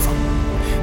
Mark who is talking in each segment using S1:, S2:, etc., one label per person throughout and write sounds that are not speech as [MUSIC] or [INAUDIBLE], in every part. S1: 方，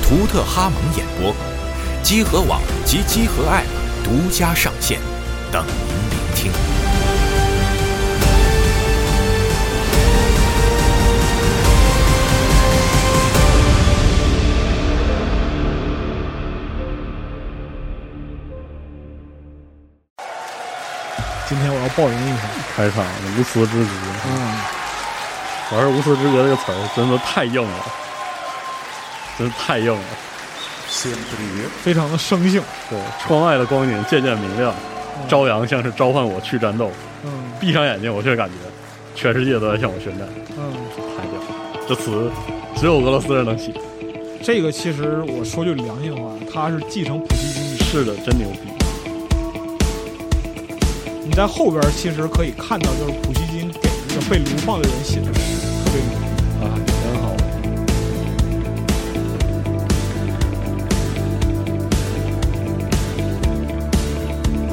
S1: 图特哈蒙演播，集合网及集合 App 独家上线，等您聆听。
S2: 今天我要报应一下。
S3: 开场无私之举，
S2: 嗯，
S3: 我是无私之举这个词儿真的太硬了，真的太硬了。
S4: Всем привет.
S2: 非常的生性。
S3: 对，窗外的光影渐渐明亮，朝阳像是召唤我去战斗。
S2: 嗯
S3: 闭上眼睛，我却感觉全世界都在向我宣战。
S2: 嗯，
S3: 太屌了，这词只有俄罗斯人能写。
S2: 这个其实我说句良心话，它是继承普希金的。
S3: 是的，真牛逼。
S2: 你在后边其实可以看到，就是普希金给这个被流放的人写的诗，特别牛。
S3: 啊，真好。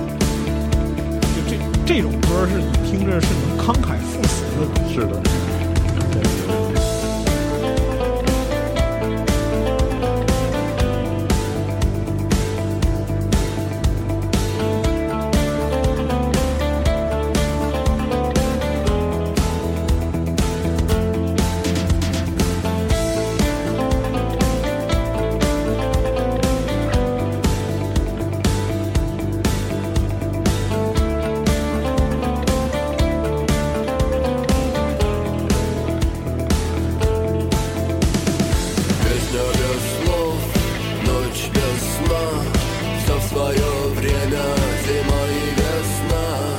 S2: 就这这种歌是你听着是能慷慨赴死的。
S3: 是的。
S5: Песня без слов, ночь без сна Все в свое время, зима и весна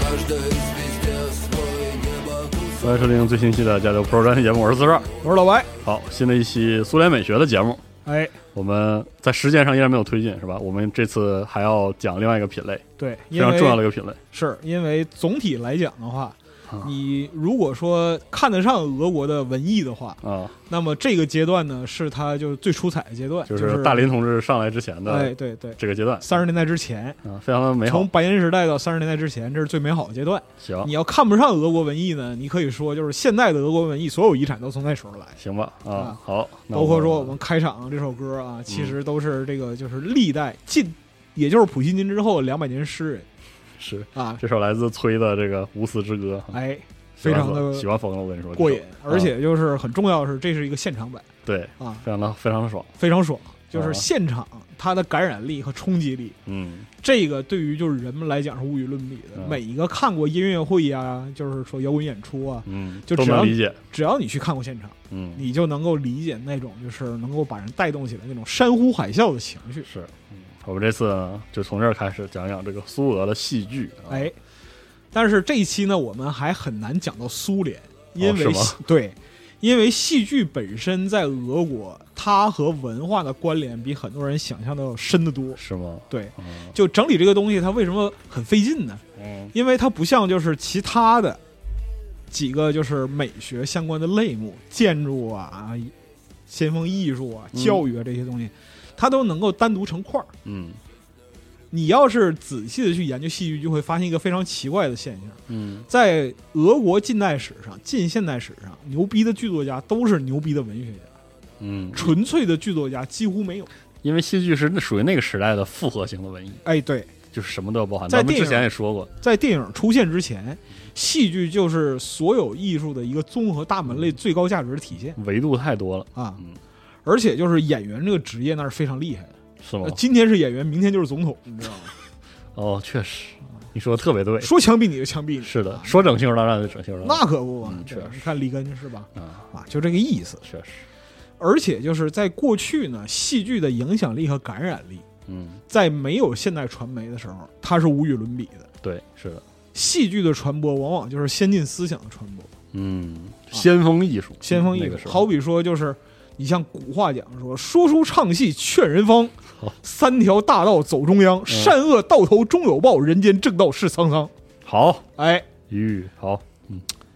S5: Каждая звезде свой не могу
S3: 欢迎收听最新期的《加州 Pro 专题节目》，我是四十二。
S2: 我是老白，
S3: 好，新的一期苏联美学的节目，
S2: 哎，
S3: 我们在时间上依然没有推进，是吧？我们这次还要讲另外一个品类，
S2: 对，
S3: 非
S2: 因
S3: 常
S2: 为
S3: 重要的一个品类。
S2: 是因为总体来讲的话
S3: 啊。
S2: 你如果说看得上俄国的文艺的话，
S3: 啊，
S2: 那么这个阶段呢，是他就是最出彩的阶段，
S3: 就
S2: 就是
S3: 大林同志上来之前
S2: 哎，
S3: 的
S2: 对对，
S3: 这个阶段，
S2: 三十年代之前，
S3: 啊，非常的美好
S2: 从。白银时代到三十年代之前，这是最美好的阶段。你
S3: 行
S2: 要看不上俄国文艺呢，你可以说就是现代的俄国文艺所有遗产都从那时候来，
S3: 行吧，
S2: 啊
S3: 啊，好，那嗯
S2: 包括说我们开场这首歌啊，其实都是这个就是历代近，也就是普希金之后两百年诗人
S3: 是
S2: 啊，
S3: 这首来自崔的这个《无私之歌》，
S2: 哎，
S3: 喜
S2: 非
S3: 欢
S2: 常
S3: 疯喜
S2: 的
S3: 欢疯了，我跟你说，
S2: 过瘾
S3: 这首，
S2: 而且就是很重要的是，这是一个现场版
S3: 对，
S2: 啊，
S3: 非常的非常的爽，
S2: 非常爽，就是
S3: 啊
S2: 现场它的感染力和冲击力。
S3: 嗯，
S2: 这个对于就是人们来讲是无与伦比的，
S3: 嗯
S2: 每一个看过音乐会呀、就是说摇滚演出啊，
S3: 嗯，
S2: 就
S3: 都
S2: 只要
S3: 能理解，
S2: 只要你去看过现场，
S3: 嗯，
S2: 你就能够理解那种就是能够把人带动起来那种山呼海啸的情绪。
S3: 是，嗯，我们这次呢就从这儿开始讲讲这个苏俄的戏剧，啊，
S2: 哎，但是这一期呢，我们还很难讲到苏联，因为、
S3: 哦是吗
S2: 戏 [LAUGHS] 对，因为戏剧本身在俄国，它和文化的关联比很多人想象的要深得多。
S3: 是吗？
S2: 对，
S3: 嗯
S2: 就整理这个东西，它为什么很费劲呢？
S3: 嗯，
S2: 因为它不像就是其他的几个就是美学相关的类目，建筑啊、先锋艺术啊、
S3: 嗯
S2: 教育啊这些东西，它都能够单独成块儿。
S3: 嗯，
S2: 你要是仔细的去研究戏剧，就会发现一个非常奇怪的现象，
S3: 嗯，
S2: 在俄国近代史上、近现代史上，牛逼的剧作家都是牛逼的文学家，
S3: 嗯，
S2: 纯粹的剧作家几乎没有。
S3: 因为戏剧是属于那个时代的复合型的文艺，
S2: 哎，对，
S3: 就是什么都要包含。
S2: 在
S3: 咱们
S2: 电
S3: 之
S2: 影
S3: 前也说过，
S2: 在电影出现之前，戏剧就是所有艺术的一个综合大门类最高价值的体现。
S3: 维度太多了，
S2: 啊
S3: 嗯，哦
S2: 而且就是演员这个职业那是非常厉害的，
S3: 是吗
S2: 呃？今天是演员，明天就是总统，
S3: 嗯
S2: 你知道吗？
S3: 哦，确实，你说的特别对。
S2: 说枪毙你就枪毙你，啊
S3: 是的，说整性儿当然就整性儿了，
S2: 那可不嘛
S3: 嗯。
S2: 对
S3: 确
S2: 吧
S3: 实
S2: 你看里根是吧？
S3: 啊，
S2: 啊，就这个意思。
S3: 确实，
S2: 而且就是在过去呢，戏剧的影响力和感染力，
S3: 嗯，
S2: 在没有现代传媒的时候，它是无与伦比的。
S3: 对，是的，
S2: 戏剧的传播往往就是先进思想的传播，
S3: 嗯，先锋艺术，
S2: 先锋艺
S3: 那
S2: 术。
S3: 个时候
S2: 好比说，就是你像古话讲说“说书唱戏劝人方
S3: 好，嗯
S2: 三条大道走中央，善恶到头终有报，人间正道是沧桑”。
S3: 好，
S2: 哎，
S3: 吁，好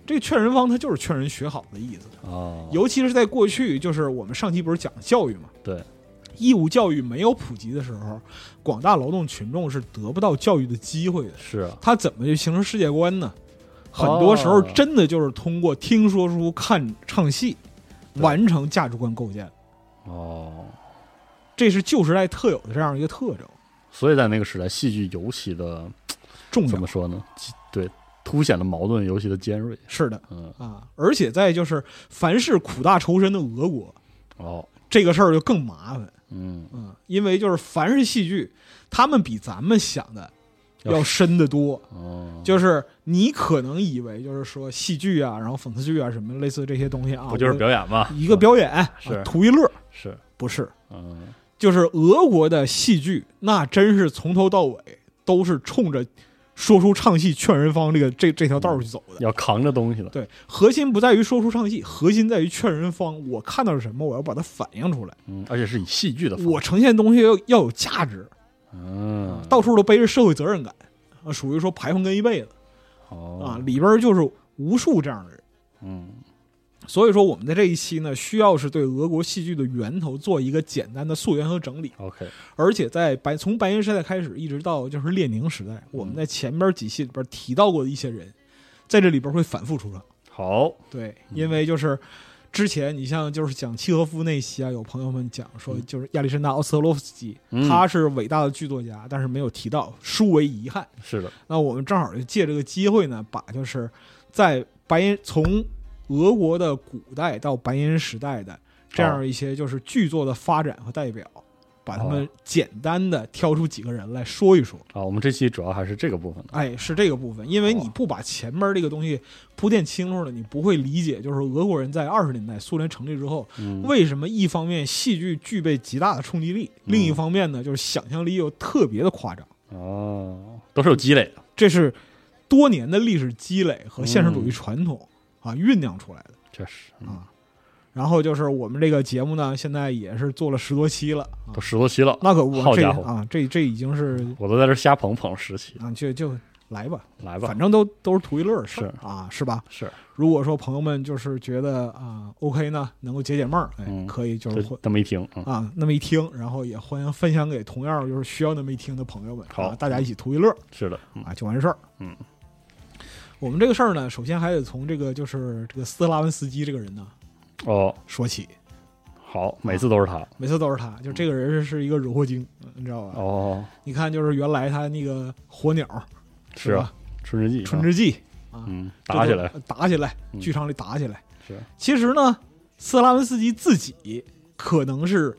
S2: 这个劝人方，它就是劝人学好的意思。
S3: 啊，
S2: 尤其是在过去，就是我们上期不是讲教育嘛，
S3: 对，
S2: 义务教育没有普及的时候，广大劳动群众是得不到教育的机会的。
S3: 是啊，
S2: 他怎么去形成世界观呢？很多时候
S3: 哦
S2: 真的就是通过听说书、看唱戏，
S3: 对
S2: 完成价值观构建，
S3: 哦，
S2: 这是旧时代特有的这样一个特征。
S3: 所以在那个时代，戏剧尤其的
S2: 重
S3: 怎么
S2: 要
S3: 说呢？其对，凸显了矛盾尤其的尖锐，
S2: 是的
S3: 嗯，
S2: 啊，而且在就是凡是苦大仇深的俄国，
S3: 哦，
S2: 这个事儿就更麻烦。
S3: 嗯，
S2: 嗯，因为就是凡是戏剧，他们比咱们想的
S3: 要
S2: 要深得多。
S3: 哦，
S2: 就是你可能以为就是说戏剧啊，然后讽刺剧啊什么类似这些东西啊，
S3: 不就是
S2: 我
S3: 表演吗？
S2: 一个表演、
S3: 是
S2: 啊图一乐？
S3: 是，
S2: 不是，
S3: 嗯，
S2: 就是俄国的戏剧，那真是从头到尾都是冲着说书唱戏劝人方这个这这条道儿去走的。
S3: 要扛着东西的，
S2: 对，核心不在于说书唱戏，核心在于劝人方。我看到了什么，我要把它反映出来。
S3: 嗯，而且是以戏剧的方式，
S2: 我呈现的东西要要有价值，
S3: 嗯，
S2: 到处都背着社会责任感，啊，属于说排风根一辈子啊。
S3: 哦，
S2: 里边儿就是无数这样的人。
S3: 嗯，
S2: 所以说，我们在这一期呢，需要是对俄国戏剧的源头做一个简单的溯源和整理。
S3: ，OK，
S2: 而且在白从白银时代开始，一直到就是列宁时
S3: 嗯
S2: 代，我们在前边几期里边提到过的一些人，在这里边会反复出场。
S3: 好，
S2: 对，因为就是之前你像就是讲契诃夫那期啊，有朋友们讲说，就是亚历山大奥斯特洛夫斯基，
S3: 嗯
S2: 他是伟大的剧作家，但是没有提到，殊为遗憾。
S3: 是的，
S2: 那我们正好就借这个机会呢，把就是在白银从俄国的古代到白银时代的这样一些就是剧作的发展和代表，把他们简单的挑出几个人来说一说。
S3: 啊，我们这期主要还是这个部分的，
S2: 哎，是这个部分，因为你
S3: 哦
S2: 不把前面这个东西铺垫清楚了，你不会理解，就是俄国人在二十年代苏联成立之后，
S3: 嗯，
S2: 为什么一方面戏剧具备极大的冲击力，
S3: 嗯
S2: 另一方面呢，就是想象力又特别的夸张。
S3: 哦，都是有积累的，
S2: 这是多年的历史积累和现实
S3: 嗯
S2: 主义传统、啊酝酿出来的。
S3: 确实，
S2: 啊然后就是我们这个节目呢，现在也是做了十多期了啊
S3: 都，十多期了，
S2: 那可不嘛，
S3: 好
S2: 这
S3: 家伙
S2: 啊，这这已经是
S3: 我都在这瞎捧捧十期，
S2: 啊，就就来吧，
S3: 来吧
S2: 反，正都都是图一乐的事儿
S3: 是
S2: 啊，是吧？
S3: 是
S2: 如果说朋友们就是觉得啊 OK 呢，能够解解闷儿，哎，
S3: 嗯
S2: 可以就是
S3: 这
S2: 会
S3: 这么一听，嗯，
S2: 啊那么一听，然后也欢迎分享给同样就是需要那么一听的朋友们，
S3: 好
S2: 啊大家一起图一乐。
S3: 是的，嗯
S2: 啊，就完事儿。
S3: 嗯，
S2: 我们这个事儿呢，首先还得从这个就是这个斯特拉文斯基这个人呢
S3: 哦，
S2: 说起。
S3: 好，每次都是他，
S2: 每次都是他，就这个人是是一个惹祸精，你知道吧？
S3: 嗯哦，
S2: 你看，就是原来他那个火鸟
S3: 是啊
S2: 吧？，
S3: 春之祭，
S2: 春之祭
S3: 嗯，打起来
S2: 这，都打起来，
S3: 嗯
S2: 剧场里打起来。
S3: 是
S2: 其实呢，斯特拉文斯基自己可能是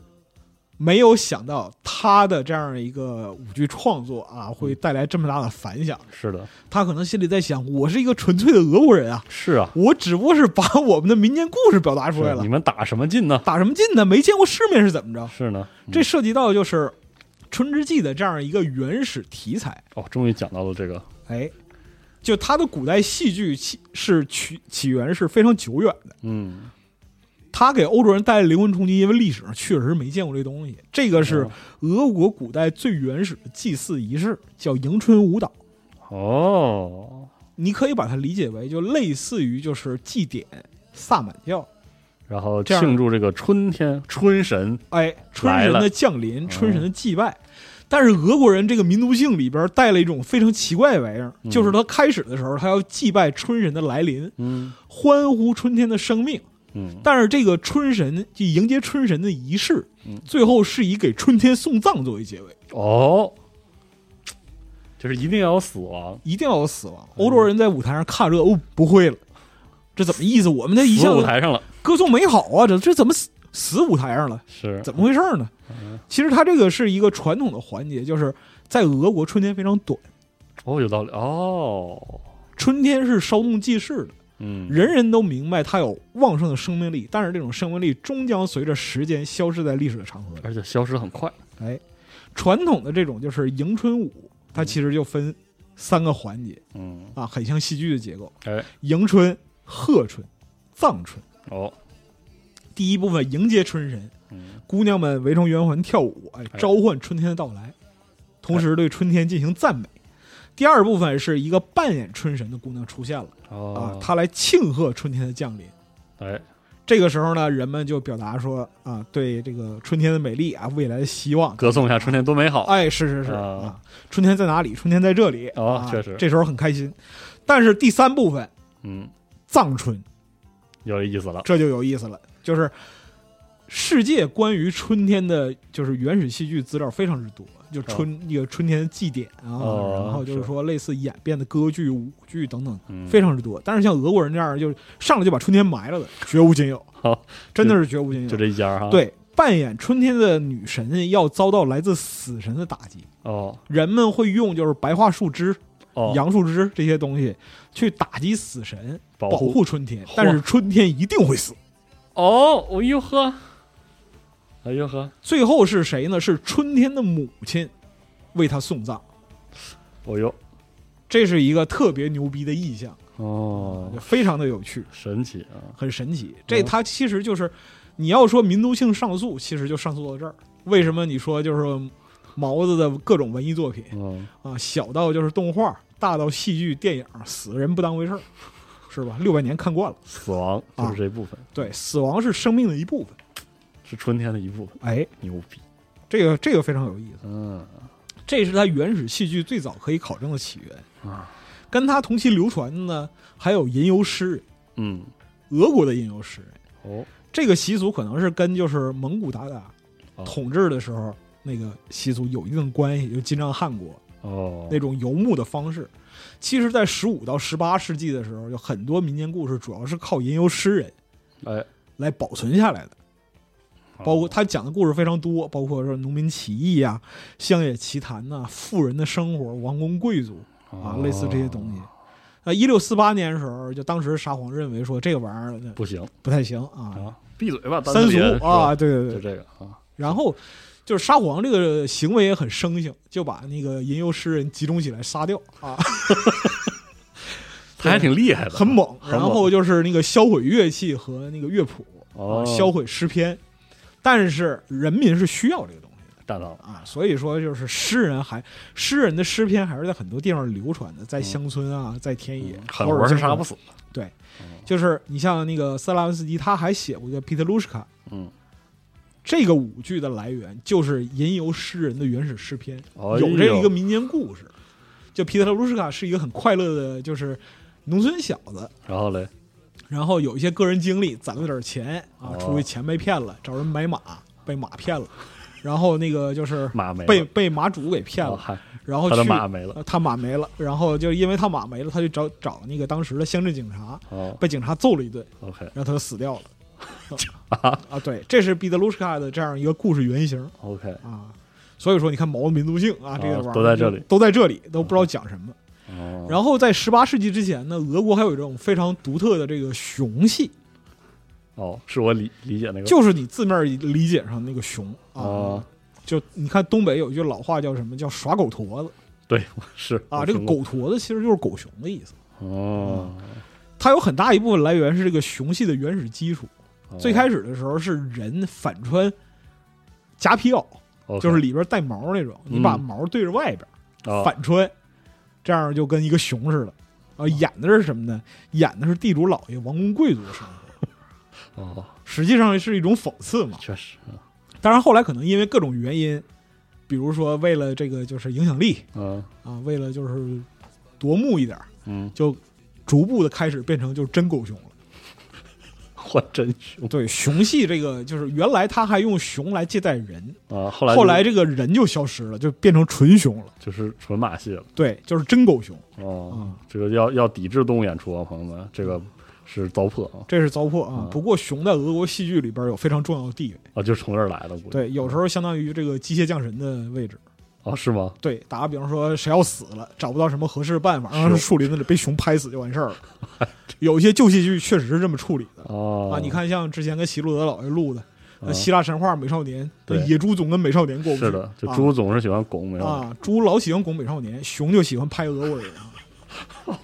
S2: 没有想到他的这样一个舞剧创作啊，
S3: 嗯
S2: 会带来这么大的反响。
S3: 是的，
S2: 他可能心里在想，我是一个纯粹的俄国人啊，
S3: 是啊，
S2: 我只不过是把我们的民间故事表 [LAUGHS] 达出来
S3: 是
S2: 了
S3: 你，们打什么劲呢？
S2: 打什么劲呢？没见过世面是怎么着？
S3: 是呢，嗯
S2: 这涉及到就是春之祭的这样一个原始题材，
S3: 哦，终于讲到了这个，
S2: 哎，就它的古代戏剧起是起起源是非常久远的，
S3: 嗯，
S2: 它给欧洲人带来灵魂冲击，因为历史上确实没见过这东西。这个是
S3: 哦
S2: 俄国古代最原始的祭祀仪式，叫迎春舞蹈。
S3: 哦，
S2: 你可以把它理解为就类似于就是祭典萨满教，
S3: 然后
S2: 这样
S3: 庆祝这个春天春神，
S2: 哎，春神
S3: 来
S2: 的
S3: 了嗯
S2: 降临，春神的祭拜。但是俄国人这个民族性里边带了一种非常奇怪的玩意儿，
S3: 嗯
S2: 就是他开始的时候，他要祭拜春神的来临，
S3: 嗯
S2: 欢呼春天的生命。
S3: 嗯，
S2: 但是这个春神就迎接春神的仪式
S3: 嗯，
S2: 最后是以给春天送葬作为结尾，
S3: 哦，就是一定要有死亡，
S2: 一定要有死亡。欧洲人在舞台上看这，哦，不会了，这怎么意思？我们这一
S3: 死
S2: 向
S3: 舞台上了，
S2: 歌颂美好啊，这这怎么死死舞台上了，
S3: 是
S2: 怎么回事儿呢？其实它这个是一个传统的环节，就是在俄国春天非常短，
S3: 哦，有道理哦，
S2: 春天是稍纵即逝的，
S3: 嗯，
S2: 人人都明白它有旺盛的生命力，但是这种生命力终将随着时间消失在历史的长河里。
S3: 而且消失很快，
S2: 哎，传统的这种就是迎春舞，它其实就分三个环节
S3: 嗯，
S2: 啊，很像戏剧的结构：
S3: 哎，
S2: 迎春、贺春、葬春。
S3: 哦，
S2: 第一部分迎接春神，
S3: 嗯，
S2: 姑娘们围成圆环跳舞，哎，
S3: 哎
S2: 召唤春天的到来，同时对春天进行赞美。第二部分是一个扮演春神的姑娘出现了啊
S3: 哦，，
S2: 她来庆贺春天的降临。
S3: 哎，
S2: 这个时候呢，人们就表达说啊，对这个春天的美丽啊，未来的希望。
S3: 歌颂一下春天多美好，
S2: 哎，是是是
S3: 啊
S2: 啊，春天在哪里？春天在这里
S3: 哦
S2: 啊
S3: 确实
S2: 这时候很开心。但是第三部分
S3: 嗯，
S2: 藏春，
S3: 有意思了，
S2: 这就有意思了，就是世界关于春天的，就是原始戏剧资料非常之多，就春那个春天的祭典啊，
S3: 哦
S2: 然后就是是说类似演变的歌剧、舞剧等等，
S3: 嗯，
S2: 非常之多。但是像俄国人这样，就是上来就把春天埋了的，绝无仅有，
S3: 好，
S2: 真的是绝无仅有。
S3: 就这一家哈，，
S2: 对，扮演春天的女神要遭到来自死神的打击。
S3: 哦
S2: 人们会用就是白桦树枝、
S3: 哦，
S2: 杨树枝这些东西去打击死神，
S3: 保
S2: 保护春天。但是春天一定会死。
S3: 哦，哎呦呵，哎呦呵，
S2: 最后是谁呢？是春天的母亲为他送葬，
S3: 哦呦，
S2: 这是一个特别牛逼的意象，
S3: 哦，
S2: 非常的有趣，
S3: 神奇啊，
S2: 很神奇。这它其实就是你要说民族性上诉，其实就上诉到这儿。为什么你说就是毛子的各种文艺作品
S3: 嗯，
S2: 啊，小到就是动画，大到戏剧、电影，死人不当回事儿，是吧？六百年看惯了，
S3: 死亡
S2: 啊
S3: 就是这部分，
S2: 对，死亡是生命的一部分。
S3: 是春天的一部分，
S2: 哎，
S3: 牛逼，
S2: 这个这个非常有意思。
S3: 嗯，
S2: 这是它原始戏剧最早可以考证的起源
S3: 啊。
S2: 跟它同期流传的呢，还有吟游诗人，
S3: 嗯，
S2: 俄国的吟游诗人。
S3: 哦，
S2: 这个习俗可能是跟就是蒙古鞑靼
S3: 哦
S2: 统治的时候那个习俗有一定关系，就金帐汗国
S3: 哦，
S2: 那种游牧的方式。其实，在十五到十八世纪的时候，有很多民间故事主要是靠吟游诗人
S3: 哎，
S2: 来保存下来的。
S3: 哦
S2: 包括他讲的故事非常多，包括说农民起义呀、乡野奇谈呐、富人的生活、王公贵族
S3: 哦
S2: 啊，类似这些东西。啊，一六四八年的时候，就当时沙皇认为说这个玩意儿
S3: 不行
S2: 不太行啊，
S3: 啊，闭嘴吧，
S2: 三俗啊，，对对
S3: 就
S2: 对。
S3: 这个啊，
S2: 然后就是沙皇这个行为也很生性，就把那个吟游诗人集中起来杀掉
S3: [LAUGHS]
S2: 啊，
S3: 他还挺厉害的，啊
S2: 很猛。
S3: 很
S2: 然
S3: 猛
S2: 后就是那个销毁乐器和那个乐谱啊，
S3: 哦，
S2: 销毁诗篇。但是人民是需要这个东西的。
S3: 大到
S2: 啊，所以说就是诗人还诗人的诗篇还是在很多地方流传的，在
S3: 嗯
S2: 乡村啊，在田野，
S3: 狠
S2: 偶尔
S3: 活是
S2: 经
S3: 杀
S2: 常
S3: 不。死，
S2: 对，
S3: 哦
S2: 就是你像那个斯拉文斯基，他还写过一个《皮特鲁什卡》，
S3: 嗯，
S2: 这个舞剧的来源就是吟游诗人的原始诗篇，
S3: 哎呦
S2: 有这一个民间故事。就皮特鲁什卡是一个很快乐的，就是农村小子，
S3: 然后嘞，
S2: 然后有一些个人经历，攒了点钱啊，
S3: 哦
S2: 出去钱被骗了，找人买马被马骗了，然后那个就是
S3: 马没了
S2: 被被马主给骗
S3: 哦
S2: 了，
S3: 嗨，
S2: 然后
S3: 他的
S2: 去
S3: 马没了
S2: 呃他马没了，然后就因为他马没了，他就找找那个当时的乡镇警察，
S3: 哦
S2: 被警察揍了一顿，
S3: ，OK，
S2: 然后他就死
S3: [LAUGHS]
S2: 掉了。啊啊，对，这是彼得卢什卡的这样一个故事原型
S3: OK，
S2: 啊。所以说，你看毛的民族性啊，这个
S3: 啊
S2: 玩意儿
S3: 都在这里
S2: 都在这里，都不知道讲什么。
S3: 哦，
S2: 然后在十八世纪之前呢，俄国还有一种非常独特的这个熊戏，
S3: 哦，是我理理解那个，
S2: 就是你字面理解上那个熊啊
S3: 哦。
S2: 就你看东北有一句老话叫什么？叫耍狗驼子
S3: 对，是
S2: 啊。
S3: 我
S2: 这个
S3: 听过
S2: 狗嗯驼子其实就是狗熊的意思。
S3: 哦，
S2: 它有很大一部分来源是这个熊系的原始基础。最开始
S3: 始
S2: 的时候是人反穿夹皮袄，就是里边带毛那种，你把毛对着外边
S3: 啊哦
S2: 反穿，这样就跟一个熊似的。啊，演的是什么呢？演的是地主老爷、王公贵族的生活，
S3: 哦，
S2: 实际上是一种讽刺嘛。
S3: 确实，啊
S2: 当然，后来可能因为各种原因，比如说为了这个就是影响力
S3: 嗯
S2: 啊，为了就是夺目一点儿， [LAUGHS]
S3: 嗯，
S2: 就逐步的开始变成就是真狗熊了。
S3: 我真凶
S2: 对，熊系这个就是原来他还用熊来接待人，
S3: 啊！后来
S2: 后来这个人就消失了，就变成纯熊了。
S3: 就是纯马戏了
S2: 对，就是真狗熊。
S3: 哦
S2: 嗯，
S3: 这个要要抵制动物演出啊，朋友们，这个是糟粕啊
S2: 这是糟粕啊
S3: 嗯。
S2: 不过熊在俄国戏剧里边有非常重要的地位，
S3: 啊，就从这儿来的，估计
S2: 对，有时候相当于这个机械降神的位置。
S3: 啊是吗？
S2: 对，打个比方说，谁要死了，找不到什么合适的办法，让树林子里被熊拍死就完事儿了。 [LAUGHS] 有一些旧戏剧确实是这么处理的
S3: 哦
S2: 啊。你看，像之前跟席路德老爷录的
S3: 啊
S2: 呃希腊神话《美少年》，那
S3: 对
S2: 野猪总跟美少年过不去。
S3: 是的，就
S2: 啊
S3: 猪总是喜欢拱，没有、
S2: 啊，猪老喜欢拱美少年，熊就喜欢拍俄国人啊。
S3: [LAUGHS]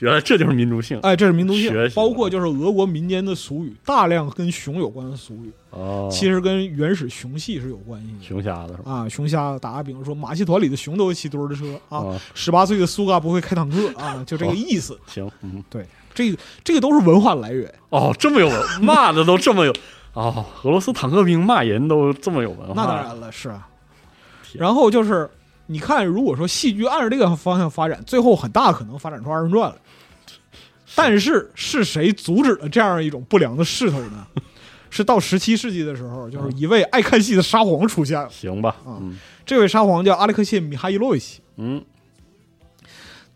S3: 原来这就是民族性
S2: 哎，这是民族性
S3: 学习，
S2: 包括就是俄国民间的俗语，大量跟熊有关的俗语，
S3: 哦，
S2: 其实跟原始熊系是有关系的。
S3: 熊瞎子是吧？
S2: 啊，熊瞎打个比方说，马戏团里的熊都会骑墩儿的车啊，
S3: 啊，
S2: 十八岁的苏嘎不会开坦克啊，就这
S3: 哦
S2: 个意思。
S3: 行，嗯，
S2: 对，这个这个都是文化来源。
S3: 哦，这么有文，骂的都这么有，哦，俄罗斯坦克兵骂人都这么有文化，
S2: 那当然了，是啊。
S3: 天
S2: 然后就是你看，如果说戏剧按照这个方向发展，最后很大可能发展出二人转了。但是是谁阻止了这样一种不良的势头
S3: [LAUGHS]
S2: 呢？是到十七世纪的时候，
S3: 嗯
S2: 就是一位爱看戏的沙皇出现了。
S3: 行吧，
S2: 啊
S3: 嗯
S2: 这位沙皇叫阿列克谢·米哈伊洛维奇，
S3: 嗯，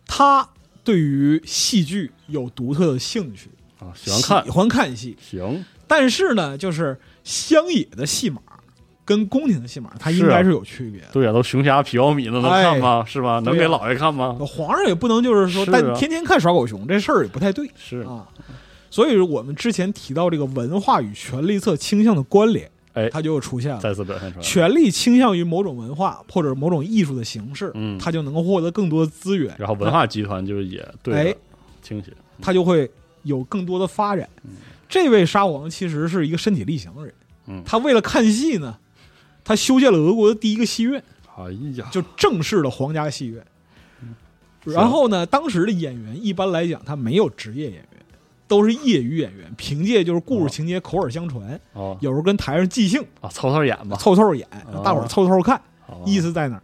S2: 他对于戏剧有独特的兴趣，
S3: 啊，喜欢看
S2: 喜，欢看戏。
S3: 行，
S2: 但是呢，就是乡野的戏码跟宫廷的戏码，它应该
S3: 是啊
S2: 是有区别的。
S3: 对呀、都熊瞎皮奥米的能
S2: 哎
S3: 看吗？是吧？能
S2: 对
S3: 给
S2: 呀
S3: 老爷看吗？
S2: 皇上也不能就是说，
S3: 是啊
S2: 但天天看耍狗熊这事儿也不太对
S3: 是，
S2: 啊。所以我们之前提到这个文化与权力侧倾向的关联，
S3: 哎
S2: 它就又出现了。
S3: 再次表现出来，
S2: 权力倾向于某种文化或者某种艺术的形式，
S3: 嗯
S2: 它就能够获得更多的资源，
S3: 然后文化集团就也对
S2: 哎
S3: 着倾斜，
S2: 它就会有更多的发展。这位沙皇其实是一个身体力行的人，
S3: 嗯
S2: 他为了看戏呢，他修建了俄国的第一个戏院，
S3: 哎呀，
S2: 就正式的皇家戏院。
S3: 行
S2: 然后呢，当时的演员一般来讲他没有职业演员，都是业余演员，凭借就是故
S3: 哦
S2: 事情节口耳相传，
S3: 哦
S2: 有时候跟台上即兴
S3: 啊，凑凑眼吧，
S2: 凑凑演，让大伙儿凑凑看，
S3: 好吧
S2: 意思在哪儿？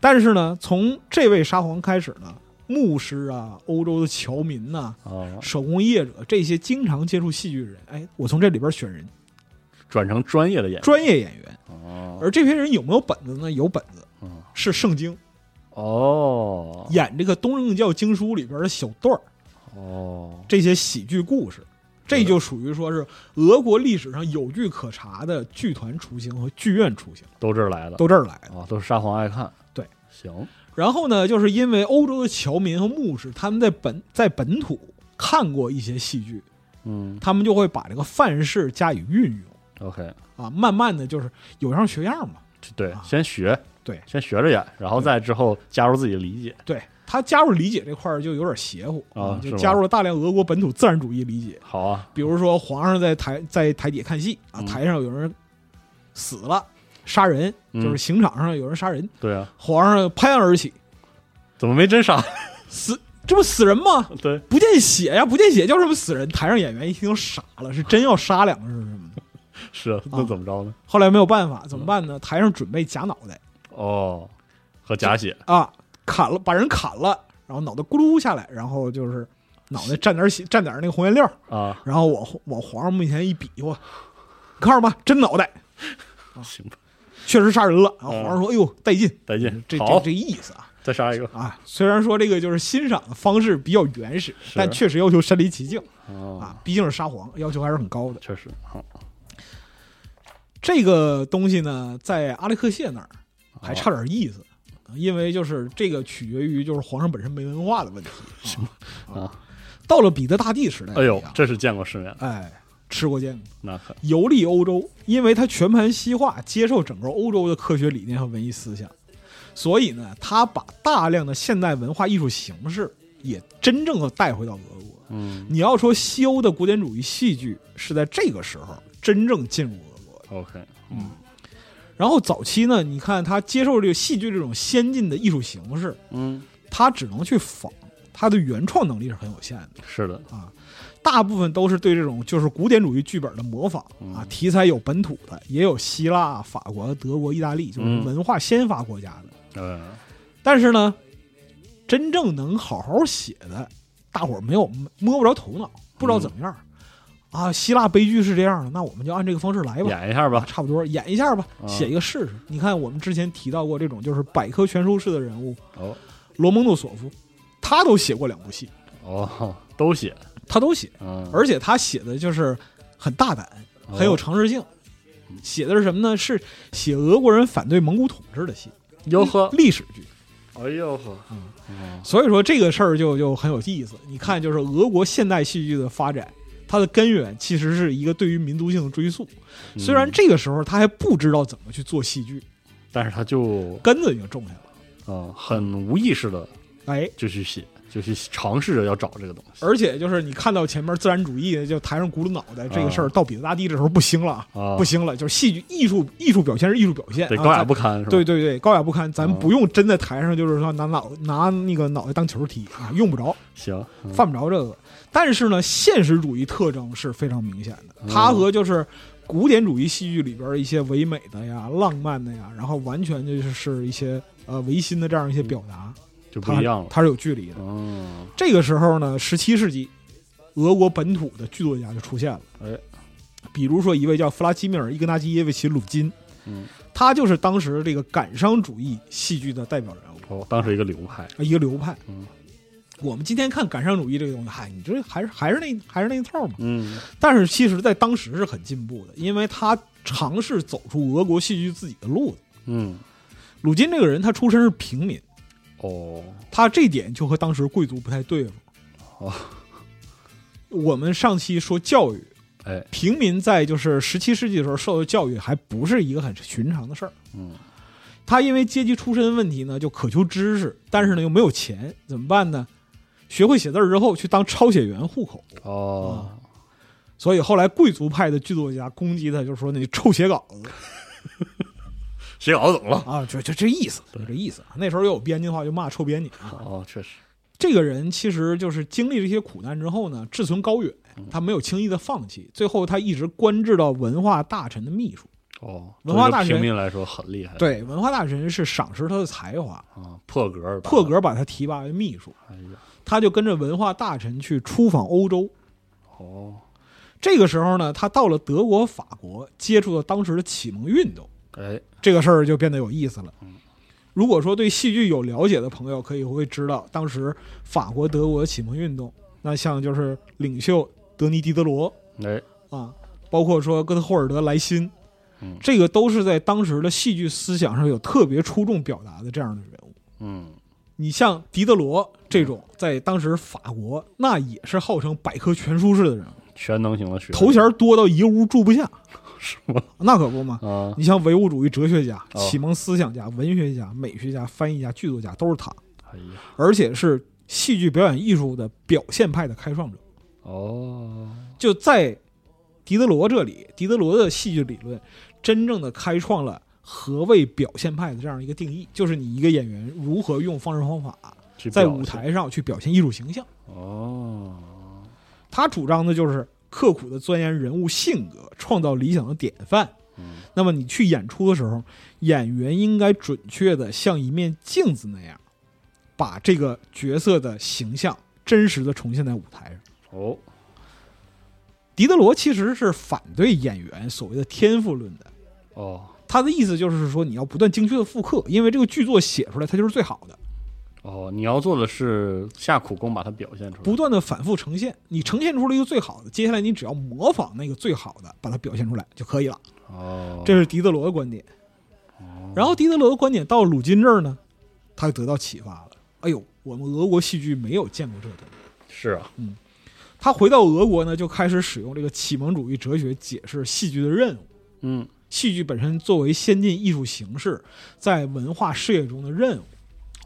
S2: 但是呢，从这位沙皇开始呢，牧师啊，欧洲的侨民呐、
S3: 啊，
S2: 手工业者这些经常接触戏剧的人，哎，我从这里边选人，
S3: 转成专业的演员，
S2: 专业演员。
S3: 哦
S2: 而这些人有没有本子呢？有本子
S3: 嗯，
S2: 是圣经
S3: 哦
S2: 演这个东正教经书里边的小段儿，
S3: 哦，
S2: 这些喜剧故事，这就属于说是俄国历史上有据可查的剧团雏形和剧院雏形，
S3: 都这儿来的，
S2: 都这儿来的。
S3: 啊，都是沙皇爱看，
S2: 对，
S3: 行，
S2: 然后呢，就是因为欧洲的侨民和牧师，他们在本在本土看过一些戏剧，
S3: 嗯
S2: 他们就会把这个范式加以运用
S3: ，OK，
S2: 啊，慢慢的就是有样学样嘛。
S3: 对，
S2: 啊
S3: 先学，
S2: 对
S3: 先学着演，然后再之后加入自己的理解，
S2: 对他加入理解这块儿就有点邪乎
S3: 啊是
S2: 就
S3: 吗
S2: 加入了大量俄国本土自然主义理解，
S3: 好啊，
S2: 比如说皇上在台在台底下看戏啊，
S3: 嗯
S2: 台上有人死了。杀人
S3: 嗯
S2: 就是刑场上有人杀人，
S3: 对啊，
S2: 皇上拍案而起，
S3: 怎么没真杀？
S2: 死这不死人吗？
S3: [LAUGHS] 对，
S2: 不见血呀，不见血叫什么死人？台上演员一听都傻了，是真要杀两个人是吗？
S3: 是啊那
S2: 啊
S3: 怎么着呢？
S2: 后来没有办法，怎么办
S3: 嗯
S2: 呢？台上准备夹脑袋
S3: 哦，和假血，
S2: 啊，砍了把人砍了，然后脑袋咕噜下来，然后就是脑袋蘸点血，蘸点那个红颜料，
S3: 啊，
S2: 然后往往皇上面前一比划，你看着吧，真脑袋，
S3: [LAUGHS] 行吧，
S2: 确实杀人了。然后皇上说：“哎呦，带劲，
S3: 再见，
S2: 这
S3: 好
S2: 这，这意思啊
S3: 再杀一个，
S2: 啊！”虽然说这个就是欣赏的方式比较原始，但确实要求身临其境
S3: 哦，
S2: 啊，毕竟是沙皇，要求还是很高的。
S3: 确实，好，
S2: 这个东西呢，在阿历克谢那儿
S3: 哦
S2: 还差点意思，因为就是这个取决于就是皇上本身没文化的问题。啊
S3: 啊
S2: 到了彼得大帝时代，
S3: 哎呦
S2: 这，样
S3: 这是见过世面，
S2: 哎，吃过见过。
S3: 那可
S2: 游历欧洲，因为他全盘西化，接受整个欧洲的科学理念和文艺思想，所以呢，他把大量的现代文化艺术形式也真正的带回到俄国。
S3: 嗯
S2: 你要说西欧的古典主义戏剧是在这个时候真正进入俄国的，
S3: ，OK，
S2: 然后早期呢，你看他接受这个戏剧这种先进的艺术形式，
S3: 嗯，
S2: 他只能去仿，他的原创能力是很有限的。
S3: 是的，
S2: 啊大部分都是对这种就是古典主义剧本的模仿
S3: 嗯
S2: 啊，题材有本土的，也有希腊、法国、德国、意大利，就是
S3: 嗯
S2: 文化先发国家的。
S3: 嗯，
S2: 但是呢，真正能好好写的，大伙儿没有摸不着头脑，不知道怎么样、啊。希腊悲剧是这样的，那我们就按这个方式来吧，
S3: 嗯演一下吧，
S2: 差不多演一下吧，
S3: 啊
S2: 写一个试试。你看我们之前提到过这种就是百科全书式的人物
S3: 哦
S2: 罗蒙诺索夫，他都写过两部戏，
S3: 哦，都写，
S2: 他都写，
S3: 嗯，
S2: 而且他写的就是很大胆，很有尝试性。写的是什么呢？是写俄国人反对蒙古统治的戏，
S3: 哟呵，
S2: 历史剧。
S3: 哎呦呵，
S2: 所以说这个事儿就就很有意思。你看，就是俄国现代戏剧的发展，它的根源其实是一个对于民族性的追溯。
S3: 嗯
S2: 虽然这个时候他还不知道怎么去做戏剧，
S3: 但是他就
S2: 根子已经种下了。
S3: 嗯很无意识的
S2: 哎，
S3: 就去写，就去尝试着要找这个东西
S2: 而且就是你看到前面自然主义就抬上轱辘脑袋这个事儿，到彼得大帝这时候不兴了啊，
S3: 啊，
S2: 不兴了，就是戏剧艺术艺术表现是艺术表现，
S3: 得
S2: 啊
S3: 高雅
S2: 咱
S3: 不堪是吧？
S2: 对对对，高雅不堪，咱
S3: 嗯
S2: 不用真在台上就是说拿脑拿那个脑袋当球踢啊，用不着，
S3: 行，嗯
S2: 犯不着这个。但是呢，现实主义特征是非常明显的，
S3: 嗯
S2: 它和就是古典主义戏剧里边一些唯美的呀、浪漫的呀，然后完全就是一些呃唯心的这样一些表达，
S3: 就不
S2: 它
S3: 一样了。
S2: 它是有距离的。
S3: 嗯，
S2: 这个时候呢，十七世纪，俄国本土的剧作家就出现了。
S3: 哎，
S2: 比如说一位叫弗拉基米尔·伊格纳基耶维奇·鲁金，
S3: 嗯，
S2: 他就是当时这个感伤主义戏剧的代表人物，
S3: 哦，当时一个流派，
S2: 啊一个流派。
S3: 嗯，
S2: 我们今天看感伤主义这个东西，嗨，你这还是还是那还是那一套嘛。
S3: 嗯，
S2: 但是其实，在当时是很进步的，因为他尝试走出俄国戏剧自己的路子。
S3: 嗯，
S2: 鲁金这个人，他出身是平民，
S3: 哦，
S2: 他这点就和当时贵族不太对付。
S3: 哦
S2: 我们上期说教育，
S3: 哎，
S2: 平民在就是十七世纪的时候受的教育还不是一个很寻常的事儿。
S3: 嗯，
S2: 他因为阶级出身问题呢，就渴求知识，但是呢又没有钱，怎么办呢？学会写字儿之后去当抄写员户口，
S3: 哦，
S2: 所以后来贵族派的剧作家攻击他，就说你臭写稿子
S3: 写稿子怎么了？
S2: 啊，就就这意思，就这意思。啊那时候又有编辑的话，就骂臭编辑啊。
S3: 哦，确实，
S2: 这个人其实就是经历这些苦难之后呢，志存高远，他没有轻易的放弃，最后他一直官至到文化大臣的秘书。
S3: 哦，
S2: 文化大
S3: 对于
S2: 学
S3: 平民来说很厉害，
S2: 对，文化大臣是赏识他的才华，
S3: 啊，破格儿吧
S2: 破，格把他提拔为秘书，
S3: 哎呀，
S2: 他就跟着文化大臣去出访欧洲。
S3: 哦，
S2: 这个时候呢，他到了德国、法国，接触到当时的启蒙运动，
S3: 哎，
S2: 这个事儿就变得有意思了。如果说对戏剧有了解的朋友，可以会知道，当时法国、德国的启蒙运动，那像就是领袖德尼·狄德罗
S3: 哎，
S2: 啊，包括说哥特霍尔德、莱辛
S3: 嗯，
S2: 这个都是在当时的戏剧思想上有特别出众表达的这样的人物。
S3: 嗯，
S2: 你像狄德罗这种，在当时法国那也是号称百科全书式的人物，
S3: 全能型的学
S2: 头衔多到一个屋住不下，
S3: 是吗？
S2: 那可不嘛。
S3: 啊，
S2: 你像唯物主义哲学家、
S3: 哦
S2: 启蒙思想家、文学家、美学家、翻译家、剧作家都是他，
S3: 哎呀，
S2: 而且是戏剧表演艺术的表现派的开创者。
S3: 哦，
S2: 就在狄德罗这里，狄德罗的戏剧理论真正的开创了何谓表现派的这样一个定义，就是你一个演员如何用方式方法
S3: 去
S2: 在
S3: 表
S2: 舞
S3: 现，
S2: 台上去表现艺术形象。
S3: 哦，
S2: 他主张的就是刻苦的钻研人物性格，创造理想的典范。
S3: 嗯
S2: 那么你去演出的时候，演员应该准确的像一面镜子那样，把这个角色的形象真实的重现在舞台上。
S3: 哦，
S2: 狄德罗其实是反对演员所谓的天赋论的，
S3: 哦，
S2: 他的意思就是说你要不断精确的复刻，因为这个剧作写出来它就是最好的，
S3: 哦，你要做的是下苦功把它表现出来，
S2: 不断的反复呈现，你呈现出了一个最好的，接下来你只要模仿那个最好的，把它表现出来就可以了。
S3: 哦，
S2: 这是狄德罗的观点。然后狄德罗的观点到鲁金这儿呢，他就得到启发了。哎呦，我们俄国戏剧没有见过这东西。
S3: 是啊，
S2: 他回到俄国呢，就开始使用这个启蒙主义哲学解释戏剧的任务。
S3: 嗯，
S2: 戏剧本身作为先进艺术形式，在文化事业中的任务。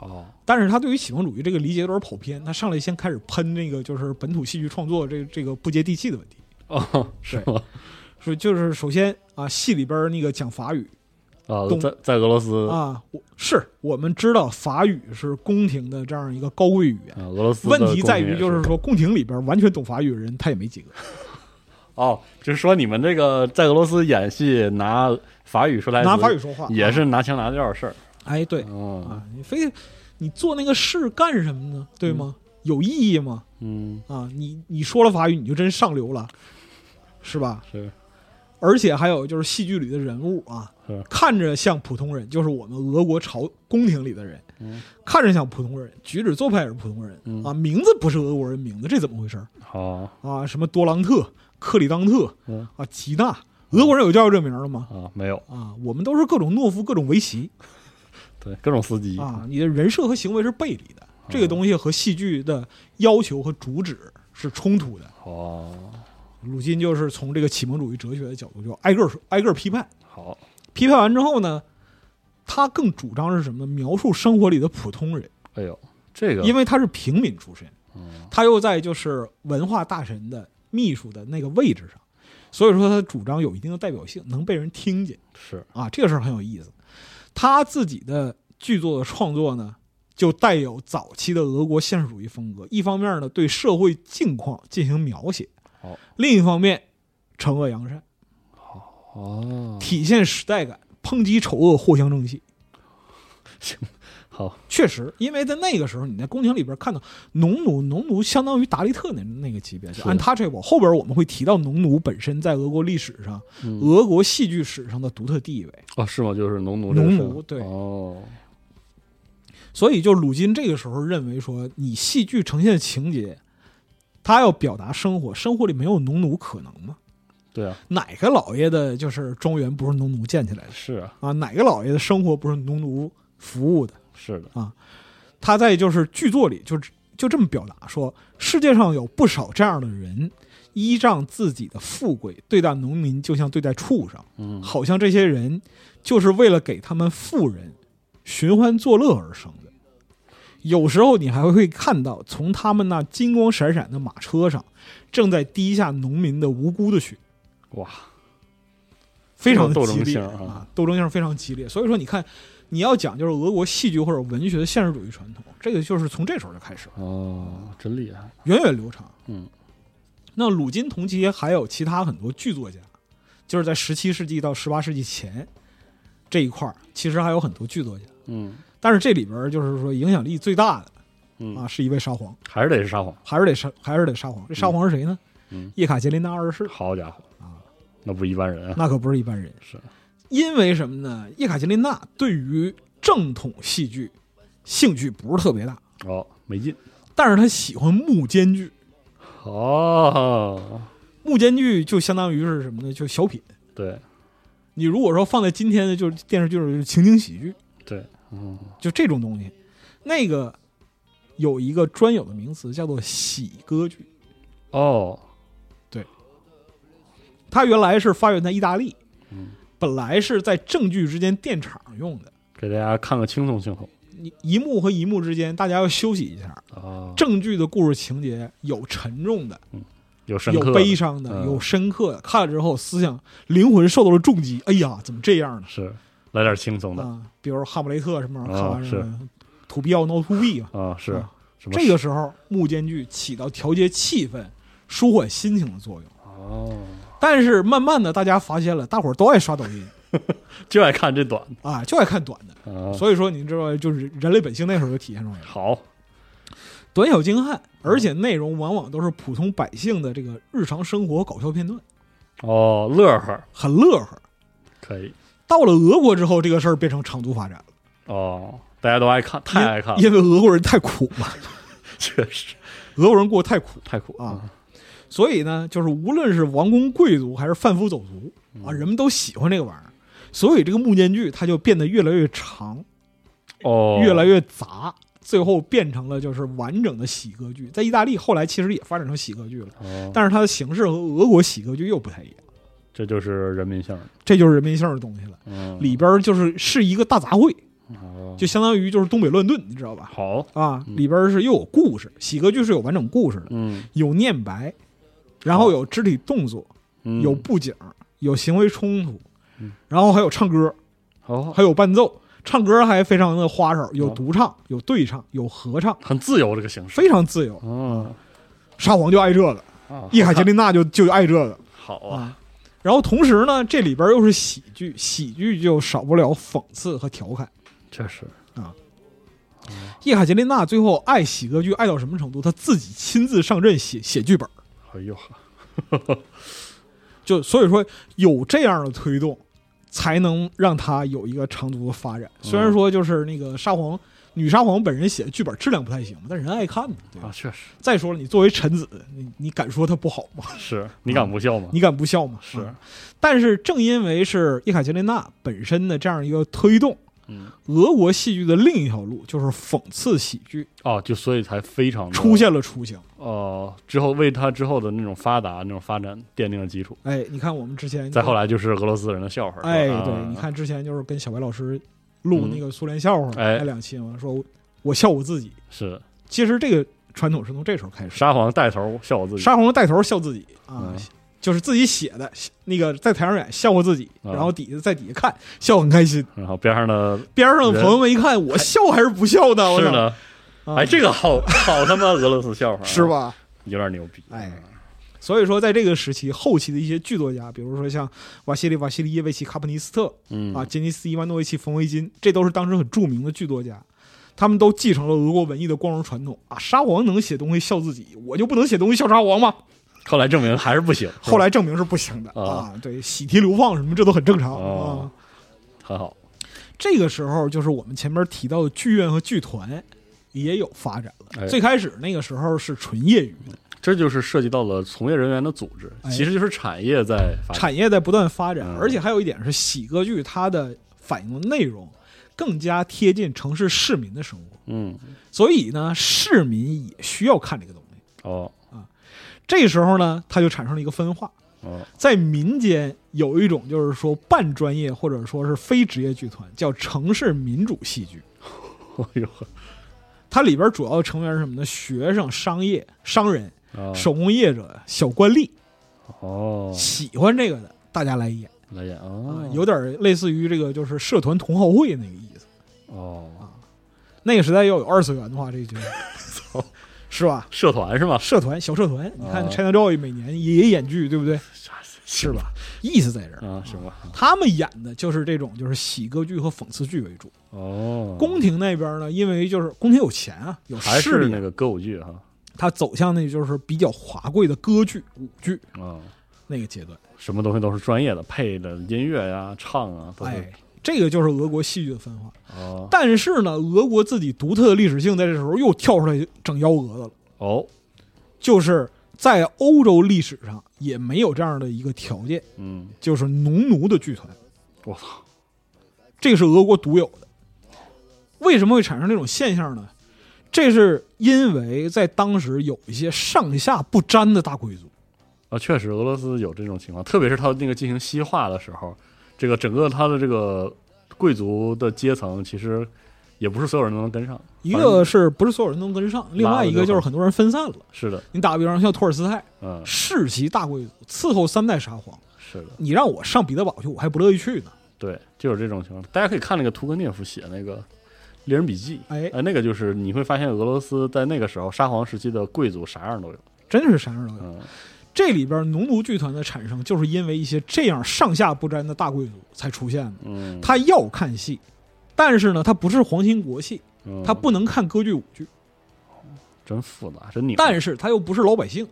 S3: 哦，
S2: 但是他对于启蒙主义这个理解有点跑偏，他上来先开始喷那个就是本土戏剧创作这个这个不接地气的问题，
S3: 哦，是吗？
S2: 说就是首先啊，戏里边儿那个讲法语，
S3: 啊
S2: 懂，
S3: 在在俄罗斯，
S2: 啊，我是我们知道法语是宫廷的这样一个高贵语言。
S3: 啊俄罗斯的
S2: 问题在
S3: 公民
S2: 于，
S3: 也
S2: 就是说，宫廷里边完全懂法语的人他也没几个。
S3: 哦，就是说你们这个在俄罗斯演戏拿法语说台词，
S2: 拿法语说话
S3: 哎也是拿腔拿调的事儿。
S2: 哎，对
S3: 嗯
S2: 啊，你非你做那个事干什么呢？对吗？有意义吗？
S3: 嗯，
S2: 啊，你你说了法语，你就真上流了，是吧？
S3: 是
S2: 而且还有就是戏剧里的人物啊
S3: 是，
S2: 看着像普通人，就是我们俄国朝宫廷里的人，
S3: 嗯，
S2: 看着像普通人，举止做派也是普通人、
S3: 嗯
S2: 啊，名字不是俄国人名字，这怎么回事儿
S3: 好
S2: 啊？什么多朗特、克里当特
S3: 嗯
S2: 啊、吉纳，俄国人有叫这名儿的吗？
S3: 啊，没有，
S2: 啊，我们都是各种懦夫、各种围棋
S3: 对，各种司机，
S2: 啊，你的人设和行为是背离的，
S3: 嗯
S2: 这个东西和戏剧的要求和主旨是冲突的。
S3: 哦，
S2: 鲁金就是从这个启蒙主义哲学的角度，就挨个儿说挨个儿批判。
S3: 好，
S2: 批判完之后呢，他更主张是什么呢？描述生活里的普通人，
S3: 哎呦，这个
S2: 因为他是平民出身
S3: 嗯，
S2: 他又在就是文化大臣的秘书的那个位置上，所以说他的主张有一定的代表性，能被人听见
S3: 是
S2: 啊，这个事儿很有意思。他自己的剧作的创作呢，就带有早期的俄国现实主义风格，一方面呢对社会境况进行描写
S3: 好，
S2: 另一方面惩恶扬善，
S3: 哦，
S2: 体现时代感，抨击丑恶，藿香正气。
S3: 好，
S2: 确实，因为在那个时候，你在宫廷里边看到农奴，农奴相当于达利特那那个级别，就 untouchable。后边我们会提到农奴本身在俄国历史上、
S3: 嗯
S2: 俄国戏剧史上的独特地位。
S3: 哦，是吗？就是农奴这个事儿，
S2: 农奴对
S3: 哦，
S2: 所以，就鲁金这个时候认为说，你戏剧呈现情节，他要表达生活，生活里没有农奴可能吗？
S3: 对啊，
S2: 哪个老爷的就是庄园不是农奴建起来的
S3: 是啊，
S2: 啊？哪个老爷的生活不是农奴服务的？
S3: 是的，
S2: 他在就是剧作里就就这么表达说，世界上有不少这样的人，依仗自己的富贵对待农民，就像对待畜生，
S3: 嗯，
S2: 好像这些人就是为了给他们富人寻欢作乐而生的。有时候你还会看到，从他们那金光闪闪的马车上，正在滴下农民的无辜的血，
S3: 哇，
S2: 非常
S3: 这种斗
S2: 激
S3: 争
S2: 烈
S3: 性啊
S2: 啊，斗争性非常激烈。所以说，你看，你要讲就是俄国戏剧或者文学的现实主义传统，这个就是从这时候就开始了。
S3: 哦，真厉害，
S2: 源远流长。
S3: 嗯，
S2: 那鲁金同期还有其他很多剧作家，就是在十七世纪到十八世纪前这一块儿，其实还有很多剧作家。
S3: 嗯
S2: 但是这里边儿就是说影响力最大的
S3: 嗯，
S2: 啊，是一位沙皇，
S3: 还是得是沙皇，
S2: 还是得沙，还是得沙皇。这沙皇是谁呢？
S3: 嗯嗯
S2: 叶卡捷琳娜二世，
S3: 好家伙
S2: 啊，
S3: 那不一般人啊，
S2: 那可不是一般人。
S3: 是，
S2: 因为什么呢？叶卡捷琳娜对于正统戏剧兴趣不是特别大，
S3: 哦，没劲，
S2: 但是她喜欢幕间剧。
S3: 哦，
S2: 幕间剧就相当于是什么呢？就小品。
S3: 对
S2: 你如果说放在今天的就是电视剧，就是情景喜剧，
S3: 对，嗯，
S2: 就这种东西，那个有一个专有的名词叫做喜歌剧，
S3: 哦，
S2: 它原来是发源在意大利，
S3: 嗯
S2: 本来是在正剧之间垫场用的，
S3: 给大家看个轻松轻松
S2: 你一幕和一幕之间大家要休息一下。
S3: 啊，
S2: 正剧的故事情节有沉重的，
S3: 有深
S2: 有
S3: 刻的，
S2: 悲伤的，
S3: 嗯
S2: 有深刻的，看了之后思想灵魂受到了重击，哎呀，怎么这样呢？
S3: 是来点轻松的
S2: 啊，比如《哈姆雷特》什么玩意儿，
S3: 哦
S2: 看完
S3: 是
S2: 了土必要闹土币嘛。
S3: 啊，是
S2: 啊
S3: 什么
S2: 这个时候，幕间剧起到调节气氛、舒缓心情的作用。
S3: 哦，
S2: 但是慢慢的，大家发现了，大伙儿都爱刷抖音
S3: 就爱看这短
S2: 啊，就爱看短的。
S3: 啊，
S2: 所以说，你知道，就是人类本性那时候就体现出来了，
S3: 好，
S2: 短小精悍，而且内容往往都是普通百姓的这个日常生活搞笑片段，
S3: 哦，乐呵，
S2: 很乐呵。
S3: 可以，
S2: 到了俄国之后，这个事儿变成长足发展了，
S3: 哦，大家都爱看，太爱看了，
S2: 因为俄国人太苦了，
S3: 确实
S2: 俄国人过得太苦，
S3: 太苦嗯
S2: 啊，所以呢，就是无论是王公贵族还是贩夫走卒
S3: 嗯
S2: 啊，人们都喜欢这个玩意儿，所以这个幕间剧它就变得越来越长，
S3: 哦，
S2: 越来越杂，最后变成了就是完整的喜歌剧。在意大利后来其实也发展成喜歌剧了，
S3: 哦，
S2: 但是它的形式和俄国喜歌剧又不太一样，
S3: 这就是人民性儿，
S2: 这就是人民性的东西了。
S3: 嗯，
S2: 里边儿就是是一个大杂烩，
S3: 哦
S2: 就相当于就是东北乱炖，你知道吧？
S3: 好，
S2: 啊，里边儿是又有故事，喜歌剧是有完整故事的，
S3: 嗯，
S2: 有念白，然后有肢体动作。
S3: 嗯
S2: 有布景，有行为冲突
S3: 嗯，
S2: 然后还有唱歌，
S3: 好，
S2: 还有伴奏。唱歌还非常的花哨，
S3: 哦
S2: 有独唱，有对唱，有合唱，
S3: 很自由这个形式，
S2: 非常自由。
S3: 嗯
S2: 沙皇就爱这个，
S3: 啊，
S2: 叶卡捷琳
S3: [LAUGHS]
S2: 娜就就爱这个
S3: 好啊，
S2: 啊。然后同时呢，这里边又是喜剧，喜剧就少不了讽刺和调侃。
S3: 确实，
S2: 叶卡捷琳娜最后爱喜歌剧爱到什么程度？她自己亲自上阵写写剧本，
S3: 哎呦，
S2: 就所以说有这样的推
S3: 嗯
S2: 动，才能让它有一个长足的发展。虽然说就是那个沙皇女沙皇本人写的剧本质量不太行嘛，但人爱看呢，对吧？
S3: 啊，确实
S2: 再说了，你作为臣子，你你敢说他不好
S3: [LAUGHS]
S2: 吗？
S3: 是你敢不笑吗？
S2: 你敢不笑吗？
S3: 是
S2: 啊，但是正因为是叶卡捷琳娜本身的这样一个推动，
S3: 嗯，
S2: 俄国戏剧的另一条路就是讽刺喜剧
S3: 哦，就所以才非常地
S2: 出现了雏形。
S3: 哦，之后为他之后的那种发达、那种发展奠定了基础。
S2: 哎，你看我们之前
S3: 再后来就是俄罗斯人的笑话，
S2: 哎，
S3: 是吧啊
S2: 对，你，看之前就是跟小白老师录那个苏联笑话嘛
S3: 嗯哎
S2: 那两期嘛，说我我笑我自己。
S3: 是
S2: 其实这个传统是从这时候开始，
S3: 沙皇带头笑我自己，
S2: 沙皇带头笑自己啊
S3: 嗯，
S2: 就是自己写的，那个在台上演笑话自己，
S3: 啊
S2: 然后底下在底下看笑很开心。
S3: 然后边上的
S2: 边上的朋友们一看，我笑还是不笑呢？我
S3: 是
S2: 操，
S3: 呢，
S2: 啊
S3: 哎，这个好好他妈俄罗斯笑话，啊
S2: 是？吧？
S3: 有点牛逼，嗯
S2: 哎，所以说，在这个时期，后期的一些剧作家，比如说像瓦西里·瓦西里耶维奇·卡普尼斯特
S3: 嗯
S2: 啊、杰尼斯·伊万诺维奇·冯维金，这都是当时很著名的剧作家，他们都继承了俄国文艺的光荣传统啊。沙皇能写东西笑自己，我就不能写东西笑沙皇吗？
S3: 后来证明还是不行，
S2: 后来证明是不行的
S3: 啊
S2: 啊。对，喜提流放什么，这都很正常
S3: 哦
S2: 啊。
S3: 很好，
S2: 这个时候就是我们前面提到的剧院和剧团也有发展
S3: 哎
S2: 了。最开始那个时候是纯业余的，
S3: 这就是涉及到了从业人员的组织，
S2: 哎
S3: 其实就是产业在发展，
S2: 产业在不断发展
S3: 嗯，
S2: 而且还有一点是喜歌剧它的反映的内容更加贴近城市市民的生活，
S3: 嗯，
S2: 所以呢，市民也需要看这个东西。
S3: 哦
S2: 这时候呢，它就产生了一个分化，
S3: 哦，
S2: 在民间有一种就是说半专业或者说是非职业剧团，叫城市民主戏剧。
S3: 哎呦，
S2: 它里边主要成员是什么呢？学生、商业、商人、
S3: 哦
S2: 手工业者、小官吏，
S3: 哦，
S2: 喜欢这个的，大家来演
S3: 来演
S2: 啊
S3: 哦，，
S2: 有点类似于这个就是社团同好会那个意思。
S3: 哦，
S2: 那个时代要有二次元的话，
S3: [LAUGHS]
S2: 这就是吧？
S3: 社团是吗？
S2: 社团小社
S3: 啊
S2: 团，你看 China Joy 每年也演剧，对不对？是吧？意思在这儿。
S3: 啊，行吧，
S2: 他们演的就是这种就是喜歌剧和讽刺剧为主。
S3: 哦，
S2: 宫廷那边呢，因为就是宫廷有钱啊，有
S3: 还
S2: 势
S3: 是
S2: 力
S3: 那
S2: 啊，
S3: 个歌舞剧哈，
S2: 他走向那就是比较华贵的歌剧、舞剧
S3: 啊，
S2: 那个阶段。
S3: 什么东西都是专业的，配的音乐呀、唱啊，都
S2: 哎
S3: 是，
S2: 这个就是俄国戏剧的分化。
S3: 哦
S2: 但是呢，俄国自己独特的历史性在这时候又跳出来整幺蛾子了，
S3: 哦，
S2: 就是在欧洲历史上也没有这样的一个条件，
S3: 嗯，
S2: 就是农奴的剧团，
S3: 我操，
S2: 这个是俄国独有的。为什么会产生这种现象呢？这是因为在当时有一些上下不沾的大贵族，
S3: 啊，确实俄罗斯有这种情况，特别是他那个进行西化的时候，这个整个他的这个贵族的阶层其实也不是所有人都能跟上，
S2: 一
S3: 反正
S2: 个是不是所有人都能跟上，另外一个就是很多人分散了。
S3: 是的，
S2: 你打个比方，像托尔斯泰，
S3: 嗯，
S2: 世袭大贵族，伺候三代沙皇，
S3: 是的，
S2: 你让我上彼得堡去，我还不乐意去呢。
S3: 对，就有这种情况。大家可以看那个屠格涅夫写那个《猎人笔记》，
S2: 哎
S3: 呃，那个就是你会发现俄罗斯在那个时候沙皇时期的贵族啥样都有，
S2: 真是啥样都有。
S3: 嗯，
S2: 这里边农奴剧团的产生，就是因为一些这样上下不沾的大贵族才出现的。
S3: 嗯，
S2: 他要看戏，但是呢，他不是皇亲国戚，
S3: 嗯
S2: 他不能看歌剧舞剧，
S3: 真复杂，真拧，
S2: 但是他又不是老百姓，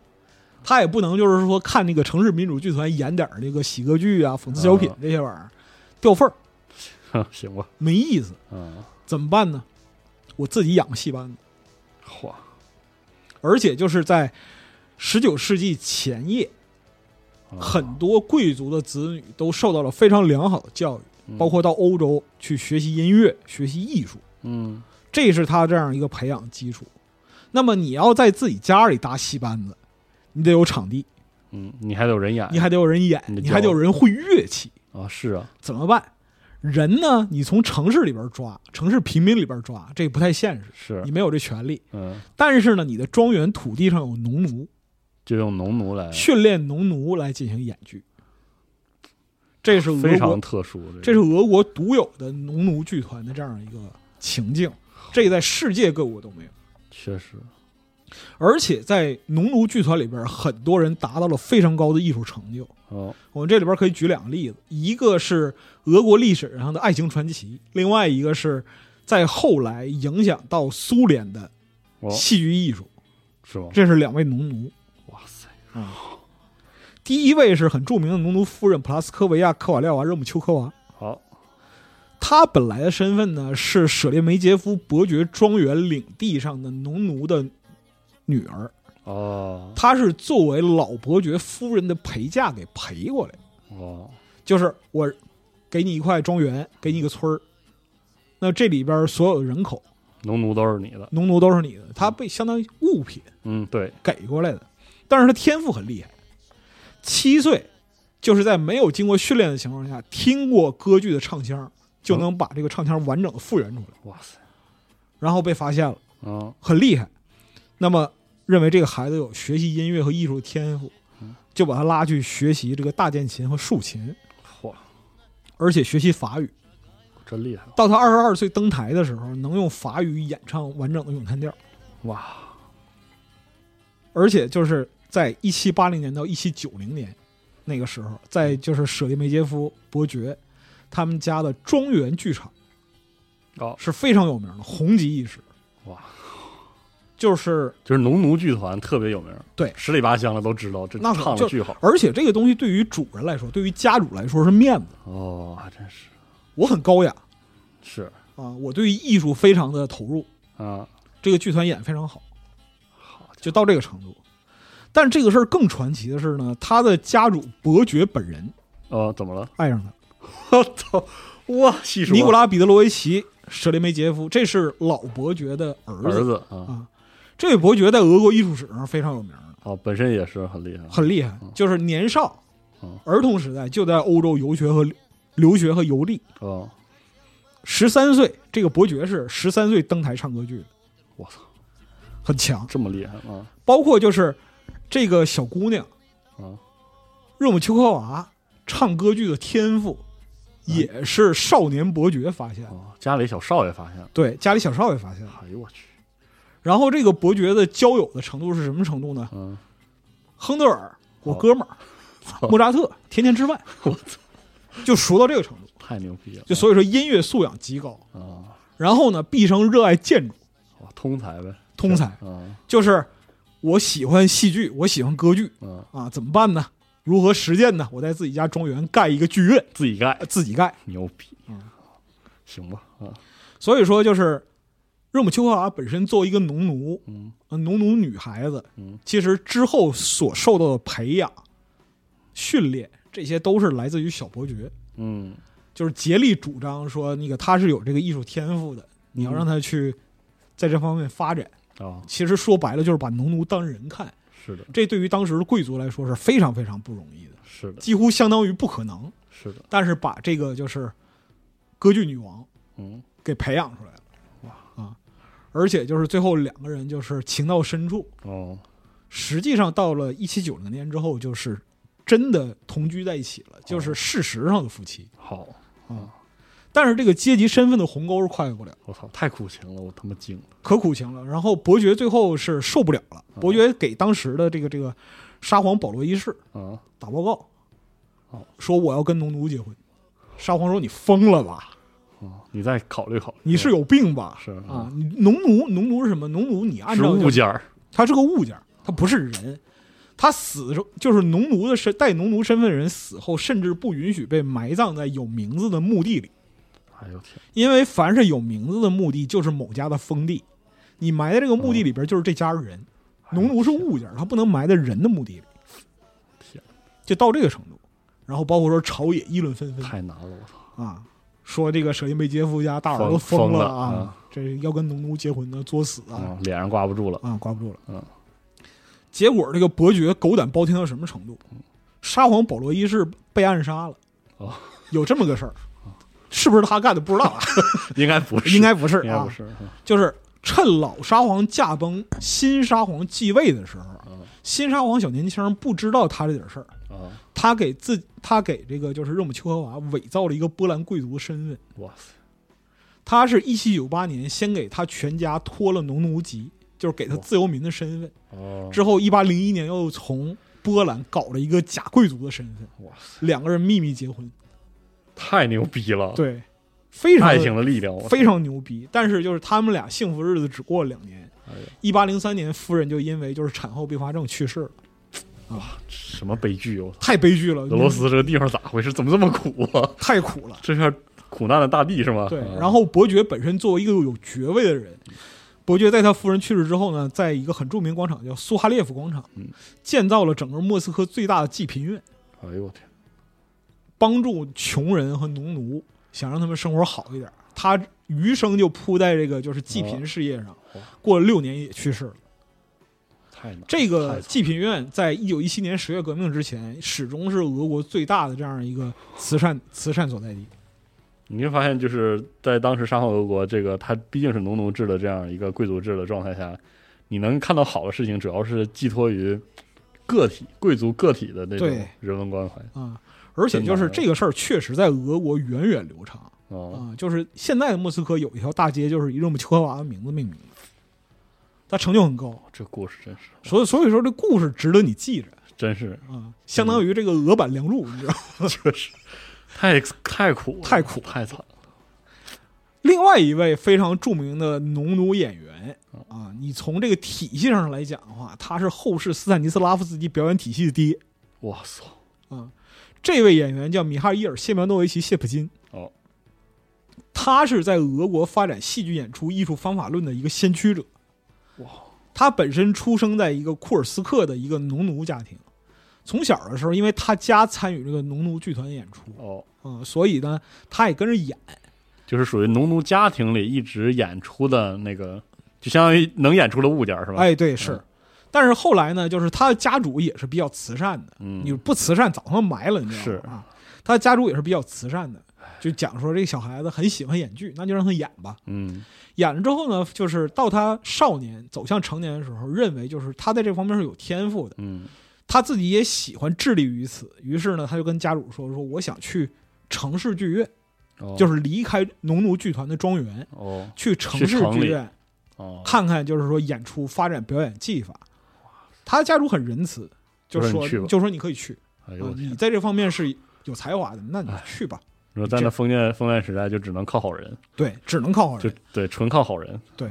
S2: 他也不能就是说看那个城市民主剧团演点儿那个喜歌剧啊、讽刺小品
S3: 啊
S2: 这些玩意儿，掉份儿
S3: [LAUGHS] 行吧，
S2: 没意思，
S3: 嗯，
S2: 怎么办呢？我自己养个戏班子，
S3: 嚯，
S2: 而且就是在十九世纪前夜，
S3: 啊
S2: 很多贵族的子女都受到了非常良好的教育，包括到欧洲去学习音乐、学习艺术，
S3: 嗯，
S2: 这是他这样一个培养基础。那么你要在自己家里搭戏班子，你得有场地，
S3: 嗯，你还得有人演，
S2: 你还得有人演，
S3: 你得
S2: 你还得有人会乐器，
S3: 啊，是啊，
S2: 怎么办？人呢？你从城市里边抓，城市平民里边抓，这不太现实，
S3: 是
S2: 你，没有这权利。
S3: 嗯，
S2: 但是呢，你的庄园土地上有农奴，
S3: 就用农奴来，
S2: 训练农奴来进行演剧，这是
S3: 非
S2: 俄国
S3: 常特殊，个
S2: 这是俄国独有的农奴剧团的这样一个情境，这在世界各国都没有。
S3: 确实，
S2: 而且在农奴剧团里边，很多人达到了非常高的艺术成就。
S3: 哦，
S2: 我们这里边可以举两个例子，一个是俄国历史上的爱情传奇，另外一个是在后来影响到苏联的
S3: 哦，
S2: 戏剧艺术。
S3: 是吗？
S2: 这是两位农奴，嗯
S3: 哇塞，
S2: 第一位是很著名的农奴夫人普拉斯科维亚·科瓦廖娃·热姆丘科娃，
S3: 好，
S2: 他本来的身份呢是舍列梅杰夫伯爵庄园领地上的农奴的女儿，
S3: 哦
S2: 她是作为老伯爵夫人的陪嫁给陪过来的。
S3: 哦
S2: 就是我给你一块庄园，给你一个村儿，那这里边所有的人口，
S3: 农奴都是你的，
S2: 农奴都是你的，他被相当于物品
S3: 嗯，对，
S2: 给过来的。但是他天赋很厉害，七岁就是在没有经过训练的情况下，听过歌剧的唱腔，就能把这个唱腔完整的复原出来，
S3: 哇塞，
S2: 然后被发现了，
S3: 嗯
S2: 很厉害。那么认为这个孩子有学习音乐和艺术天赋，就把他拉去学习这个大键琴和竖琴，
S3: 嚯，
S2: 而且学习法语。
S3: 真厉害，
S2: 到他二十二岁登台的时候，能用法语演唱完整的咏叹调，
S3: 哇，
S2: 而且就是在一七八零年到一七九零年那个时候，在就是舍利梅杰夫伯爵他们家的庄园剧场
S3: 哦，
S2: 是非常有名的，红极一时。
S3: 哇，
S2: 就是
S3: 就是农奴剧团特别有名，
S2: 对
S3: 十里八乡的都知道，这
S2: 那可
S3: 唱的
S2: 就
S3: 巨好，
S2: 而且这个东西对于主人来说，对于家主来说是面子，
S3: 哦，还真是
S2: 我很高雅
S3: 是
S2: 啊，我对于艺术非常的投入，
S3: 啊，
S2: 这个剧团演得非常好。
S3: 好家
S2: 就到这个程度。但这个事儿更传奇的是呢，他的家主伯爵本人
S3: 伙，哦，怎么了？
S2: 爱上他，
S3: [LAUGHS] 我操，哇，细数
S2: 尼古拉彼得罗维奇·舍列梅杰夫，这是老伯爵的儿子。
S3: 儿子啊，
S2: 这位伯爵在俄国艺术史上非常有名，
S3: 哦，本身也是很厉害，
S2: 很厉害，就是年少、
S3: 嗯
S2: 儿童时代就在欧洲游学和留学和游历。
S3: 哦，
S2: 十三岁，这个伯爵是十三岁登台唱歌剧的，
S3: 我操，
S2: 很强。
S3: 这么厉害啊，
S2: 包括就是这个小姑娘
S3: 啊，
S2: 热姆丘科娃唱歌剧的天赋，也是少年伯爵发现的。
S3: 哎哦，家里小少爷发现了，
S2: 对，家里小少爷发现了。
S3: 哎呦我去，
S2: 然后这个伯爵的交友的程度是什么程度呢？
S3: 嗯，
S2: 亨德尔，我哥们儿，莫扎特，天天吃饭，
S3: 哦 [LAUGHS] 我操，哦
S2: 就熟到这个程度。
S3: 太牛逼了，
S2: 就所以说音乐素养极高。
S3: 啊，
S2: 然后呢，毕生热爱建筑，
S3: 哇，通才呗，
S2: 通才
S3: 啊，
S2: 就是我喜欢戏剧，我喜欢歌剧
S3: 嗯，
S2: 啊，怎么办呢？如何实践呢？我在自己家庄园盖一个剧院，
S3: 自己盖
S2: 呃，自己盖。
S3: 牛逼， [LAUGHS] 行吧，啊，
S2: 所以说，就是热姆丘克娃本身作为一个农奴，
S3: 嗯，
S2: 呃农奴女孩子，
S3: 嗯，
S2: 其实之后所受到的培养、训练，这些都是来自于小伯爵，
S3: 嗯，
S2: 就是竭力主张说，那个他是有这个艺术天赋
S3: 嗯
S2: 的，你要让他去在这方面发展。
S3: 啊，
S2: 其实说白了，就是把农奴当人看，
S3: 是的，
S2: 这对于当时的贵族来说是非常非常不容易的，
S3: 是的，
S2: 几乎相当于不可能。
S3: 是的，
S2: 但是把这个就是歌剧女王
S3: 嗯，
S2: 给培养出来了，哇啊！而且就是最后两个人就是情到深处，
S3: 哦，
S2: 实际上到了一七九零年之后，就是真的同居在一起
S3: 哦
S2: 了，就是事实上的夫妻。
S3: 好，
S2: 但是这个阶级身份的鸿沟是跨越不了，
S3: 我操，太苦情了，我他妈惊了，
S2: 可苦情了。然后伯爵最后是受不了了，
S3: 哦
S2: 伯爵给当时的这个这个沙皇保罗一世
S3: 啊，
S2: 打报告
S3: 哦，
S2: 说我要跟农奴结婚。沙皇说你疯了吧，
S3: 啊，你再考虑考虑，
S2: 你是有病吧？
S3: 是嗯
S2: 啊，你农奴农奴是什么？农奴你按
S3: 是
S2: 照
S3: 物件儿，
S2: 他是个物件儿，他不是人。他死的时候，就是农奴的身带农奴身份的人死后，甚至不允许被埋葬在有名字的墓地里，
S3: 哎呦天，
S2: 因为凡是有名字的墓地就是某家的封地，你埋在这个墓地里边就是这家人。
S3: 哎
S2: 农奴是物件儿，他不能埋在人的墓地里。
S3: 天，
S2: 就到这个程度。然后包括说朝野议论纷纷
S3: 太难了，我操，
S2: 啊，说这个舍利梅杰夫家大儿子
S3: 疯
S2: 疯
S3: 疯了
S2: 啊
S3: 啊，
S2: 这要跟农奴结婚呢，作死啊
S3: 啊，脸上挂不住了，
S2: 啊，挂不住了。
S3: 嗯，
S2: 结果这个伯爵狗胆包天到什么程度？沙皇保罗一世被暗杀了，
S3: 哦，
S2: 有这么个事儿，是不是他干的不知道
S3: [LAUGHS]
S2: 啊？
S3: 应该不是，
S2: 应该不是
S3: 应该
S2: 啊
S3: 不，是，啊
S2: 就是趁老沙皇驾崩，新沙皇继位的时候，
S3: 嗯
S2: 新沙皇小年轻不知道他这点事儿，
S3: 啊，
S2: 他给自他给这个就是热姆丘科娃伪造了一个波兰贵族的身份。
S3: 哇塞，
S2: 他是一七九八年先给他全家脱了农奴籍，就是给他自由民的身份。
S3: 哦，
S2: 之后，一八零一年又从波兰搞了一个假贵族的身份，
S3: 哇塞，
S2: 两个人秘密结婚，
S3: 太牛逼了，
S2: 对，非常
S3: 爱情的力量，我操
S2: 非常牛逼。但是就是他们俩幸福日子只过了两年
S3: 哎呀，
S2: 一八零三年夫人就因为就是产后并发症去世了，
S3: 什
S2: 嗯
S3: 么悲剧，我操，
S2: 太悲剧了，
S3: 俄罗斯这个地方咋回事？怎么这么苦啊？ [LAUGHS]
S2: 太苦了。
S3: 这片苦难的大地是吗？
S2: 对
S3: 嗯，
S2: 然后伯爵本身作为一个有爵位的人，伯爵在他夫人去世之后呢，在一个很著名广场叫苏哈列夫广场
S3: 嗯，
S2: 建造了整个莫斯科最大的济贫院，
S3: 哎呦我天，
S2: 帮助穷人和农奴，想让他们生活好一点。他余生就扑在这个就是济贫事业上
S3: 哦，
S2: 过了六年也去世了。
S3: 太难，
S2: 这
S3: 太
S2: 个
S3: 惨
S2: 济贫院在一九一七年十月革命之前，始终是俄国最大的这样一个慈善慈善所在地。
S3: 你会发现，就是在当时沙皇俄国，这个它毕竟是农奴制的这样一个贵族制的状态下，你能看到好的事情，主要是寄托于个体贵族个体的那种
S2: 对
S3: 人文关怀
S2: 啊，而且就是这个事儿确实在俄国源远流长
S3: 啊。
S2: 啊，就是现在的莫斯科有一条大街就是以热姆丘科娃的名字命名的，他成就很高，
S3: 这故事真是
S2: 所以所以说这故事值得你记着
S3: 真是 [LAUGHS]
S2: 啊，相当于这个俄版《梁祝》，你知道吗？
S3: 确实太太苦了
S2: 太苦
S3: 太惨了。
S2: 另外一位非常著名的农奴演员啊，你从这个体系上来讲的话，他是后世斯坦尼斯拉夫斯基表演体系的爹。
S3: 哇塞，
S2: 这位演员叫米哈伊尔·谢苗诺维奇·谢普金。
S3: 哦，
S2: 他是在俄国发展戏剧演出艺术方法论的一个先驱者。
S3: 哇，
S2: 他本身出生在一个库尔斯克的一个农奴家庭，从小的时候，因为他家参与这个农奴剧团演出，
S3: 哦，
S2: 嗯，所以呢，他也跟着演。
S3: 就是属于农奴家庭里一直演出的那个，就相当于能演出的物件儿是吧？嗯
S2: 哎，对，是。但是后来呢，就是他的家主也是比较慈善的，
S3: 嗯
S2: 你不慈善早他妈埋了，你知道吗？
S3: 是
S2: 啊，他的家主也是比较慈善的，就讲说这个小孩子很喜欢演剧，那就让他演吧。
S3: 嗯，
S2: 演了之后呢，就是到他少年走向成年的时候，认为就是他在这方面是有天赋的，
S3: 嗯
S2: 他自己也喜欢致力于此。于是呢，他就跟家主说：“说我想去城市剧院，
S3: 哦
S2: 就是离开农奴剧团的庄园，
S3: 哦
S2: 去城市剧院
S3: 哦，
S2: 看看，就是说演出发展表演技法。”他家主很仁慈，就
S3: 就说
S2: 说
S3: 你去吧
S2: 就说你可以去，
S3: 哎呦
S2: 啊
S3: 我天哎
S2: 你！在这方面是有才华的，那你去吧。
S3: 你说在那封建封建时代，就只能靠好人，
S2: 对，只能靠好
S3: 就
S2: 人。
S3: 对，纯靠好人。
S2: 对，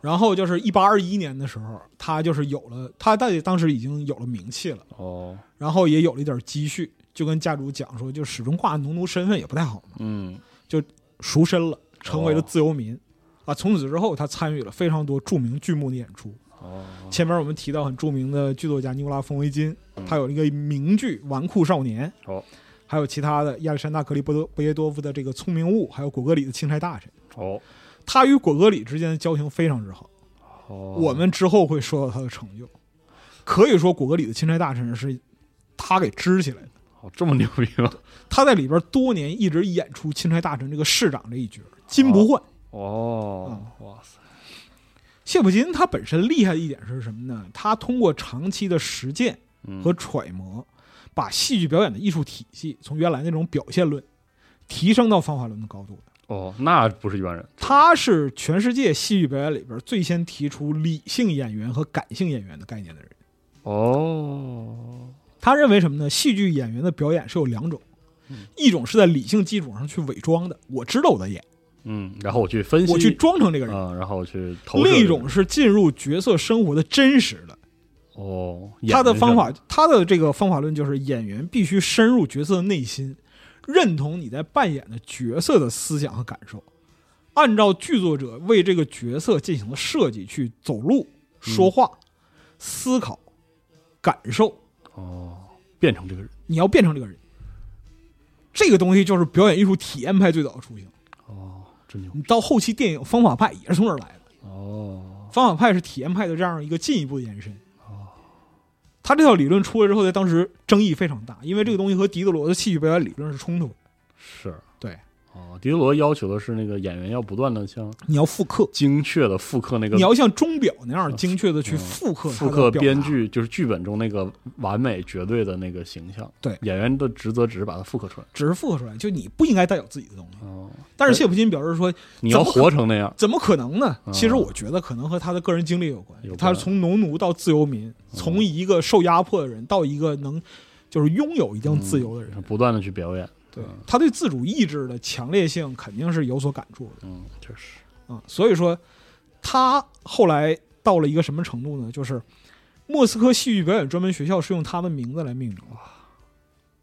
S2: 然后就是一八二一年的时候，他就是有了，他大姐当时已经有了名气了，
S3: 哦，
S2: 然后也有了一点积蓄，就跟家主讲说，就始终挂农奴身份也不太好嘛，
S3: 嗯，
S2: 赎身了，成为了
S3: 哦
S2: 自由民。啊，从此之后，他参与了非常多著名剧目的演出。
S3: 哦，
S2: 前面我们提到很著名的剧作家尼古拉·冯维金，他有一个名剧《纨绔少年》，
S3: 嗯哦，
S2: 还有其他的亚历山大·格里波多波耶多夫的这个《聪明物》，还有果戈里的《钦差大臣》。
S3: 哦，
S2: 他与果戈里之间的交情非常之好。
S3: 哦，
S2: 我们之后会说到他的成就。可以说，果戈里的钦差大臣是他给支起来的。
S3: 哦这么牛逼吗？
S2: 他在里边多年一直演出钦差大臣这个市长这一角，金不换。
S3: 哦，
S2: 嗯
S3: 哇塞，
S2: 谢普金他本身厉害的一点是什么呢？他通过长期的实践
S3: 嗯
S2: 和揣摩，把戏剧表演的艺术体系从原来那种表现论提升到方法论的高度的。
S3: 哦，那不是一般人。
S2: 他是全世界戏剧表演里边最先提出理性演员和感性演员的概念的人。
S3: 哦，
S2: 他认为什么呢？戏剧演员的表演是有两种，
S3: 嗯
S2: 一种是在理性基础上去伪装的，我知道我在演，
S3: 嗯，然后我去分析，
S2: 我去装成这个人；
S3: 啊，然后我去投射
S2: 另一
S3: 这个
S2: 种是进入角色生活的真实的。
S3: 哦，
S2: 他的
S3: 眼睛
S2: 方法
S3: 上，
S2: 他的这个方法论就是演员必须深入角色的内心，认同你在扮演的角色的思想和感受，按照剧作者为这个角色进行的设计去走路、说话、思考、感受，
S3: 哦，变成这个人。
S2: 你要变成这个人。这个东西就是表演艺术体验派最早的雏形。
S3: 哦，真牛。
S2: 你到后期电影方法派也是从这儿来的，
S3: 哦，
S2: 方法派是体验派的这样一个进一步的延伸。他这套理论出来之后，在当时争议非常大，因为这个东西和狄德罗的戏剧表演理论是冲突的。
S3: 是。
S2: 对，
S3: 哦，狄德罗要求的是那个演员要不断的像
S2: 你要复刻，
S3: 精确的复刻那个啊嗯
S2: 你要像钟表那样精确的去复刻它
S3: 复
S2: 的
S3: 刻
S2: 表达
S3: 编。剧就是剧本中那个完美绝对的那个形象。
S2: 对
S3: 演员的职责只是把它复刻出来。
S2: 只是复刻出来，就你不应该带有自己的东西。
S3: 哦，
S2: 但是谢普金表示说，
S3: 你要
S2: 怎么可
S3: 活成那样。
S2: 怎么可能呢？
S3: 嗯
S2: 其实我觉得可能和他的个人经历有关。
S3: 有关嗯
S2: 他是从农奴到自由民，从一个受压迫的人到一个能就是拥有一定自由的人。
S3: 不断的去表演，
S2: 对，他对自主意志的强烈性肯定是有所感触的
S3: 嗯，确实，
S2: 啊、所以说，他后来到了一个什么程度呢？就是莫斯科戏剧表演专门学校是用他的名字来命名的，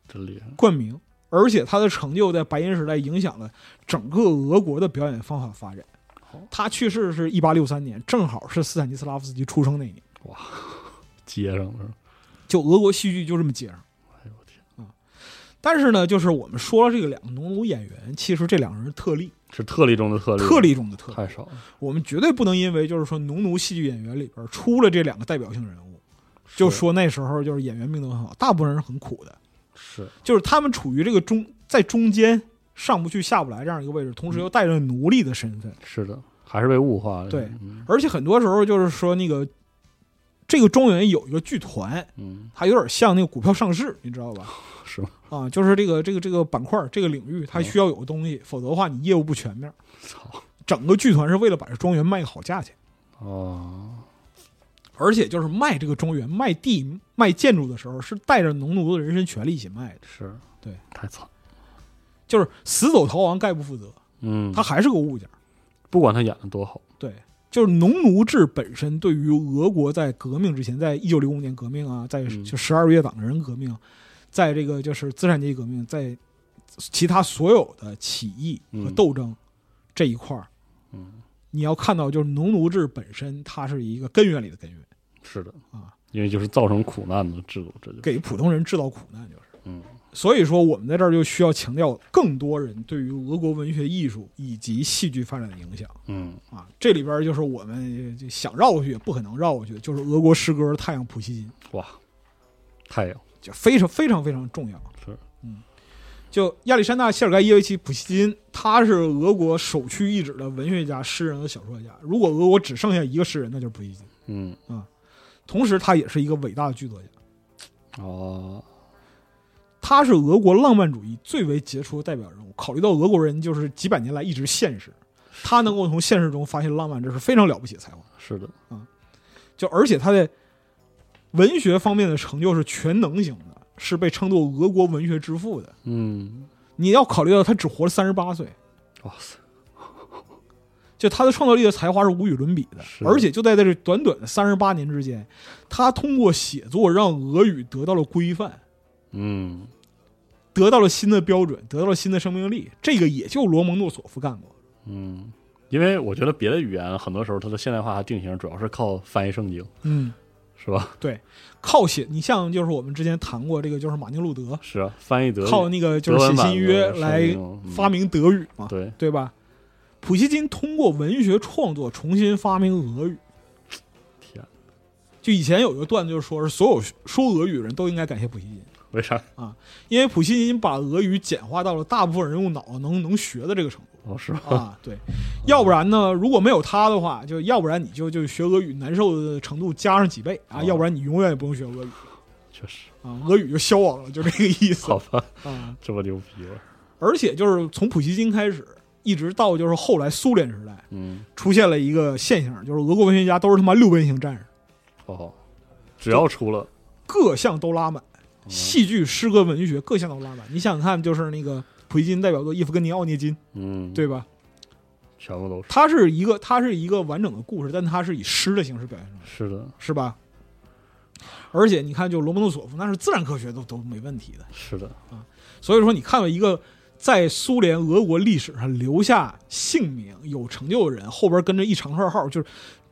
S3: 真厉害。
S2: 冠名。而且他的成就在白银时代影响了整个俄国的表演方法发展
S3: 好。
S2: 他去世是一八六三年，正好是斯坦尼斯拉夫斯基出生那年。
S3: 接上了是吧？
S2: 就俄国戏剧就这么接上。
S3: 哎呦我天，
S2: 但是呢，就是我们说了这个两个农奴演员，其实这两个人特例，
S3: 是特例中的特例，
S2: 特例中的特例。
S3: 太少了，
S2: 我们绝对不能因为就是说农奴戏剧演员里边出了这两个代表性人物，就说那时候就是演员命都很好，大部分人是很苦的，
S3: 是
S2: 就是他们处于这个中在中间上不去下不来这样一个位置，同时又带着奴隶的身份，
S3: 是的，还是被物化了。
S2: 对
S3: 嗯
S2: 而且很多时候就是说那个这个中原有一个剧团，
S3: 嗯，
S2: 它有点像那个股票上市，你知道吧？
S3: 是吗？
S2: 啊，就是这个这个这个板块儿这个领域，它需要有个东西，否则的话你业务不全面儿。
S3: 操
S2: 整个剧团是为了把这庄园卖个好价钱，
S3: 哦，
S2: 而且就是卖这个庄园、卖地、卖建筑的时候，是带着农奴的人身权利一起卖的。
S3: 是
S2: 对，
S3: 太惨。
S2: 就是死走逃亡概不负责，
S3: 嗯，
S2: 它还是个物件儿。
S3: 不管他演的多好，
S2: 对，就是农奴制本身对于俄国在革命之前，在一九零五年革命啊，在
S3: 嗯
S2: 就十二月党人革命，啊在这个就是资产阶级革命，在其他所有的起义和
S3: 嗯
S2: 斗争这一块儿，
S3: 嗯，
S2: 你要看到就是农奴制本身，它是一个根源里的根源，
S3: 是的
S2: 啊，
S3: 因为就是造成苦难的制度，这就
S2: 给普通人制造苦难就是。
S3: 嗯，
S2: 所以说我们在这儿就需要强调更多人对于俄国文学艺术以及戏剧发展的影响。
S3: 嗯
S2: 啊，这里边儿就是我们就想绕过去也不可能绕过去，就是俄国诗歌《太阳普希金
S3: 哇，太阳》，
S2: 就非常非常非常重要。
S3: 是，
S2: 嗯，就亚历山大·谢尔盖耶维奇·普希金，他是俄国首屈一指的文学家、诗人和小说家。如果俄国只剩下一个诗人，那就是普希金。
S3: 嗯
S2: 同时，他也是一个伟大的剧作家，
S3: 哦
S2: 他是俄国浪漫主义最为杰出的代表人物。考虑到俄国人就是几百年来一直现实，他能够从现实中发现浪漫，这是非常了不起的才华。
S3: 是的，
S2: 就而且他在文学方面的成就是全能型的，是被称作俄国文学之父的。
S3: 嗯，
S2: 你要考虑到他只活了三十八岁，
S3: 哇塞，
S2: 就他的创造力的才华是无与伦比的，
S3: 是
S2: 而且就在在这短短的三十八年之间，他通过写作让俄语得到了规范，
S3: 嗯，
S2: 得到了新的标准，得到了新的生命力。这个也就罗蒙诺索夫干过。
S3: 嗯，因为我觉得别的语言很多时候它的现代化和定型主要是靠翻译圣经，
S2: 嗯，
S3: 是吧？
S2: 靠写，你像就是我们之前谈过这个，就是马丁路德
S3: 是啊，翻译德语
S2: 靠那个就是写新约来
S3: 德文版的圣经嗯
S2: 发明德语嘛。
S3: 对，
S2: 对吧？普希金通过文学创作重新发明俄语。
S3: 天，
S2: 就以前有一个段子，就是说是所有说俄语的人都应该感谢普希金，
S3: 为啥？
S2: 因为普希金把俄语简化到了大部分人用脑能能学的这个程度
S3: 哦，是吗？ [LAUGHS]
S2: 啊。对，要不然呢，如果没有他的话，就要不然你就就学俄语难受的程度加上几倍啊，
S3: 哦
S2: 要不然你永远也不用学俄语
S3: 确实，
S2: 啊，俄语就消亡了，就这个意思
S3: 好吧， [LAUGHS]
S2: 啊。
S3: 这么牛逼了，
S2: 而且就是从普希金开始，一直到就是后来苏联时代。
S3: 嗯，
S2: 出现了一个现象，就是俄国文学家都是他妈六边形战士，
S3: 哦，只要出了，
S2: 各项都拉满，戏剧、诗歌、文学各项都拉满。你想想看，就是那个普希金代表作《伊夫根尼奥涅金》，
S3: 嗯，，
S2: 对吧？
S3: 全部都是，
S2: 它是一个，它是一个完整的故事，但它是以诗的形式表现出来，
S3: 是的，
S2: 是吧？而且你看，就罗蒙诺索夫，那是自然科学都都没问题的。
S3: 是的，
S2: 所以说，你看到一个在苏联、俄国历史上留下姓名、有成就的人，后边跟着一长串号，就是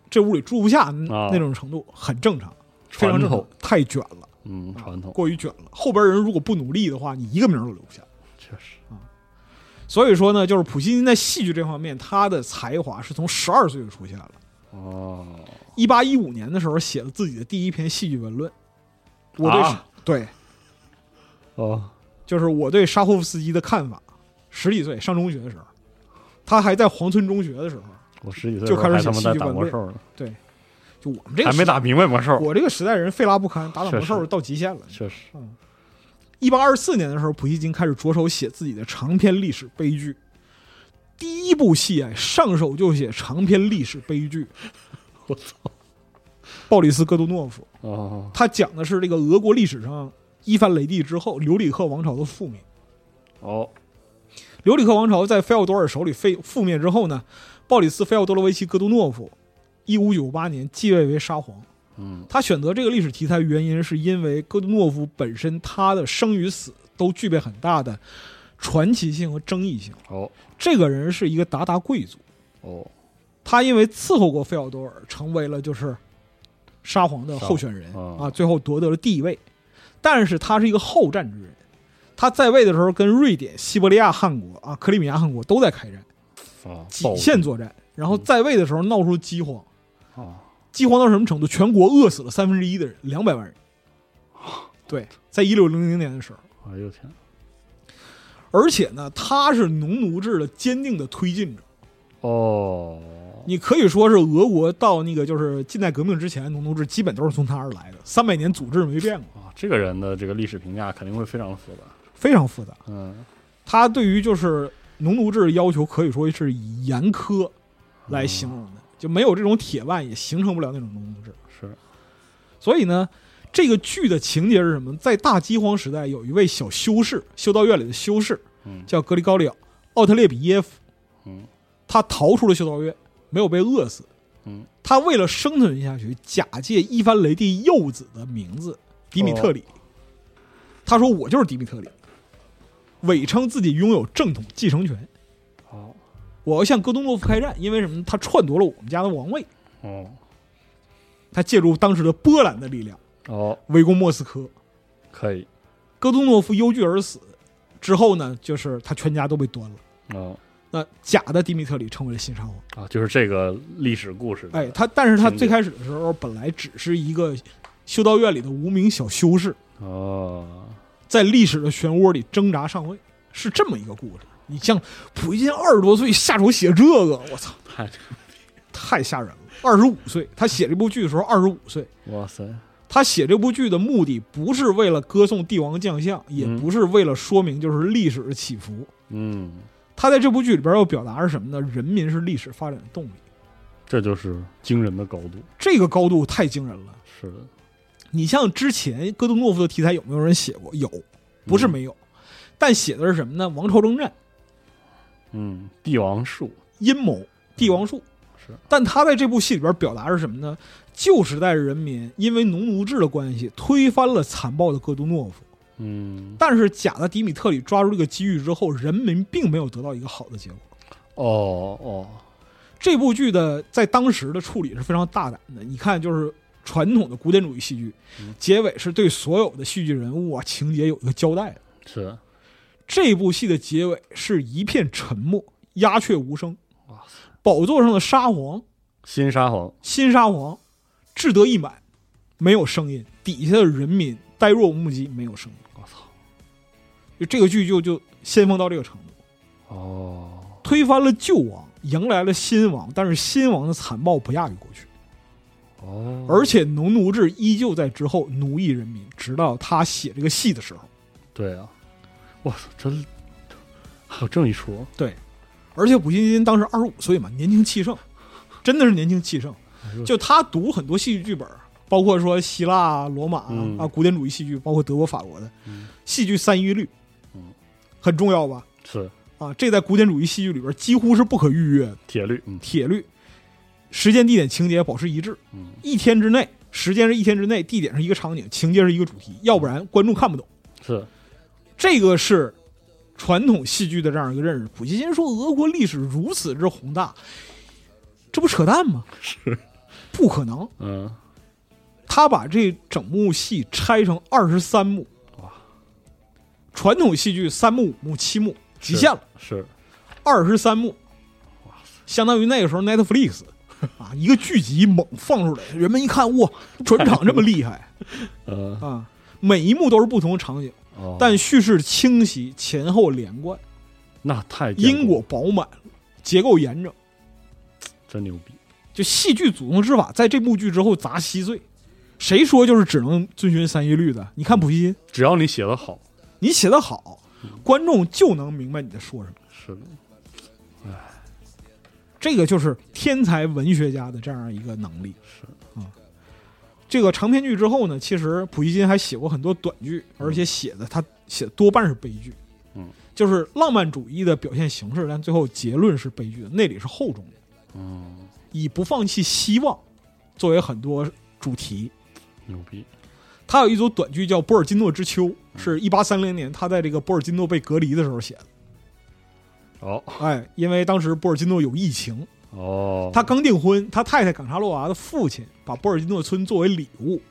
S2: 这屋里住不下那种程度，很正常。非
S3: 啊传
S2: 常正常
S3: 统，，
S2: 太卷了，
S3: 嗯，传统，
S2: 过于卷了。后边人如果不努力的话，你一个名儿都留不下。
S3: 确实，
S2: 所以说呢，就是普希金在戏剧这方面，他的才华是从十二岁就出现了。
S3: 哦，
S2: 一八一五年的时候，写了自己的第一篇戏剧文论。我对、
S3: 啊
S2: 对，
S3: 哦，
S2: 就是我对沙霍夫斯基的看法。十几岁上中学的时候，他还在黄村中学的时候，
S3: 我十几岁
S2: 就
S3: 的时候
S2: 开始
S3: 还
S2: 写
S3: 他妈
S2: 戏
S3: 在
S2: 剧
S3: 打
S2: 版
S3: 魔
S2: 本
S3: 兽呢，
S2: 就我们这个
S3: 还没
S2: 时代，
S3: 打明白魔兽，
S2: 我这个时代人废拉不堪，打打魔
S3: 确
S2: 兽
S3: 实
S2: 到极限了。
S3: 确实，
S2: 一八二四年的时候，普希金开始着手写自己的长篇历史悲剧。第一部戏啊，上手就写长篇历史悲剧《
S3: [LAUGHS] 我操，
S2: 鲍里斯·戈杜诺夫》，
S3: 哦，
S2: 他讲的是这个俄国历史上伊凡雷帝之后留里克王朝的覆灭。
S3: 哦，
S2: 留里克王朝在菲奥多尔手里废覆灭之后呢，鲍里斯·菲奥多罗维奇·戈杜诺夫，一五九八年继位为沙皇。
S3: 嗯，
S2: 他选择这个历史题材原因，是因为戈杜诺夫本身他的生与死都具备很大的传奇性和争议性。
S3: 哦
S2: 这个人是一个鞑靼贵族，
S3: 哦，
S2: 他因为伺候过费奥多尔，成为了就是沙皇的候选人
S3: 沙皇啊
S2: 啊，最后夺得了帝位。但是他是一个好战之人，他在位的时候跟瑞典、西伯利亚汗国啊、克里米亚汗国都在开战，
S3: 啊，
S2: 几线作战。然后在位的时候闹出饥荒，
S3: 啊，
S2: 饥荒到什么程度？全国饿死了三分之一的人，两百万
S3: [LAUGHS]
S2: 人。对，在一六零零年的时候，
S3: 哎呦天，
S2: 而且呢，他是农奴制的坚定的推进者。
S3: 哦，
S2: 你可以说是俄国到那个就是近代革命之前，农奴制基本都是从他而来的，三百年组织没变过，
S3: 啊，这个人的这个历史评价肯定会非常复杂。
S2: 非常复杂。
S3: 嗯，
S2: 他对于就是农奴制的要求可以说是以严苛来形容的，就没有这种铁腕也形成不了那种农奴制。
S3: 是
S2: 所以呢，这个剧的情节是什么？在大饥荒时代，有一位小修士，修道院里的修士
S3: 嗯，
S2: 叫格里高里奥·奥特列比耶夫，
S3: 嗯，
S2: 他逃出了修道院，没有被饿死。
S3: 嗯，
S2: 他为了生存下去，假借伊凡雷帝幼子的名字迪米特里，他说我就是迪米特里，伪称自己拥有正统继承权，
S3: 哦
S2: 我要向戈东诺夫开战，因为什么？他篡夺了我们家的王位，
S3: 哦
S2: 他借助当时的波兰的力量
S3: 哦，
S2: 围攻莫斯科。
S3: 可以
S2: 戈东诺夫忧惧而死之后呢，就是他全家都被端了。
S3: 哦
S2: 那假的迪米特里成为了新沙皇。
S3: 啊，就是这个历史故事。
S2: 哎，他但是他
S3: 情节
S2: 最开始的时候本来只是一个修道院里的无名小修士，
S3: 哦，
S2: 在历史的漩涡里挣扎上位，是这么一个故事。你像普希金二十多岁下手写这个，我操，
S3: 太
S2: 太吓人了！二十五岁，他写这部剧的时候二十五岁。
S3: 哇塞，
S2: 他写这部剧的目的不是为了歌颂帝王将相，也
S3: 嗯
S2: 不是为了说明就是历史的起伏，
S3: 嗯，
S2: 他在这部剧里边要表达是什么呢？人民是历史发展的动力，
S3: 这就是惊人的高度。
S2: 这个高度太惊人了。
S3: 是的，
S2: 你像之前戈登诺夫的题材有没有人写过？有，不是没有，但写的是什么呢？王朝征战、
S3: 嗯，帝王术
S2: 阴谋、帝王术。
S3: 是，
S2: 但他在这部戏里边表达是什么呢？旧时代人民因为农奴制的关系，推翻了残暴的戈登诺夫。
S3: 嗯，
S2: 但是假的迪米特里抓住这个机遇之后，人民并没有得到一个好的结果。
S3: 哦哦，
S2: 这部剧的在当时的处理是非常大胆的。你看，就是传统的古典主义戏剧，结尾是对所有的戏剧人物啊情节有一个交代的。
S3: 是，
S2: 这部戏的结尾是一片沉默，鸦雀无声
S3: 哇塞。
S2: 宝座上的沙皇，
S3: 新沙皇
S2: 新沙皇，志得意满，没有声音；底下的人民呆若木鸡，没有声音。
S3: 我操！
S2: 就这个剧就就先锋到这个程度，
S3: 哦，
S2: 推翻了旧王，迎来了新王，但是新王的残暴不亚于过去。
S3: 哦，
S2: 而且农奴制依旧在之后奴役人民，直到他写这个戏的时候。
S3: 对啊，我操，真还有这么一说，
S2: 对，而且普希金当时二十五岁嘛，年轻气盛，真的是年轻气盛
S3: 哎呦。
S2: 就他读很多戏剧剧本，包括说希腊啊、罗马啊、
S3: 嗯
S2: 啊古典主义戏剧，包括德国、法国的、
S3: 嗯
S2: 戏剧三一律，
S3: 嗯
S2: 很重要吧？
S3: 是
S2: 啊，这在古典主义戏剧里边几乎是不可逾越的
S3: 铁律，嗯
S2: 铁律，时间、地点、情节保持一致。
S3: 嗯，
S2: 一天之内，时间是一天之内，地点是一个场景，情节是一个主题，要不然观众看不懂。
S3: 是
S2: 这个是传统戏剧的这样一个认识。普希金说俄国历史如此之宏大，这不扯淡吗？
S3: 是，
S2: 不可能。
S3: 嗯，
S2: 他把这整幕戏拆成二十三幕，
S3: 哇，
S2: 传统戏剧三幕、五幕、七幕极限了，
S3: 是
S2: 二十三幕，相当于那个时候
S3: [LAUGHS]
S2: Netflix 啊一个剧集猛放出来，人们一看哇，转场这么厉害
S3: 呃
S2: 啊！每一幕都是不同的场景，
S3: 哦，
S2: 但叙事清晰，前后连贯。
S3: 那太坚固
S2: 因果饱满，结构严整。
S3: 真牛逼，
S2: 就戏剧组动之法，在这部剧之后砸稀碎。谁说就是只能遵循三一律的？你看普希金，
S3: 只要你写的好，
S2: 你写的好，观众就能明白你在说什么。
S3: 是的，
S2: 这个就是天才文学家的这样一个能力。
S3: 是
S2: 啊，这个长篇剧之后呢，其实普希金还写过很多短剧，而且写的他写的多半是悲剧。
S3: 嗯，
S2: 就是浪漫主义的表现形式，但最后结论是悲剧的，那里是厚重的。
S3: 嗯，
S2: 以不放弃希望作为很多主题。
S3: 牛逼，
S2: 他有一组短剧叫《波尔津诺之秋》，
S3: 嗯
S2: 是一八三零年他在这个波尔津诺被隔离的时候写的。
S3: 哦
S2: 哎，因为当时波尔津诺有疫情，
S3: 哦，
S2: 他刚订婚，他太太冈察洛娃的父亲把波尔津诺村作为礼物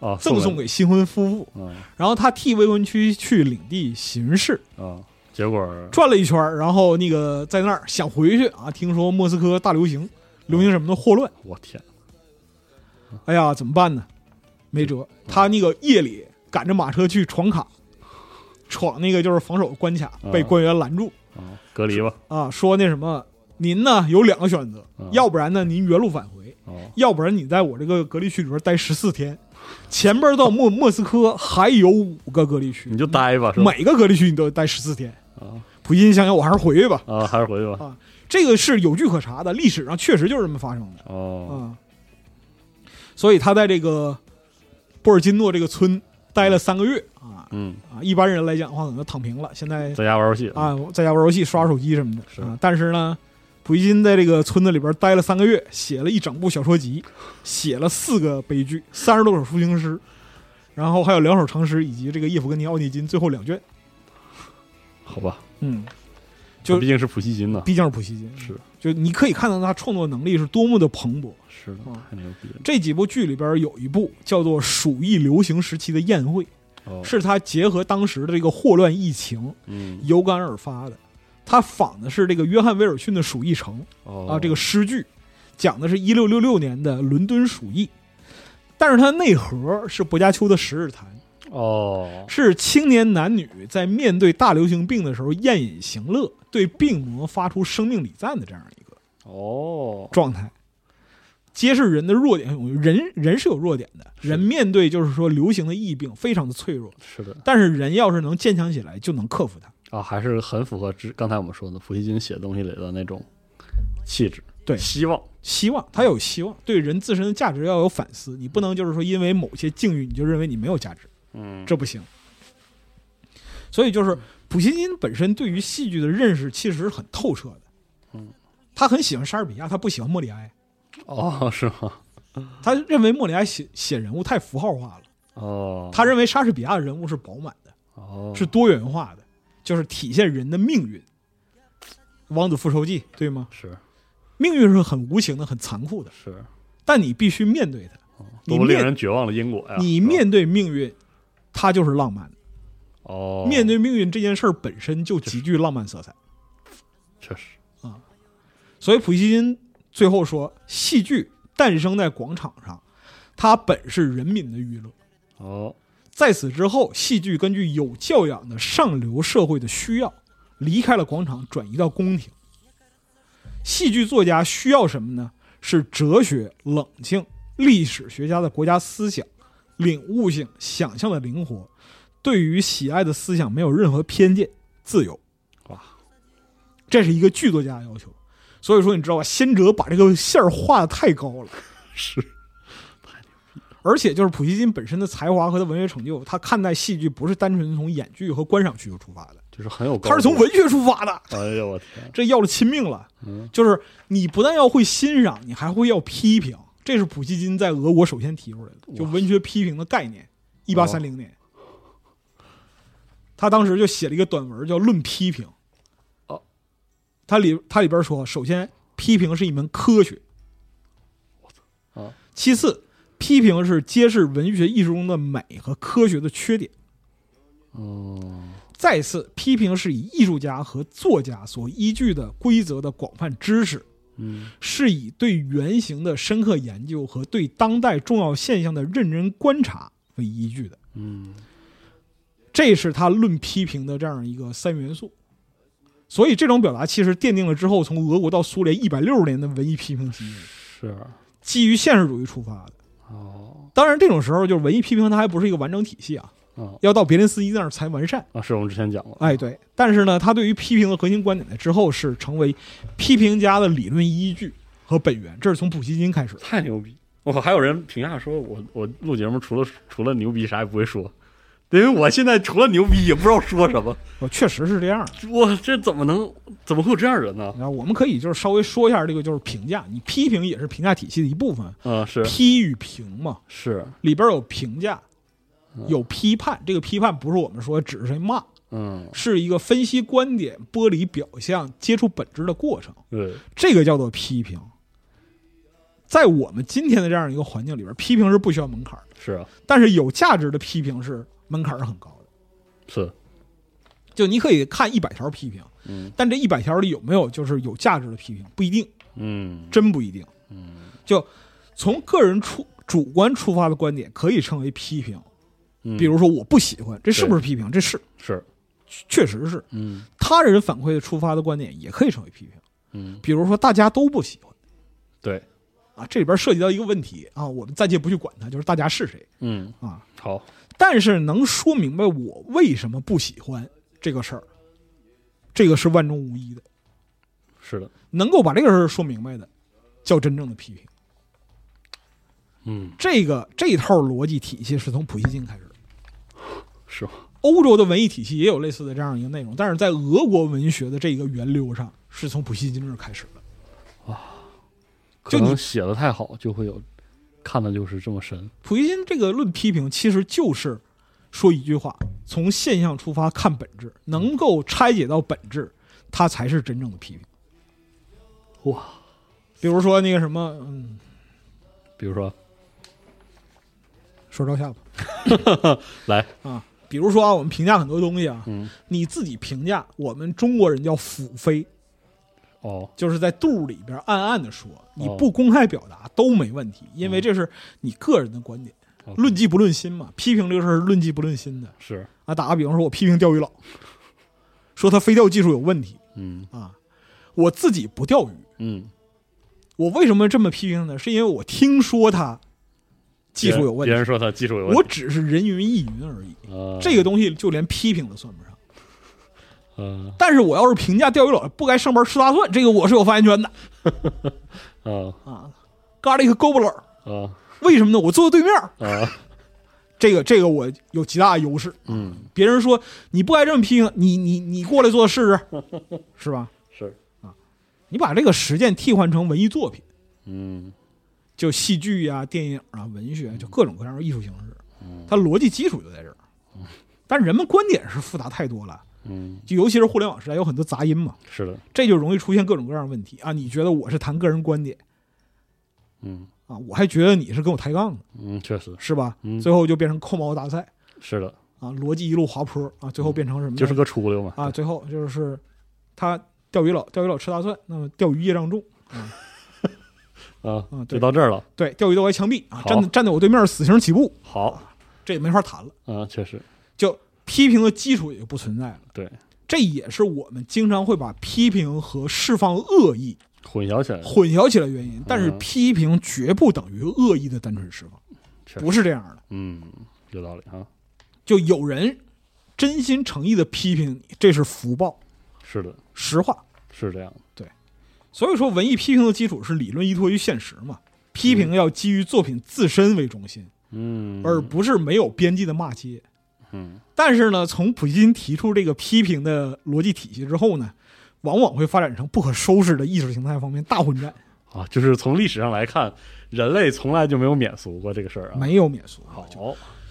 S3: 啊
S2: 赠送
S3: 给
S2: 给新婚夫妇，
S3: 嗯
S2: 然后他替未婚区去领地巡视，
S3: 啊，结果儿
S2: 转了一圈儿，然后那个在那儿想回去啊，听说莫斯科大流行，流行什么的霍乱，
S3: 我天，
S2: 哎呀，怎么办呢？没辙，他那个夜里赶着马车去闯卡，闯那个就是防守关卡，被官员拦住
S3: 啊，隔离吧，
S2: 啊，说那什么，您呢有两个选择
S3: 嗯，
S2: 要不然呢您原路返回，
S3: 哦
S2: 要不然你在我这个隔离区里边待十四天，前边到莫莫斯科还有五个隔离区，
S3: 你就待吧，是吧？
S2: 每个隔离区你都得待十四天。
S3: 啊
S2: 普京想想，我还是回去吧。
S3: 啊，还是回去吧。
S2: 这个是有据可查的，历史上确实就是这么发生的啊、
S3: 哦，
S2: 所以他在这个波尔津诺这个村待了三个月啊
S3: 嗯，
S2: 啊，一般人来讲的话可能就躺平了，现在
S3: 在家玩游戏，
S2: 啊在家玩游戏、刷手机什么的
S3: 是
S2: 啊。但是呢，普希金在这个村子里边待了三个月，写了一整部小说集，写了四个悲剧，三十多首抒情诗，然后还有两首长诗，以及这个叶夫根尼·奥涅金最后两卷。
S3: 好吧，
S2: 嗯，就
S3: 毕竟是普希金呐，
S2: 毕竟是普希金，
S3: 是
S2: 就你可以看到他创作能力是多么的蓬勃。
S3: 是的，
S2: 啊
S3: 太牛逼了。
S2: 这几部剧里边有一部叫做《鼠疫流行时期的宴会》，
S3: 哦，
S2: 是他结合当时的这个霍乱疫情
S3: 嗯，
S2: 有感而发的。他仿的是这个约翰·威尔逊的《鼠疫城》
S3: 哦
S2: 啊，这个诗句，讲的是一六六六年的伦敦鼠疫，但是它内核是薄伽丘的《十日谈》，
S3: 哦，
S2: 是青年男女在面对大流行病的时候宴饮行乐，对病魔发出生命礼赞的这样一个
S3: 哦，
S2: 状态，揭示人的弱点。人人是有弱点的，人面对就是说流行的疫病非常的脆弱，
S3: 是的
S2: 但是人要是能坚强起来，就能克服它。
S3: 啊，还是很符合之刚才我们说的普希金写东西里的那种气质，
S2: 对
S3: 希望，
S2: 希望他有希望，对人自身的价值要有反思，你不能就是说因为某些境遇你就认为你没有价值，
S3: 嗯，
S2: 这不行。所以就是普希金本身对于戏剧的认识其实是很透彻的，
S3: 嗯，
S2: 他很喜欢莎士比亚，他不喜欢莫里埃，
S3: 哦，是吗？
S2: 他认为莫里埃写写人物太符号化了，
S3: 哦，
S2: 他认为莎士比亚的人物是饱满的。
S3: 哦
S2: 是多元化的，就是体现人的命运。《王子复仇记》对吗？
S3: 是
S2: 命运是很无情的、很残酷的，
S3: 是，
S2: 但你必须面对它。你
S3: 嗯多么令
S2: 面
S3: 人啊绝望的因果呀！
S2: 你
S3: 是吧
S2: 面对命运，它就是浪漫的。
S3: 哦，
S2: 面对命运这件事儿本身就极具浪漫色彩。
S3: 确实
S2: 所以普希金最后说，戏剧诞生在广场上，它本是人民的娱乐。
S3: 哦，
S2: 在此之后，戏剧根据有教养的上流社会的需要，离开了广场，转移到宫廷。戏剧作家需要什么呢？是哲学、冷静、历史学家的国家思想、领悟性、想象的灵活，对于喜爱的思想没有任何偏见，自由。
S3: 哇，
S2: 这是一个剧作家的要求。所以说，你知道吧？先哲把这个线儿画的太高了。
S3: 是
S2: 而且就是普希金本身的才华和他文学成就，他看待戏剧不是单纯从演剧和观赏需求出发的，
S3: 就是很有高度，
S2: 他是从文学出发的，
S3: 哎呦我天，
S2: 这要了亲命了。
S3: 嗯
S2: 就是你不但要会欣赏，你还会要批评，这是普希金在俄国首先提出来的，就文学批评的概念。一八三零年，他当时就写了一个短文叫《论批评》。
S3: 哦，
S2: 他里他里边说，首先批评是一门科学，
S3: 操啊
S2: 其次批评是揭示文学艺术中的美和科学的缺点。
S3: 嗯，
S2: 再次，批评是以艺术家和作家所依据的规则的广泛知识，
S3: 嗯，
S2: 是以对原型的深刻研究和对当代重要现象的认真观察为依据的。
S3: 嗯，
S2: 这是他论批评的这样一个三元素。所以，这种表达其实奠定了之后从俄国到苏联一百六十年的文艺批评体系，
S3: 是
S2: 基于现实主义出发的。
S3: 哦
S2: 当然，这种时候就是文艺批评，它还不是一个完整体系啊，
S3: 哦
S2: 要到别林斯基那儿才完善。
S3: 啊，是我们之前讲过，
S2: 哎，对，但是呢，他对于批评的核心观点在之后是成为批评家的理论依据和本源，这是从普希金开始的。
S3: 太牛逼！我靠，还有人评价说我我录节目除了除了牛逼啥也不会说，因为我现在除了牛逼也不知道说什么，
S2: 我哦确实是这样的。
S3: 我这怎么能怎么会有这样人呢？
S2: 然后我们可以就是稍微说一下这个就是评价，你批评也是评价体系的一部分，
S3: 啊嗯，是
S2: 批与评嘛，
S3: 是
S2: 里边有评价，有批判，这个批判不是我们说指着谁骂，
S3: 嗯，
S2: 是一个分析观点、剥离表象、接触本质的过程，
S3: 对，
S2: 这个叫做批评。在我们今天的这样一个环境里边，批评是不需要门槛儿的，
S3: 是啊，
S2: 但是有价值的批评是门槛儿是很高的。
S3: 是，啊
S2: 就你可以看一百条批评，
S3: 嗯
S2: 但这一百条里有没有就是有价值的批评，不一定，
S3: 嗯，
S2: 真不一定。就从个人出主观出发的观点可以称为批评，
S3: 嗯
S2: 比如说我不喜欢，这是不是批评？这是，
S3: 是，
S2: 确实是。
S3: 嗯
S2: 他人反馈的出发的观点也可以成为批评，
S3: 嗯，
S2: 比如说大家都不喜欢
S3: 对，
S2: 啊，这里边涉及到一个问题啊，我们暂且不去管它，就是大家是谁
S3: 嗯，
S2: 啊，
S3: 好，
S2: 但是能说明白我为什么不喜欢这个事儿，这个是万中无一的，
S3: 是的，
S2: 能够把这个事儿说明白的，叫真正的批评。
S3: 嗯，
S2: 这个这一套逻辑体系是从普希金开始的。
S3: 是，
S2: 欧洲的文艺体系也有类似的这样一个内容，但是在俄国文学的这个源流上，是从普希金这儿开始的。
S3: 可
S2: 就
S3: 能
S2: 你
S3: 写的太好，就会有看的就是这么深，
S2: 普希金这个论批评，其实就是说一句话：从现象出发看本质，能够拆解到本质，它才是真正的批评。
S3: 哇，
S2: 比如说那个什么，嗯，
S3: 比如说，
S2: 说照下吧
S3: 来，
S2: 啊。比如说啊，我们评价很多东西啊，
S3: 嗯，
S2: 你自己评价，我们中国人叫腹诽，
S3: 哦，
S2: 就是在肚里边暗暗的说，你
S3: 哦嗯
S2: 不公开表达都没问题，因为这是你个人的观点，
S3: OK
S2: 论迹不论心嘛。批评这个事儿是论迹不论心的
S3: 是，
S2: 啊。打个比方说，我批评钓鱼佬，说他飞钓技术有问题
S3: 嗯
S2: 啊，我自己不钓鱼，
S3: 嗯，
S2: 我为什么这么批评呢？是因为我听说他技术有问
S3: 别人
S2: 题，
S3: 说他技术有问
S2: 我
S3: 题，
S2: 只是人云亦云而已。
S3: 呃
S2: 这个，东西就连批评都算不上。
S3: 嗯
S2: 但是我要是评价钓鱼佬不该上班吃大蒜，这个我是有发言权的
S3: 啊
S2: 啊。咖喱和狗不冷，
S3: 啊
S2: 为什么呢？我坐在对面儿，
S3: 啊，
S2: 这个这个我有极大的优势。
S3: 嗯，
S2: 别人说你不该这么批评，你你你过来做试试，是吧？
S3: 是，
S2: 你把这个实践替换成文艺作品，
S3: 嗯
S2: 就戏剧啊、电影啊、文学，就各种各样的艺术形式，它逻辑基础就在这儿。但人们观点是复杂太多了，
S3: 嗯，
S2: 就尤其是互联网时代有很多杂音嘛，
S3: 是的，
S2: 这就容易出现各种各样的问题啊。你觉得我是谈个人观点
S3: 嗯
S2: 啊，我还觉得你是跟我抬杠的，
S3: 嗯，确实
S2: 是吧？
S3: 嗯
S2: 最后就变成扣毛大赛
S3: 是的，
S2: 啊，逻辑一路滑坡啊，最后变成什么呢？
S3: 嗯就是个出溜嘛，
S2: 啊，最后就是他钓鱼佬，钓鱼佬吃大蒜，那么钓鱼业障重，
S3: 啊
S2: 嗯，对
S3: 就到这儿了，
S2: 对，钓鱼都该枪毙啊！
S3: 好
S2: 站在站在我对面死刑起步，
S3: 好，
S2: 这也没法谈了，
S3: 啊，确实，
S2: 就批评的基础也就不存在了。
S3: 对，
S2: 这也是我们经常会把批评和释放恶意
S3: 混淆起来了，
S2: 混淆起来的原因，但是
S3: 嗯
S2: 批评绝不等于恶意的单纯释放，
S3: 确实
S2: 不是这样的。
S3: 嗯，有道理啊，
S2: 就有人真心诚意的批评你，这是福报，
S3: 是的，
S2: 实话。
S3: 是这样的，
S2: 所以说，文艺批评的基础是理论依托于现实嘛，批评要基于作品自身为中心，
S3: 嗯，
S2: 而不是没有边际的骂街。
S3: 嗯，
S2: 但是呢，从普希金提出这个批评的逻辑体系之后呢，往往会发展成不可收拾的意识形态方面大混战，
S3: 啊，就是从历史上来看，人类从来就没有免俗过这个事儿啊。
S2: 没有免俗。
S3: 好，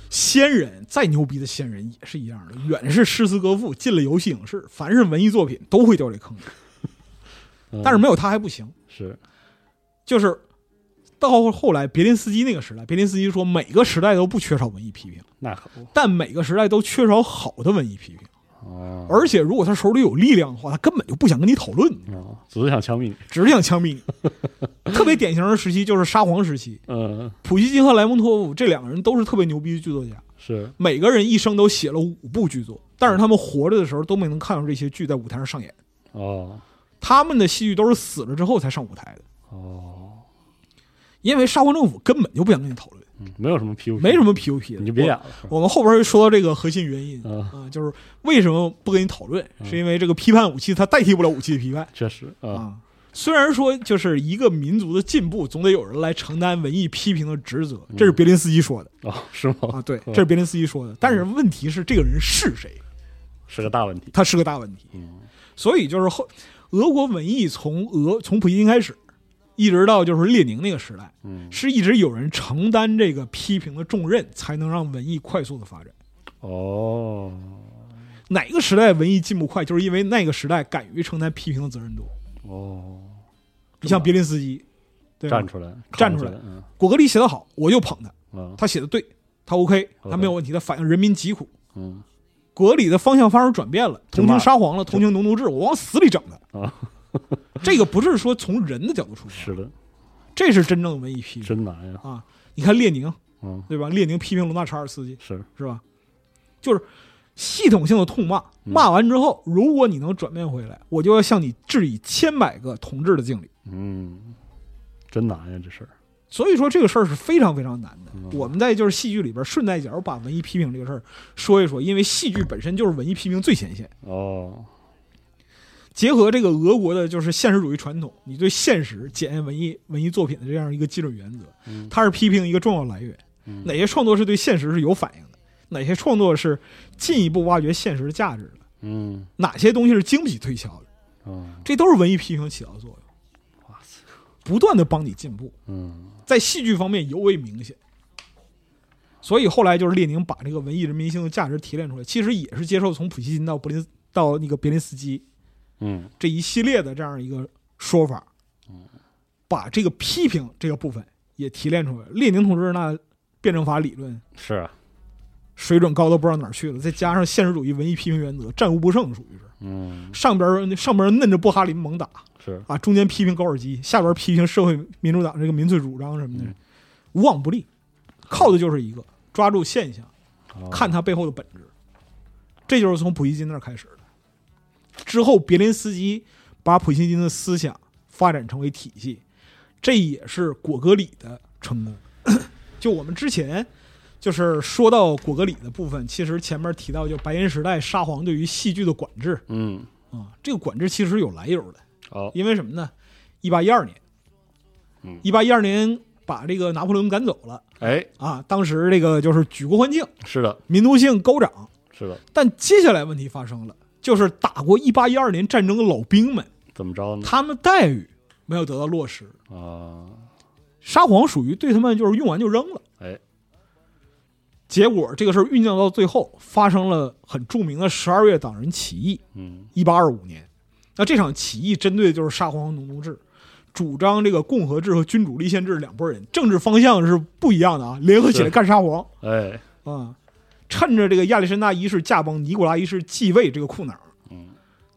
S2: 先人再牛逼的先人也是一样的，远是诗词歌赋，近了游戏影视，凡是文艺作品都会掉这坑里。
S3: 嗯
S2: 但是没有他还不行，
S3: 是
S2: 就是到后来别林斯基那个时代，别林斯基说每个时代都不缺少文艺批评，
S3: 那可不
S2: 但每个时代都缺少好的文艺批评。
S3: 啊，
S2: 而且如果他手里有力量的话，他根本就不想跟你讨论，
S3: 啊，只是想枪毙你。
S2: 只是想枪毙你。 [LAUGHS] 特别典型的时期就是沙皇时期，
S3: 嗯，
S2: 普希金和莱蒙托夫这两个人都是特别牛逼的剧作家，
S3: 是
S2: 每个人一生都写了五部剧作，但是他们活着的时候都没能看到这些剧在舞台上上演。
S3: 哦
S2: 他们的戏剧都是死了之后才上舞台的，
S3: 哦，
S2: 因为沙皇政府根本就不想跟你讨论，
S3: 嗯没有什么 PUP，
S2: 没什，么 PUP 的，
S3: 你就别演
S2: 我。
S3: 了。
S2: 我们后边会说到这个核心原因
S3: 嗯
S2: 啊、就是为什么不跟你讨论，是因为这个批判武器它代替不了武器的批判。
S3: 确实啊，
S2: 啊。虽然说，就是一个民族的进步，总得有人来承担文艺批评的职责，这是别林斯基说的、
S3: 哦，是吗？
S2: 啊，对，
S3: 嗯
S2: 这是别林斯基说的。但是问题是，这个人是谁，
S3: 是个大问题。
S2: 他是个
S3: 嗯
S2: 大问题。所以就是后，俄国文艺从俄从普希金开始，一直到就是列宁那个时代，
S3: 嗯，
S2: 是一直有人承担这个批评的重任，才能让文艺快速的发展。
S3: 哦，
S2: 哪个时代文艺进步快，就是因为那个时代敢于承担批评的责任多。
S3: 哦，
S2: 你像别林斯基，对吧
S3: 站？出来，
S2: 站
S3: 扛
S2: 出
S3: 起
S2: 来
S3: 来，嗯
S2: 果戈里写得好，我就捧他，
S3: 嗯
S2: 他写的对，他 OK，他没有问题，他反映人民疾苦。
S3: 嗯，
S2: 果戈里的方向发生转变了，
S3: 就
S2: 同情
S3: 骂
S2: 沙皇了，同情农奴制，我往死里整他
S3: 啊！
S2: 这个不是说从人的角度出发，
S3: 是的，
S2: 这是真正的文艺批评
S3: 真难呀，
S2: 啊！你看列宁，
S3: 嗯，
S2: 对吧？列宁批评罗纳查尔斯基，
S3: 是，
S2: 是吧？就是系统性的痛骂，
S3: 嗯
S2: 骂完之后，如果你能转变回来，我就要向你致以千百个同志的敬礼。
S3: 嗯，真难呀，这事儿，
S2: 所以说这个事儿是非常非常难的。
S3: 嗯
S2: 我们在就是戏剧里边顺带脚把文艺批评这个事儿说一说，因为戏剧本身就是文艺批评最前线。
S3: 哦，
S2: 结合这个俄国的就是现实主义传统，你对现实检验文艺文艺作品的这样一个基准原则
S3: 嗯，
S2: 它是批评一个重要来源。
S3: 嗯
S2: 哪些创作是对现实是有反应的？哪些创作是进一步挖掘现实的价值的？
S3: 嗯，
S2: 哪些东西是经不起推敲的？
S3: 啊，
S2: 这都是文艺批评起到作用，
S3: 哇塞，
S2: 不断的帮你进步，
S3: 嗯，
S2: 在戏剧方面尤为明显。所以后来就是列宁把这个文艺人民性的价值提炼出来，其实也是接受从普希金到柏林到那个别林斯基
S3: 嗯，
S2: 这一系列的这样一个说法，把这个批评这个部分也提炼出来。列宁同志那辩证法理论
S3: 是啊，
S2: 水准高到不知道哪儿去了，再加上现实主义文艺批评原则，战无不胜，属于是
S3: 嗯，
S2: 上边儿上边儿摁着布哈林猛打，
S3: 是，
S2: 啊，中间批评高尔基，下边批评社会民主党这个民粹主张什么
S3: 嗯
S2: 的，无往不利，靠的就是一个抓住现象，
S3: 哦
S2: 看，它背后的本质，这就是从普希金那儿开始的。之后，别林斯基把普希金的思想发展成为体系，这也是果戈里的成功。 [COUGHS] 就我们之前就是说到果戈里的部分，其实前面提到就白银时代沙皇对于戏剧的管制
S3: 嗯，
S2: 啊、这个管制其实有来由的。
S3: 好，
S2: 因为什么呢？一八一二年，
S3: 嗯
S2: 一八一二年把这个拿破仑赶走了
S3: 哎，
S2: 啊，当时这个就是举国欢庆，
S3: 是的，
S2: 民族性高涨。
S3: 是的，
S2: 但接下来问题发生了，就是打过一八一二年战争的老兵们，
S3: 怎么着呢？
S2: 他们待遇没有得到落实，
S3: 啊，
S2: 沙皇属于对他们就是用完就扔了。
S3: 哎，
S2: 结果这个事儿酝酿到最后，发生了很著名的十二月党人起义。
S3: 嗯，
S2: 一八二五年。那这场起义针对的就是沙皇农奴制，主张这个共和制和君主立宪制两拨人，政治方向是不一样的啊，联合起来
S3: 是
S2: 干沙皇
S3: 哎，
S2: 啊、趁着这个亚历山大一世驾崩、尼古拉一世继位这个空档，
S3: 嗯，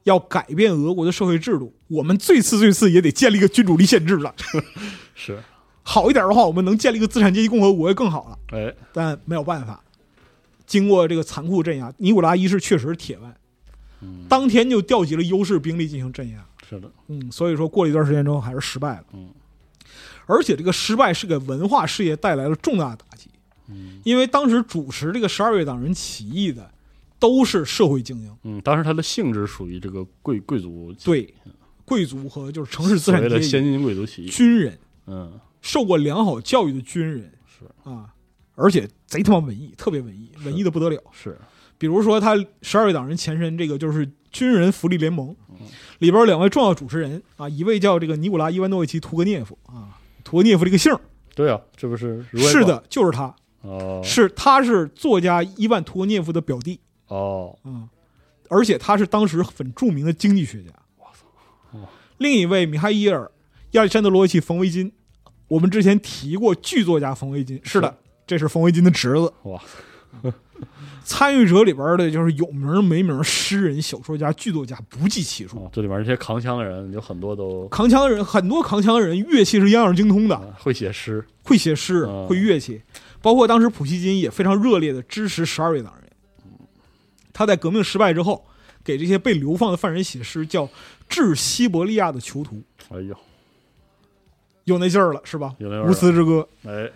S2: 要改变俄国的社会制度，我们最次最次也得建立一个君主立宪制了。 [LAUGHS]
S3: 是，
S2: 好一点的话，我们能建立一个资产阶级共和国也更好了。
S3: 哎，
S2: 但没有办法，经过这个残酷镇压，尼古拉一世确实是铁腕，
S3: 嗯，
S2: 当天就调集了优势兵力进行镇压。
S3: 是的，
S2: 嗯，所以说过了一段时间之后还是失败了。
S3: 嗯，
S2: 而且这个失败是给文化事业带来了重大的打击，
S3: 嗯
S2: 因为当时主持这个十二月党人起义的都是社会精英，
S3: 嗯，当时它的性质属于这个贵贵族，，
S2: 对贵族和就是城市资
S3: 嗯所
S2: 产
S3: 谓的
S2: 阶
S3: 先
S2: 级、
S3: 进贵族起义，
S2: 军人、
S3: 嗯，
S2: 受过良好教育的军人
S3: 是
S2: 啊，而且贼他妈文艺，特别文艺，文艺的不得了。
S3: 是，
S2: 比如说他十二月党人前身这个就是军人福利联盟，里边有两位重要主持人啊，一位叫这个尼古拉伊万诺维奇图格涅夫啊，图格涅夫这个姓儿
S3: 对啊，这不是如来
S2: 是
S3: 宝，
S2: 的，就是他，
S3: 哦，
S2: 是他是作家伊万图格涅夫的表弟
S3: 哦，
S2: 啊、嗯而且他是当时很著名的经济学家。
S3: 哇
S2: 另一位米哈伊尔·亚历山德罗维奇·冯维金，我们之前提过剧作家冯维金，是的，
S3: 是
S2: 这是冯维金的侄子。
S3: 哇，
S2: [LAUGHS] 参与者里边的就是有名没名诗人、小说家、剧作家不计其数。
S3: 哦，这里面这些扛枪的人有很多都 [LAUGHS]
S2: 扛枪人很多，扛枪人乐器是样样精通的，
S3: 啊会写诗，
S2: 会写诗
S3: 嗯，
S2: 会乐器，包括当时普希金也非常热烈的支持十二位党人。他在革命失败之后，给这些被流放的犯人写诗，叫《致西伯利亚的囚徒》，
S3: 哎呦，
S2: 有那劲儿了，是吧？
S3: 有那味儿
S2: 无私之歌
S3: 哎，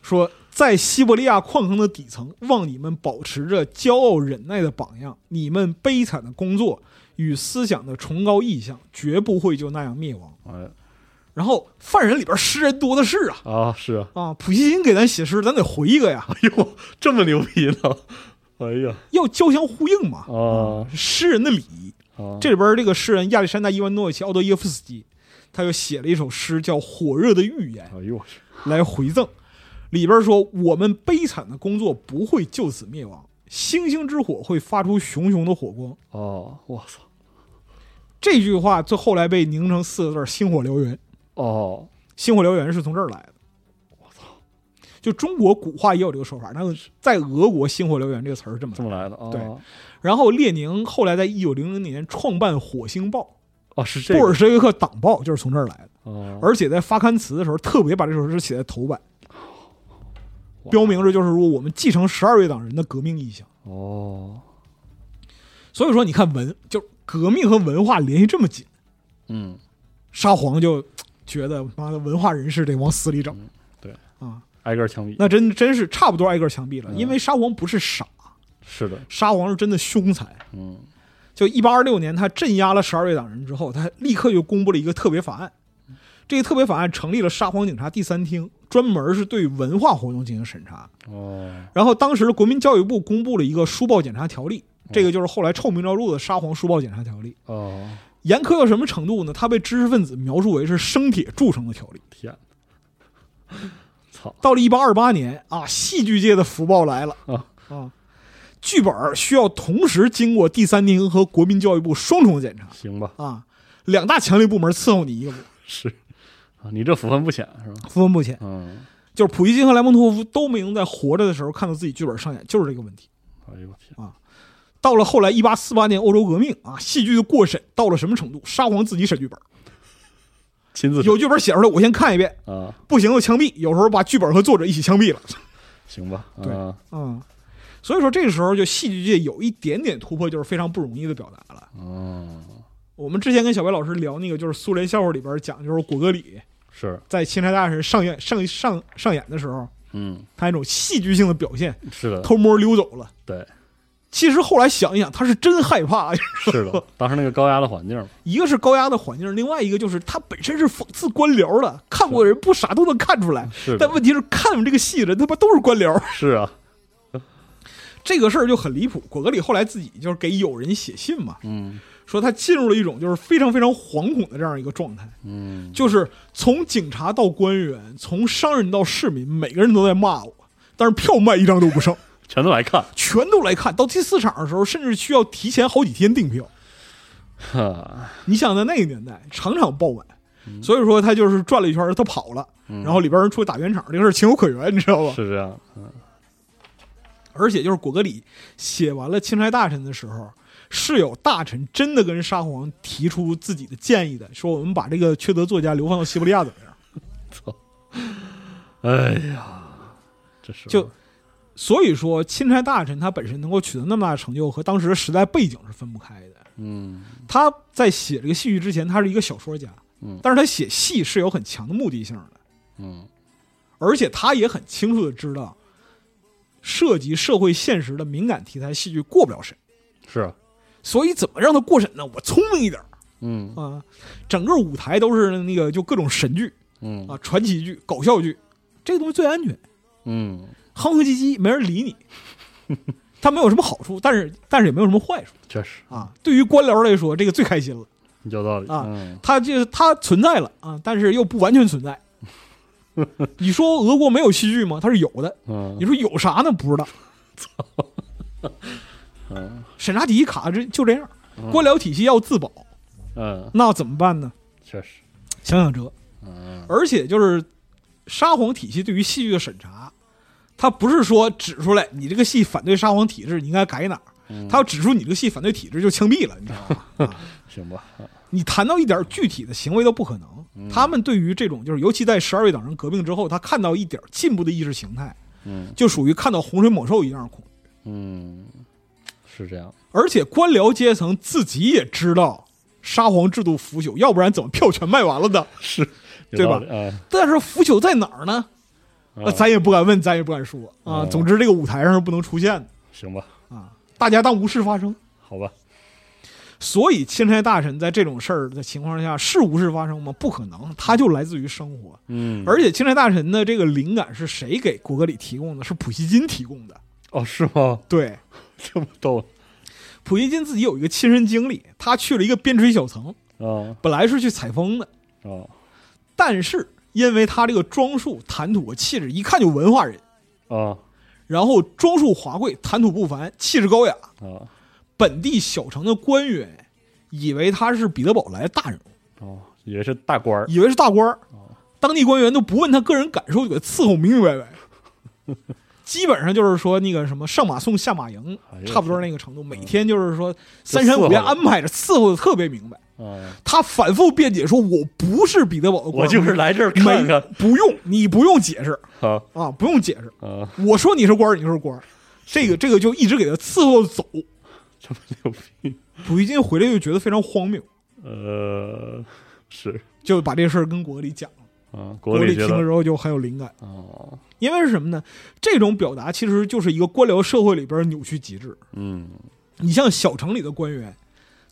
S2: 说，在西伯利亚矿坑的底层，望你们保持着骄傲忍耐的榜样，你们悲惨的工作与思想的崇高意向，绝不会就那样灭亡。
S3: 哎，
S2: 然后犯人里边诗人多的是啊。
S3: 啊，是啊，
S2: 啊，普希金给咱写诗，咱得回一个呀，
S3: [LAUGHS] 哎呦，这么牛逼呢， [LAUGHS] 哎呀，
S2: 要交相呼应嘛。
S3: 啊
S2: 诗人的礼仪。
S3: 啊，
S2: 这里边这个诗人亚历山大伊万诺维奇奥德耶夫斯基，他就写了一首诗叫《火热的预言
S3: 哎呦我去，》
S2: 来回赠，里边说：“我们悲惨的工作不会就此灭亡，星星之火会发出熊熊的火光。
S3: 哦，我操，”
S2: 这句话最后来被凝成四个字儿“星火燎原”。
S3: 哦，
S2: 星火燎原是从这儿来的。
S3: 我操，
S2: 就中国古话也有这个说法，但是在俄国“星火燎原”这个词儿是这么来
S3: 这
S2: 的。
S3: 么来的啊？
S2: 对
S3: 哦，
S2: 然后列宁后来在一九零零年创办《火星报》，
S3: 哦是这
S2: 布尔
S3: 个，
S2: 什维克党报就是从这儿来的。
S3: 哦，
S2: 而且在发刊词的时候，特别把这首诗写在头版，
S3: 哇
S2: 标明着就是说我们继承十二月党人的革命意向。
S3: 哦，
S2: 所以说，你看文就革命和文化联系这么紧，
S3: 嗯，
S2: 沙皇就觉得妈的文化人士得往死里
S3: 嗯
S2: 整。
S3: 对
S2: 啊，
S3: 挨个儿枪毙，
S2: 那真真是差不多挨个枪毙了，
S3: 嗯
S2: 因为沙皇不是傻，
S3: 是的，
S2: 沙皇是真的凶残。
S3: 嗯，
S2: 就一八二六年，他镇压了十二月党人之后，他立刻就公布了一个特别法案。
S3: 嗯
S2: 这个特别法案成立了沙皇警察第三厅，专门是对文化活动进行审查。
S3: 哦，
S2: 然后当时国民教育部公布了一个书报检查条例，这个就是后来臭名昭著的沙皇书报检查条例。
S3: 哦，
S2: 严苛到什么程度呢？它被知识分子描述为是生铁铸成的条例。
S3: 天，操，
S2: 到了一八二八年啊，戏剧界的福报来了
S3: 啊
S2: 啊！剧本儿需要同时经过第三厅和国民教育部双重检查
S3: 行吧，
S2: 啊，两大强力部门伺候你一个
S3: 是啊，你这福分不浅是吧？
S2: 不分不浅。
S3: 嗯，
S2: 就是普希金和莱蒙托夫都没能在活着的时候看到自己剧本上演，就是这个问题。
S3: 哎呦我天，
S2: 到了后来，一八四八年欧洲革命啊，戏剧的过审到了什么程度？沙皇自己审剧本，
S3: 亲自
S2: 有剧本写出来，我先看一遍，
S3: 啊，
S2: 不行就枪毙。有时候把剧本和作者一起枪毙了。 [LAUGHS]
S3: 行吧，啊
S2: 对嗯，所以说这个时候就戏剧界有一点点突破，就是非常不容易的表达了。
S3: 嗯，
S2: 我们之前跟小白老师聊那个，就是苏联笑话里边讲，就是果戈里
S3: 是，
S2: 在钦差大臣上演上上上演的时候，
S3: 嗯，
S2: 他那种戏剧性的表现，
S3: 是的，
S2: 偷摸溜走了。
S3: 对，
S2: 其实后来想一想，他是真害怕，啊
S3: 是的， [LAUGHS] 当时那个高压的环境嘛，
S2: 一个是高压的环境，另外一个就是他本身是讽刺官僚的，看过的人不傻都能看出来。
S3: 是的
S2: 但，问题是，看我们这个戏的人他妈都是官僚，
S3: 是啊，
S2: 这个事儿就很离谱。果戈里后来自己就是给友人写信嘛，
S3: 嗯
S2: 说他进入了一种就是非常非常惶恐的这样一个状态，
S3: 嗯，
S2: 就是从警察到官员，从商人到市民，每个人都在骂我，但是票卖一张都不剩，
S3: 全都来看，
S2: 全都来看。到第四场的时候，甚至需要提前好几天订票。
S3: 哈，
S2: 你想在那个年代，场场爆满，所以说他就是转了一圈，他跑了，然后里边人出去打圆场，这个事儿情有可原，你知道吧？
S3: [LAUGHS] 是这样，嗯，
S2: 而且就是果戈里写完了钦差大臣的时候，是有大臣真的跟沙皇提出自己的建议的，说我们把这个缺德作家流放到西伯利亚怎么样？
S3: 哎呀，这是
S2: 就所以说，钦差大臣他本身能够取得那么大的成就，和当时的时代背景是分不开的。
S3: 嗯
S2: 他在写这个戏剧之前，他是一个小说家，
S3: 嗯
S2: 但是他写戏是有很强的目的性的，
S3: 嗯，
S2: 而且他也很清楚的知道，涉及社会现实的敏感题材戏剧过不了审，
S3: 是啊，
S2: 所以怎么让他过审呢？我聪明一点儿。
S3: 嗯
S2: 啊，整个舞台都是那个就各种神剧
S3: 嗯
S2: 啊、传奇剧、搞笑剧，这个东西最安全，
S3: 嗯，
S2: 哼哼唧唧，没人理你，它没有什么好处，但是但是也没有什么坏处
S3: 确实
S2: 啊。对于官僚来说，这个最开心了，
S3: 有道理
S2: 啊
S3: 嗯
S2: 它就是它存在了啊，但是又不完全存在。你说俄国没有戏剧吗？它是有的。你
S3: 嗯
S2: 说有啥呢？不知道。审查体系卡这就这样，官僚体系要自保，
S3: 嗯，
S2: 那怎么办呢？
S3: 确实，
S2: 想想辙。
S3: 嗯
S2: 而且就是沙皇体系对于戏剧的审查，他不是说指出来你这个戏反对沙皇体制，你应该改哪儿，
S3: 嗯
S2: 他要指出你这个戏反对体制就枪毙了，你知道吗？
S3: 行吧，啊
S2: 你谈到一点具体的行为都不可
S3: 嗯
S2: 能。他们对于这种就是，尤其在十二月党人革命之后，他看到一点进步的意识形态，
S3: 嗯
S2: 就属于看到洪水猛兽一样恐。
S3: 嗯，是这样，
S2: 而且官僚阶层自己也知道沙皇制度腐朽，要不然怎么票全卖完了的？
S3: [LAUGHS] 是，有
S2: 对
S3: 道
S2: 吧
S3: 理啊，
S2: 但是腐朽在哪儿呢？
S3: 啊
S2: 那咱也不敢问，咱也不敢说啊。
S3: 嗯
S2: 总之，这个舞台上是不能出现的
S3: 行吧，
S2: 啊，大家当无事发生。
S3: 好吧，
S2: 所以，钦差大臣在这种事儿的情况下是无事发生吗？不可能，他就来自于生活。
S3: 嗯，
S2: 而且，钦差大臣的这个灵感是谁给果戈里提供的？是普希金提供的。
S3: 哦是吗？ [LAUGHS]
S2: 对，
S3: 这么逗
S2: 普希金自己有一个亲身经历，他去了一个边陲小城，
S3: 啊
S2: 本来是去采风的，
S3: 哦
S2: 但是因为他这个装束、谈吐和气质，一看就文化人，
S3: 哦
S2: 然后装束华贵，谈吐不凡，气质高雅，
S3: 哦
S2: 本地小城的官员以为他是彼得堡来的大人物，
S3: 哦，以为是大官儿
S2: 以为是大官儿，
S3: 啊
S2: 当地官员都不问他个人感受，就给伺候明明白白。
S3: [LAUGHS]
S2: 基本上就是说那个什么上马送下马迎
S3: 哎，呦
S2: 差不多那个程度。每天就是说三山五岳
S3: 伺候
S2: 安排着，伺候的特别明白。
S3: 啊，
S2: 他反复辩解说：“我不是彼得堡的官，
S3: 我就是来这儿看
S2: 没
S3: 看
S2: 不用你不用解释
S3: 啊
S2: 啊，不用解释。
S3: 啊， [LAUGHS]
S2: 我说你是官儿，你就是官儿。这个这个就一直给他伺候走。
S3: 这么牛逼，
S2: 溥仪金回来就觉得非常荒谬，
S3: 呃，是
S2: 就把这事儿跟国里讲了。
S3: 啊，
S2: 国
S3: 国里觉
S2: 听了
S3: 得
S2: 之后就很有灵感。
S3: 哦，
S2: 因为是什么呢？这种表达其实就是一个官僚社会里边扭曲极致。
S3: 嗯，
S2: 你像小城里的官员，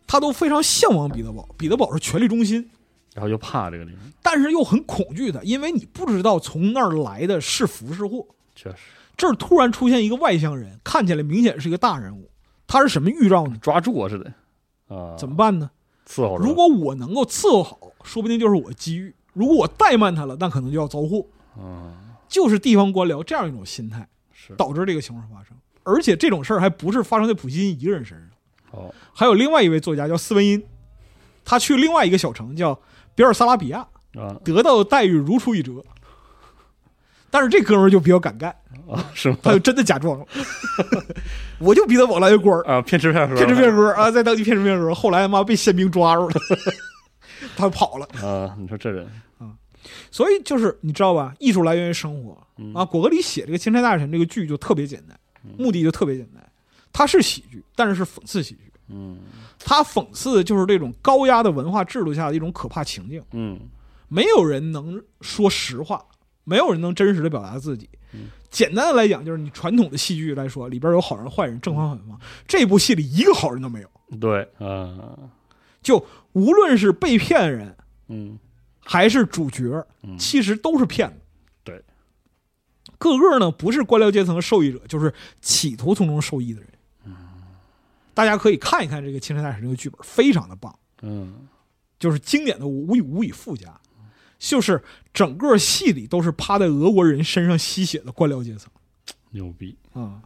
S2: 他都非常向往彼得堡，彼得堡是权力中心，
S3: 然后又怕这个地方，
S2: 但是又很恐惧的，因为你不知道从那儿来的是福是祸。
S3: 确实
S2: 这儿突然出现一个外乡人，看起来明显是一个大人物，他是什么预兆呢？
S3: 抓住我是得啊，
S2: 怎么办呢？
S3: 伺候着我？
S2: 如果我能够伺候好，说不定就是我机遇；如果我怠慢他了，那可能就要遭祸。
S3: 嗯
S2: 就是地方官僚这样一种心态，
S3: 是
S2: 导致这个情况发生。而且这种事儿还不是发生在普希金一个人身上，
S3: 哦
S2: 还有另外一位作家叫斯文因，他去另外一个小城叫比尔萨拉比亚，
S3: 啊
S2: 得到的待遇如出一辙。但是这哥们儿就比较敢干，
S3: 啊是吗？
S2: 他就真的假装了， [LAUGHS] 我就彼得堡来的官
S3: [LAUGHS]
S2: 儿，
S3: [LAUGHS] 啊，骗吃骗喝，
S2: 骗吃骗喝啊，在当地骗吃骗喝，后来妈被宪兵抓住了， [LAUGHS] 他跑了。
S3: 啊！你说这人，
S2: 所以就是你知道吧，艺术来源于生活
S3: 嗯
S2: 啊。果戈里写这个《钦差大臣》这个剧就特别简单，目的就特别简单，它是喜剧，但是是讽刺喜剧。
S3: 嗯
S2: 它讽刺就是这种高压的文化制度下的一种可怕情境，
S3: 嗯
S2: 没有人能说实话，没有人能真实的表达自己。
S3: 嗯
S2: 简单的来讲，就是你传统的戏剧来说，里边有好人坏人，正方反方，这部戏里一个好人都没有。
S3: 对啊
S2: 就无论是被骗人
S3: 嗯
S2: 还是主角，
S3: 嗯
S2: 其实都是骗子。
S3: 对，
S2: 个个呢不是官僚阶层的受益者，就是企图从中受益的人。大家可以看一看这个《青山大使》这个剧本，非常的棒，
S3: 嗯
S2: 就是经典的无以无以复加。就是整个戏里都是趴在俄国人身上吸血的官僚阶层
S3: 牛逼
S2: 啊、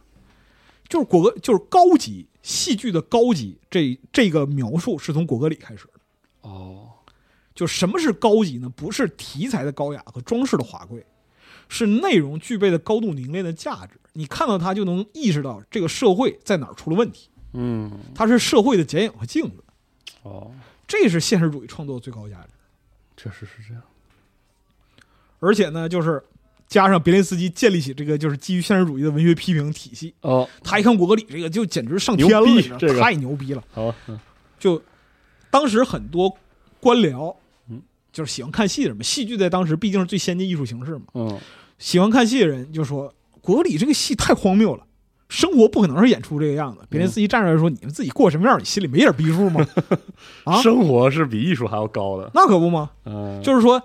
S2: 就是果戈，就是高级戏剧的高级，这这个描述是从果戈里开始的。
S3: 哦
S2: 就什么是高级呢？不是题材的高雅和装饰的华贵，是内容具备的高度凝练的价值。你看到它就能意识到这个社会在哪儿出了问题，
S3: 嗯
S2: 它是社会的剪影和镜子。
S3: 哦，
S2: 这是现实主义创作的最高价值。
S3: 确实是这样，
S2: 而且呢，就是加上别林斯基建立起这个就是基于现实主义的文学批评体系，
S3: 哦
S2: 他一看果戈里这个就简直上天了，
S3: 牛逼
S2: 你知道吗
S3: 这个
S2: 太牛逼了。
S3: 好嗯
S2: 就当时很多官僚
S3: 嗯，
S2: 就是喜欢看戏的人嘛，戏剧在当时毕竟是最先进艺术形式嘛。
S3: 嗯
S2: 喜欢看戏的人就说，国里这个戏太荒谬了，生活不可能是演出这个样子。别人自己站出来说，你们自己过什么样，你心里没点逼数吗？啊
S3: 生活是比艺术还要高的，
S2: 那可不吗？
S3: 嗯
S2: 就是说，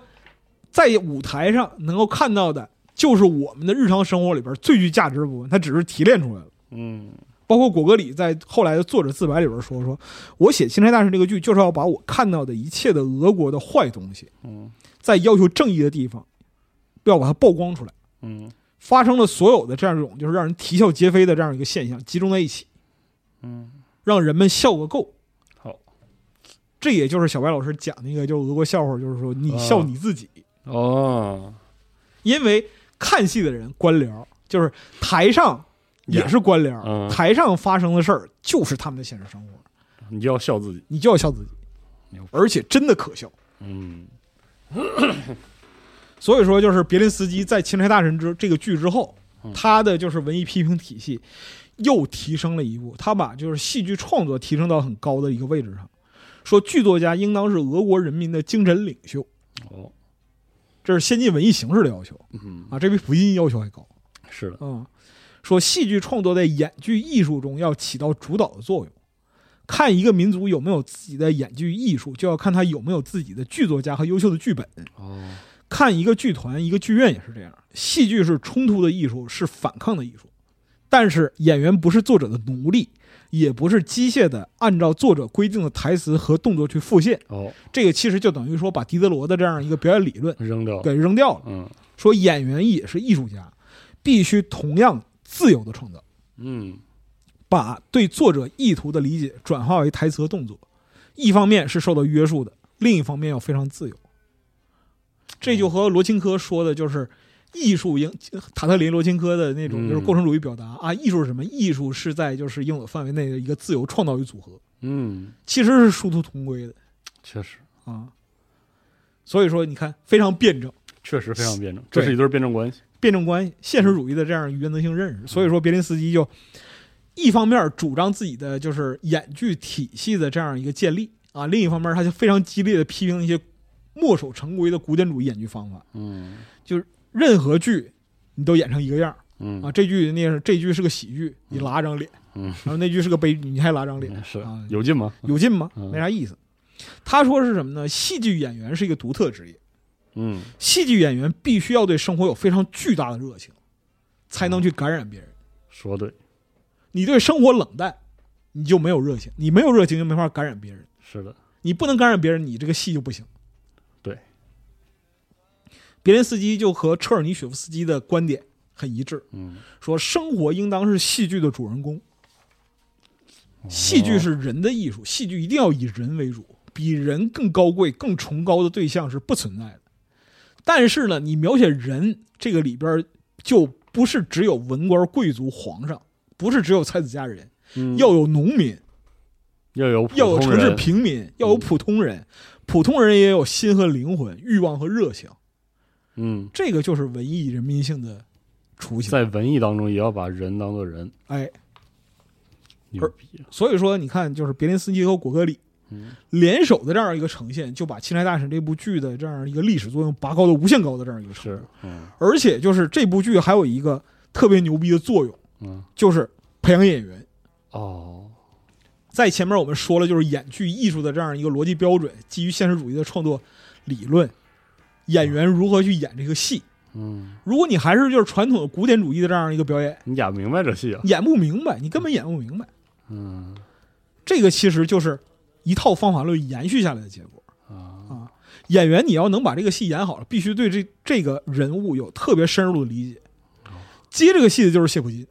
S2: 在舞台上能够看到的，就是我们的日常生活里边最具价值的部分，它只是提炼出来了。
S3: 嗯
S2: 包括果戈里在后来的作者自白里边说：“说我写《钦差大臣》这个剧，就是要把我看到的一切的俄国的坏东西，
S3: 嗯
S2: 在要求正义的地方，要把它曝光出来。”
S3: 嗯
S2: 发生了所有的这样一种就是让人啼笑皆非的这样一个现象集中在一起，
S3: 嗯，
S2: 让人们笑个够。
S3: 好
S2: 这也就是小白老师讲那个就是俄国笑话，就是说你
S3: 啊
S2: 笑你自己，
S3: 哦，
S2: 因为看戏的人官僚就是台上也是官僚，
S3: 嗯
S2: 台上发生的事儿就是他们的现实生活，
S3: 你就要笑自己，
S2: 你就要笑自己
S3: 牛逼，
S2: 而且真的可笑。
S3: 嗯
S2: 所以说，就是别林斯基在《钦差大臣之》这个剧之后，
S3: 嗯
S2: 他的就是文艺批评体系又提升了一步，他把就是戏剧创作提升到很高的一个位置上，说剧作家应当是俄国人民的精神领袖，
S3: 哦
S2: 这是先进文艺形式的要求
S3: 嗯
S2: 啊，这比普京要求还高
S3: 是的，
S2: 嗯。说戏剧创作在演剧艺术中要起到主导的作用，看一个民族有没有自己的演剧艺术，就要看他有没有自己的剧作家和优秀的剧本。
S3: 哦
S2: 看一个剧团、一个剧院也是这样，戏剧是冲突的艺术，是反抗的艺术，但是演员不是作者的奴隶，也不是机械的按照作者规定的台词和动作去复现。
S3: 哦，
S2: 这个其实就等于说把狄德罗的这样一个表演理论
S3: 扔掉，
S2: 给扔掉了，
S3: 嗯
S2: 说演员也是艺术家，必须同样自由的创造，
S3: 嗯，
S2: 把对作者意图的理解转化为台词和动作。一方面是受到约束的，另一方面要非常自由。这就和罗钦科说的就是。艺术应呃塔特林罗钦科的那种就是
S3: 嗯
S2: 过程主义表达、啊，艺术是什么？艺术是在就是应有范围内的一个自由创造与组合，
S3: 嗯，
S2: 其实是殊途同归的
S3: 确实，
S2: 啊。所以说，你看非常辩证。
S3: 确实非常辩证，
S2: 对
S3: 这是一对辩证关系。
S2: 辩证关系、现实主义的这样原则性
S3: 嗯
S2: 认识。所以说，别林斯基就一方面主张自己的就是演剧体系的这样一个建立啊，另一方面他就非常激烈的批评一些墨守成规的古典主义演剧方法，
S3: 嗯
S2: 任何剧你都演成一个样儿
S3: 嗯
S2: 啊，这剧那是这剧是个喜剧，你拉张脸，
S3: 嗯
S2: 然后那剧是个悲剧，你还拉张脸，
S3: 嗯是
S2: 啊
S3: 有劲吗？
S2: 有劲吗？
S3: 嗯
S2: 没啥意思。他说是什么呢？戏剧演员是一个独特职业，
S3: 嗯
S2: 戏剧演员必须要对生活有非常巨大的热情，才能去感染别人。
S3: 说对，
S2: 你对生活冷淡，你就没有热情，你没有热情就没法感染别人，
S3: 是的，
S2: 你不能感染别人，你这个戏就不行。
S3: 对，
S2: 别林斯基就和车尔尼雪夫斯基的观点很一致，
S3: 嗯，
S2: 说生活应当是戏剧的主人公，
S3: 哦
S2: 戏剧是人的艺术，戏剧一定要以人为主，比人更高贵、更崇高的对象是不存在的。但是呢，你描写人这个里边儿就不是只有文官、贵族、皇上，不是只有才子佳人，
S3: 嗯
S2: 要有农民，
S3: 要有普
S2: 要有
S3: 通
S2: 城市
S3: 人
S2: 平民，要有普通人，普通人也有心和灵魂、欲望和热情，
S3: 嗯，
S2: 这个就是文艺人民性的雏形。
S3: 在文艺当中也要把人当做人，
S2: 哎，
S3: 牛逼，
S2: 所以说你看，就是别林斯基和果戈里
S3: 嗯
S2: 联手的这样一个呈现，就把《钦差大臣》这部剧的这样一个历史作用拔高到无限高的这样一个程
S3: 是
S2: 度。，
S3: 嗯
S2: 而且就是这部剧还有一个特别牛逼的作用，
S3: 嗯，
S2: 就是培养演员。
S3: 哦，
S2: 在前面我们说了，就是演剧艺术的这样一个逻辑标准，基于现实主义的创作理论，演员如何去演这个戏。
S3: 嗯，
S2: 如果你还是就是传统的古典主义的这样一个表演，
S3: 你演明白这戏啊，
S2: 演不明白，你根本演不明白。
S3: 嗯
S2: 这个其实就是一套方法论延续下来的结果。
S3: 啊，
S2: 啊，演员你要能把这个戏演好了，必须对这这个人物有特别深入的理解。
S3: 哦
S2: 接这个戏的就是谢普金。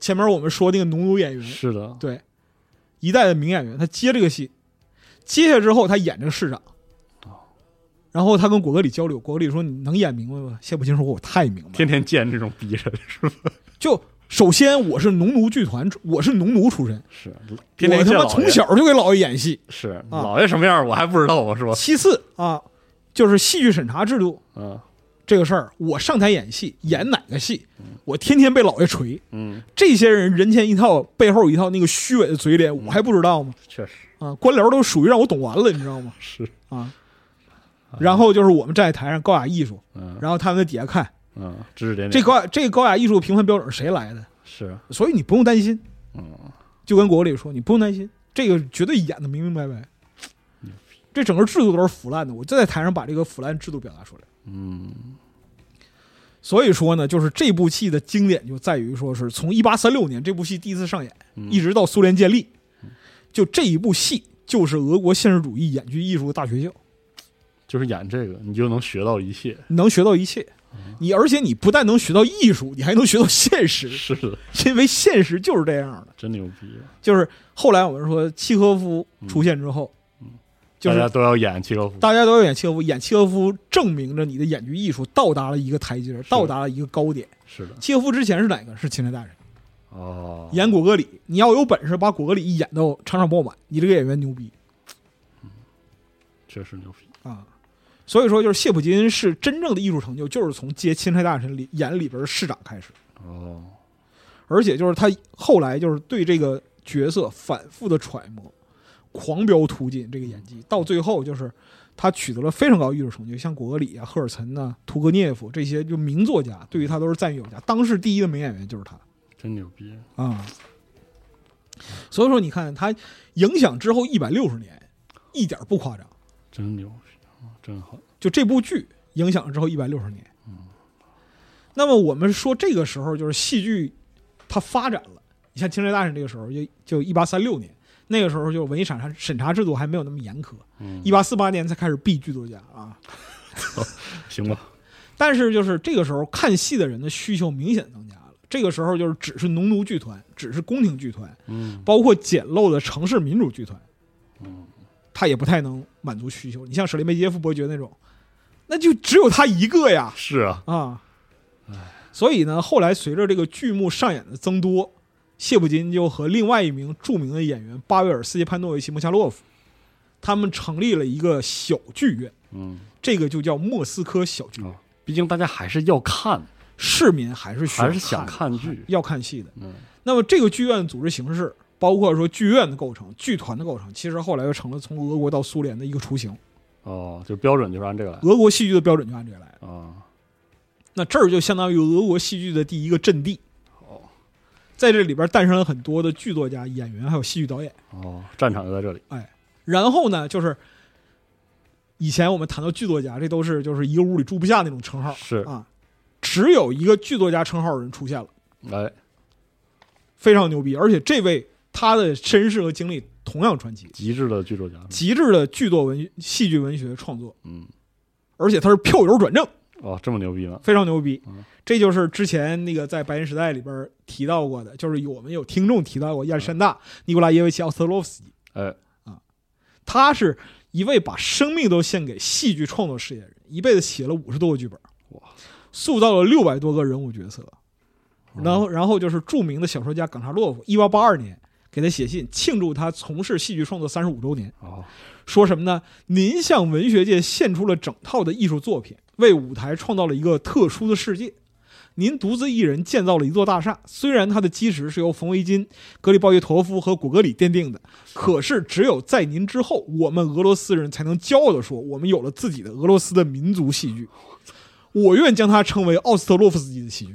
S2: 前面我们说那个农奴演员，
S3: 是的，
S2: 嗯对，一代的名演员，他接这个戏，接下之后他演这个市长，
S3: 哦
S2: 然后他跟果戈里交流，果戈里说你能演明白吗？谢普金说我太明白了，
S3: 天天见这种逼人是吧？
S2: 就首先我是农奴剧团，我是农奴出身，
S3: 是，天天
S2: 我他
S3: 见
S2: 妈
S3: 老
S2: 从
S3: 爷
S2: 小啊就给老爷演戏。
S3: 是老爷什么样我还不知道啊，是吧？
S2: 其次啊，就是戏剧审查制度，
S3: 嗯
S2: 这个事儿，我上台演戏，演哪个戏，我天天被老爷锤。
S3: 嗯，
S2: 这些人人前一套，背后一套，那个虚伪的嘴脸，
S3: 嗯
S2: 我还不知道吗？
S3: 确实
S2: 啊，官僚都属于让我懂完了，你知道吗？
S3: 是，
S2: 啊，然后就是我们站在台上高雅艺术，
S3: 嗯
S2: 然后他们在底下看
S3: 嗯，指指点
S2: 这
S3: 点，
S2: 高雅这高雅艺术评判标准是谁来的，
S3: 是，
S2: 所以你不用担心。
S3: 嗯，
S2: 就跟国里说，你不用担心，这个绝对演的明明白白。这整个制度都是腐烂的，我就在台上把这个腐烂制度表达出来。
S3: 嗯
S2: 所以说呢，就是这部戏的经典就在于说是从一八三六年这部戏第一次上演，
S3: 嗯
S2: 一直到苏联建立，就这一部戏就是俄国现实主义演剧艺术的大学校，
S3: 就是演这个，你就能学到一切。
S2: 你能学到一切。
S3: 嗯
S2: 你而且你不但能学到艺术，你还能学到现实，
S3: 是的，
S2: 因为现实就是这样的。
S3: 真牛逼！
S2: 就是后来我们说契诃夫出现之后，就
S3: 嗯大家
S2: 是
S3: 都要演契诃夫。
S2: 大家都要演契诃夫，演契诃夫证明着你的演剧艺术到达了一个台阶，到达了一个高点。
S3: 是的，
S2: 契诃夫之前是哪个？是钦差大人。
S3: 哦，
S2: 演果戈里，你要有本事把果戈里演到场场爆满，你这个演员牛逼
S3: 确实牛逼。
S2: 啊！所以说，就是谢普金是真正的艺术成就，就是从接《钦差大臣》里演里边的市长开始，
S3: 哦，
S2: 而且就是他后来就是对这个角色反复的揣摩，狂飙突进这个演技，到最后就是他取得了非常高的艺术成就，像果戈里啊、赫尔岑呐、屠格涅夫这些就名作家，对于他都是赞誉有加，当世第一的名演员就是他。
S3: 真牛逼！
S2: 啊。所以说，你看它影响之后一百六十年，一点儿不夸张。
S3: 真牛逼！真好。
S2: 就这部剧影响了之后一百六十年，那么我们说这个时候就是戏剧它发展了，你像清朝大审这个时候就就一八三六年，那个时候就文艺审查审查制度还没有那么严苛，
S3: 嗯
S2: 一，八四八年才开始毙剧作家啊。
S3: 行吧，
S2: 但是就是这个时候看戏的人的需求明显增加了，这个时候就是只是农奴剧团，只是宫廷剧团，
S3: 嗯
S2: 包括简陋的城市民主剧团，
S3: 嗯，
S2: 他也不太能满足需求。你像舍利梅耶夫伯爵那种，那就只有他一个呀
S3: 是啊，
S2: 啊！所以呢，后来随着这个剧目上演的增多，谢普金就和另外一名著名的演员巴维尔斯捷潘诺维奇·莫恰洛夫，他们成立了一个小剧院，
S3: 嗯，
S2: 这个就叫莫斯科小剧院
S3: 哦。毕竟大家还是要看，
S2: 市民还是需要
S3: 还是想
S2: 看的。
S3: 看剧，
S2: 要看戏的。
S3: 嗯
S2: 那么这个剧院的组织形式，包括说剧院的构成、剧团的构成，其实后来又成了从俄国到苏联的一个雏形。
S3: 哦，就标准就是按这个来
S2: 俄国戏剧的标准就按这个来了。
S3: 啊，
S2: 那这儿就相当于俄国戏剧的第一个阵地，
S3: 哦
S2: 在这里边诞生了很多的剧作家、演员，还有戏剧导演。
S3: 哦，战场就在这里，
S2: 然后呢，就是以前我们谈到剧作家，这都是就是一个屋里住不下那种称号
S3: 是，
S2: 啊，只有一个剧作家称号的人出现了，
S3: 哎，
S2: 非常牛逼。而且这位他的身世和经历同样传奇，
S3: 极致的剧作家，
S2: 极致的剧作文戏剧文学创作，
S3: 嗯，
S2: 而且他是票友转正，
S3: 哦，这么牛逼呢，
S2: 非常牛逼
S3: 嗯。
S2: 这就是之前那个在《白银时代》里边提到过的，就是有我们有听众提到过亚历山大·
S3: 嗯
S2: 尼古拉耶维奇·奥斯特洛夫斯基，
S3: 哎，
S2: 他是一位把生命都献给戏剧创作事业的人，一辈子写了五十多个剧本，
S3: 哇，
S2: 塑造了六百多个人物角色。
S3: 嗯
S2: 然后，然后就是著名的小说家冈察洛夫，一八八二年给他写信庆祝他从事戏剧创作三十五周年。
S3: 哦，
S2: 说什么呢？您向文学界献出了整套的艺术作品，为舞台创造了一个特殊的世界。您独自一人建造了一座大厦，虽然它的基石是由冯维金、格里鲍耶陀夫和果戈里奠定的，可是只有在您之后，我们俄罗斯人才能骄傲地说，我们有了自己的俄罗斯的民族戏剧。我愿将它称为奥斯特洛夫斯基的戏剧。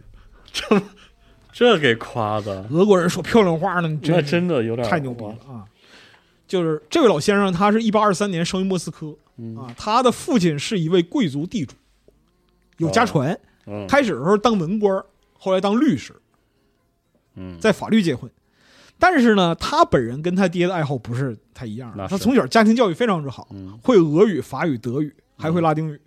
S3: 这给夸的，
S2: 俄国人说漂亮话呢，
S3: 那
S2: 真是
S3: 真的有点
S2: 太牛逼了，啊！就是这位老先生，他是一八二三年生于莫斯科
S3: 嗯
S2: 啊，他的父亲是一位贵族地主，有家传。
S3: 嗯，
S2: 开始的时候当文官儿，后来当律师，
S3: 嗯，
S2: 在法律界混。但是呢，他本人跟他爹的爱好不是太一样的
S3: 那是
S2: 他从小家庭教育非常之好，
S3: 嗯
S2: 会俄语、法语、德语，还会拉丁语。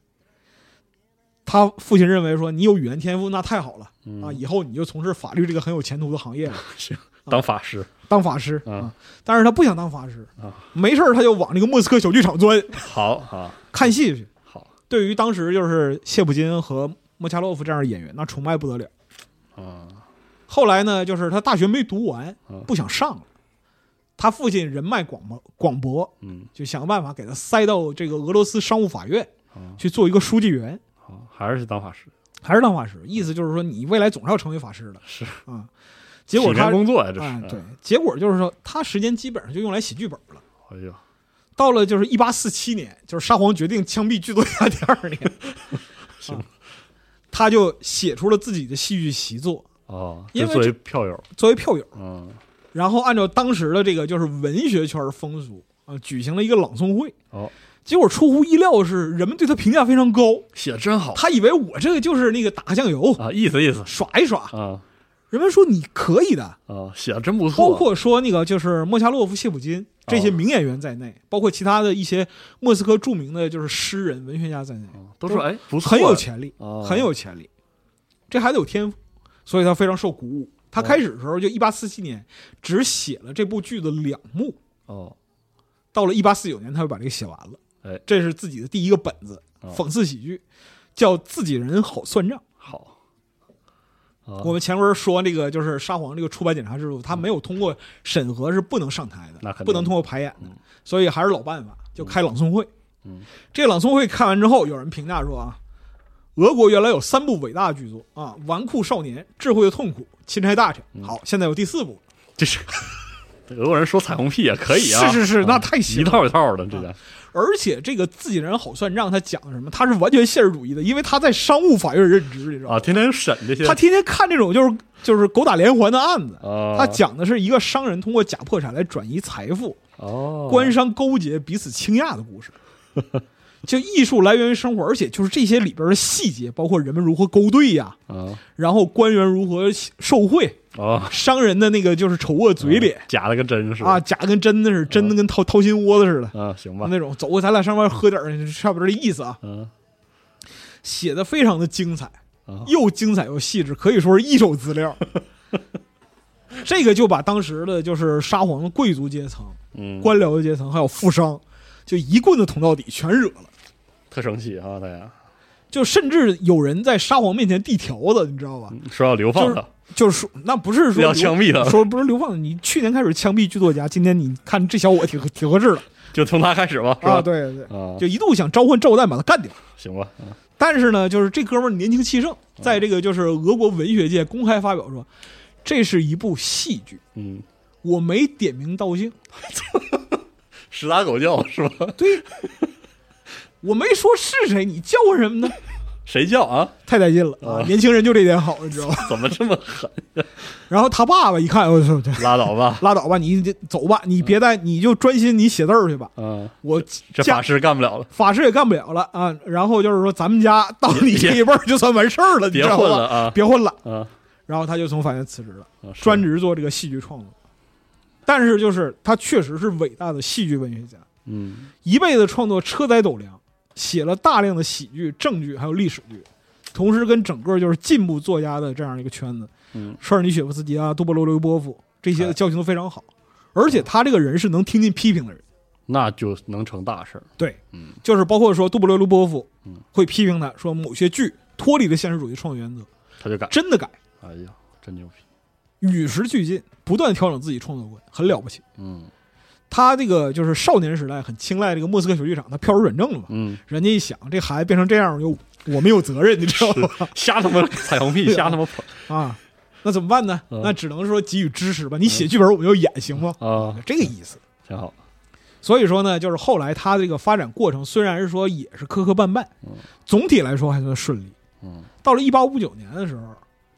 S2: 他父亲认为说你有语言天赋，那太好了
S3: 嗯
S2: 啊！以后你就从事法律这个很有前途的行业了。
S3: 当法师，
S2: 当法师
S3: 嗯
S2: 啊，但是他不想当法师
S3: 啊，
S2: 没事儿他就往这个莫斯科小剧场钻，
S3: 好
S2: 嗯
S3: 啊，
S2: 看戏去。
S3: 好
S2: 对于当时就是谢普金和莫恰洛夫这样的演员，那崇拜不得了。
S3: 啊，
S2: 后来呢，就是他大学没读完
S3: 嗯，
S2: 不想上了，他父亲人脉广博广博，
S3: 嗯，
S2: 就想办法给他塞到这个俄罗斯商务法院
S3: 嗯
S2: 去做一个书记员。
S3: 好，啊还是去当法师，
S2: 还是当法师，意思就是说你未来总是要成为法师的。
S3: 是
S2: 啊，结果
S3: 体
S2: 他
S3: 面工作呀，这
S2: 哎
S3: 是，嗯啊
S2: 对，结果就是说他时间基本上就用来写剧本了。
S3: 哎呦，
S2: 到了就是一八四七年，就是沙皇决定枪毙剧作家第二年，
S3: [LAUGHS] 行
S2: 啊他就写出了自己的戏剧习作
S3: 哦，
S2: 因
S3: 就
S2: 为
S3: 作
S2: 这
S3: 为票友，
S2: 作为票友，
S3: 嗯，
S2: 然后按照当时的这个就是文学圈风俗啊，举行了一个朗诵会。
S3: 哦，
S2: 结果出乎意料是人们对他评价非常高，
S3: 写真好
S2: 他以为我这个就是那个打个酱油、
S3: 啊，意思意思
S2: 耍一耍，
S3: 啊
S2: 人们说你可以的。
S3: 啊，写的真不错，啊
S2: 包括说那个就是莫恰洛夫、谢普金这些名演员在内，包括其他的一些莫斯科著名的就是诗人、文学家在内，
S3: 啊都说哎不错，
S2: 很有潜力，
S3: 哦
S2: 很有潜力。这孩子有天赋，所以他非常受鼓舞。
S3: 哦
S2: 他开始的时候就一八四七年只写了这部剧的两幕，
S3: 哦，
S2: 到了一八四九年他就把这个写完了。
S3: 哎
S2: 这是自己的第一个本子，
S3: 哦
S2: 讽刺喜剧，叫《自己人好算账》。
S3: 好，啊
S2: 我
S3: 我
S2: 们前文说那个就是沙皇这个出版检查制度，他没有通过审核是不能上台
S3: 嗯那
S2: 的
S3: 肯，定
S2: 不能通过排演的，所以还是老办法，就开朗诵会。
S3: 嗯，
S2: 这朗诵会看完之后，有人评价说啊，俄国原来有三部伟大的剧作啊，《纨绔少年》《智慧的痛苦》《钦差大臣》。
S3: 嗯
S2: 好，现在有第四部，
S3: 这是 [LAUGHS] 俄国人说彩虹屁也可以啊，
S2: 是是是
S3: 啊
S2: 那太行嗯
S3: 一套一套的，这家
S2: 而且这个自己人好算账，他讲什么？他是完全现实主义的，因为他在商务法院任职，你知道吗？
S3: 啊，天天审这些，
S2: 他天天看这种就是就是狗打连环的案子。
S3: 啊，
S2: 他讲的是一个商人通过假破产来转移财富，
S3: 哦，
S2: 官商勾结、彼此倾轧的故事。 [LAUGHS] 就艺术来源于生活，而且就是这些里边的细节，包括人们如何勾兑呀、
S3: 啊
S2: 然后官员如何受贿，
S3: 啊，
S2: 商人的那个就是丑恶嘴脸、
S3: 假的跟真似的
S2: 啊，假跟真的是
S3: 嗯
S2: 真的跟掏掏心窝子似的、
S3: 啊，行吧，
S2: 那种。走，咱俩上外喝点儿，差不多这意思啊。
S3: 嗯
S2: 写的非常的精彩，
S3: 啊
S2: 又精彩又细致，可以说是一手资料。 [LAUGHS] 这个就把当时的就是沙皇的贵族阶层、
S3: 嗯，
S2: 官僚阶层还有富商，就一棍子捅到底，全惹了。
S3: 特生气啊，大家
S2: 就甚至有人在沙皇面前递条子，你知道吧？
S3: 说要流放他，
S2: 就是说，那不是说
S3: 要
S2: 流
S3: 嗯枪毙他
S2: 说不是流放。你去年开始枪毙剧作家，今天你看这小伙挺挺合适的
S3: 就从他开始吧，是吧？
S2: 啊！对对，
S3: 啊，
S2: 就一度想召唤赵旦把他干掉，
S3: 行吧，啊
S2: 但是呢，就是这哥们儿年轻气盛，
S3: 嗯
S2: 在这个就是俄国文学界公开发表说，这是一部戏剧，
S3: 嗯，
S2: 我没点名道姓，
S3: 十打狗叫是吧？
S2: 对，我没说是谁，你叫我什么
S3: [LAUGHS]
S2: 呢？
S3: 谁叫啊？
S2: 太带劲了啊！年轻人就这点好，你知道吧？
S3: 怎么这么狠？
S2: 然后他爸爸一看，我操，这
S3: [LAUGHS] 拉倒 [LAUGHS] 吧，
S2: 拉倒吧，你这走吧，你别再，你就专心你写字儿去吧。
S3: 嗯，
S2: 我
S3: 这
S2: 家
S3: 法师干不了了，
S2: 法师也干不了了啊。然后就是说，咱们家到你
S3: 别
S2: 这一辈儿就算完事儿了，你
S3: 别
S2: 知道
S3: 混了
S2: 吧？
S3: 啊
S2: 别混了。
S3: 啊！
S2: 然后他就从法院辞职了，
S3: 啊是
S2: 专职做这个戏剧创作。但是就是他确实是伟大的戏剧文学家，
S3: 嗯，
S2: 一辈子创作车载斗量，写了大量的喜剧、正剧还有历史剧，同时跟整个就是进步作家的这样一个圈子，
S3: 嗯，哎
S2: 舍尔尼雪夫斯基啊、多波罗留波夫这些的交情都非常好，而且他这个人是能听进批评的人，
S3: 那就能成大事儿。
S2: 对，
S3: 嗯
S2: 就是包括说多波罗留波夫
S3: 嗯
S2: 会批评他说某些剧脱离了现实主义创作原则，
S3: 他就敢，
S2: 真的改，
S3: 哎呀，真牛逼！
S2: 与时俱进，不断调整自己创作观，很了不起。
S3: 嗯
S2: 他这个就是少年时代很青睐这个莫斯科小剧场，他票如转正了嘛，
S3: 嗯，
S2: 人家一想这孩子变成这样，有我们有责任，你知道吗？
S3: 瞎他 [LAUGHS] 妈彩虹屁，瞎他妈捧
S2: [LAUGHS] 啊，那怎么办呢？
S3: 嗯
S2: 那只能说给予支持吧。你写剧本我们就演，行吗？
S3: [LAUGHS] 啊，
S2: 这个意思。
S3: 挺好。
S2: 所以说呢，就是后来他这个发展过程虽然是说也是磕磕绊绊，总体来说还算顺利。
S3: 嗯
S2: 到了一八五九年的时候，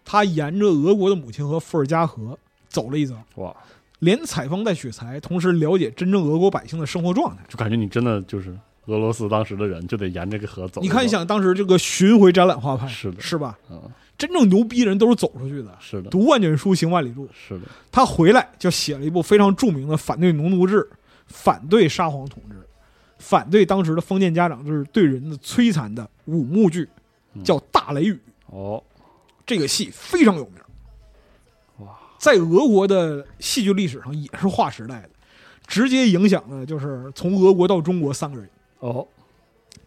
S2: 他沿着俄国的母亲河伏尔加河走了一遭，
S3: 哇，
S2: 连采风带取材，同时了解真正俄国百姓的生活状态。
S3: 就感觉你真的就是俄罗斯当时的人，就得沿这个河走。
S2: 你看，你，想当时这个巡回展览画派
S3: 是的
S2: 是吧？
S3: 嗯，
S2: 真正牛逼人都是走出去的，
S3: 是的，
S2: 读万卷书，行万里路。
S3: 是的，
S2: 他回来就写了一部非常著名的反对农奴制、反对沙皇统治、反对当时的封建家长就是对人的摧残的五幕剧，叫《大雷雨》。
S3: 哦，
S2: 这个戏非常有名，
S3: 哇，
S2: 在俄国的戏剧历史上也是划时代的，直接影响了就是从俄国到中国三个人。
S3: 哦，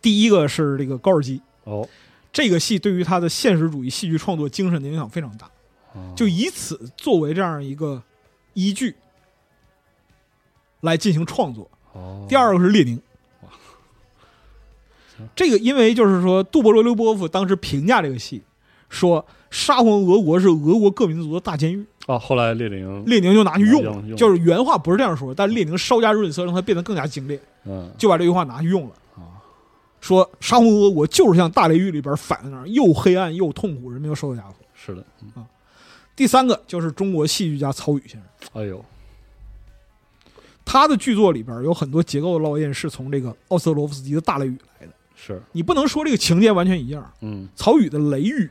S2: 第一个是这个高尔基，
S3: 哦，
S2: 这个戏对于他的现实主义戏剧创作精神的影响非常大，
S3: 哦
S2: 就以此作为这样一个依据来进行创作。
S3: 哦，
S2: 第，二个是列宁
S3: 行，
S2: 这个因为就是说杜勃罗留波夫当时评价这个戏，说沙皇俄国是俄国各民族的大监狱，
S3: 哦，后来列宁，
S2: 列宁就嗯拿去用
S3: 用
S2: 了，
S3: 用
S2: 就是原话不是这样说，但列宁稍加润色，让它变得更加精炼，
S3: 嗯，
S2: 就把这句话拿去用了
S3: 啊。
S2: 说沙皇俄国就是像大雷狱里边反的那样，又黑暗又痛苦，人民又受到压迫。
S3: 是的，嗯
S2: 第三个就是中国戏剧家曹禺先生，
S3: 哎呦，
S2: 他的剧作里边有很多结构的烙印是从这个奥斯特罗夫斯基的《大雷雨》来的。
S3: 是，
S2: 你不能说这个情节完全一样，
S3: 嗯，
S2: 曹禺的《雷雨》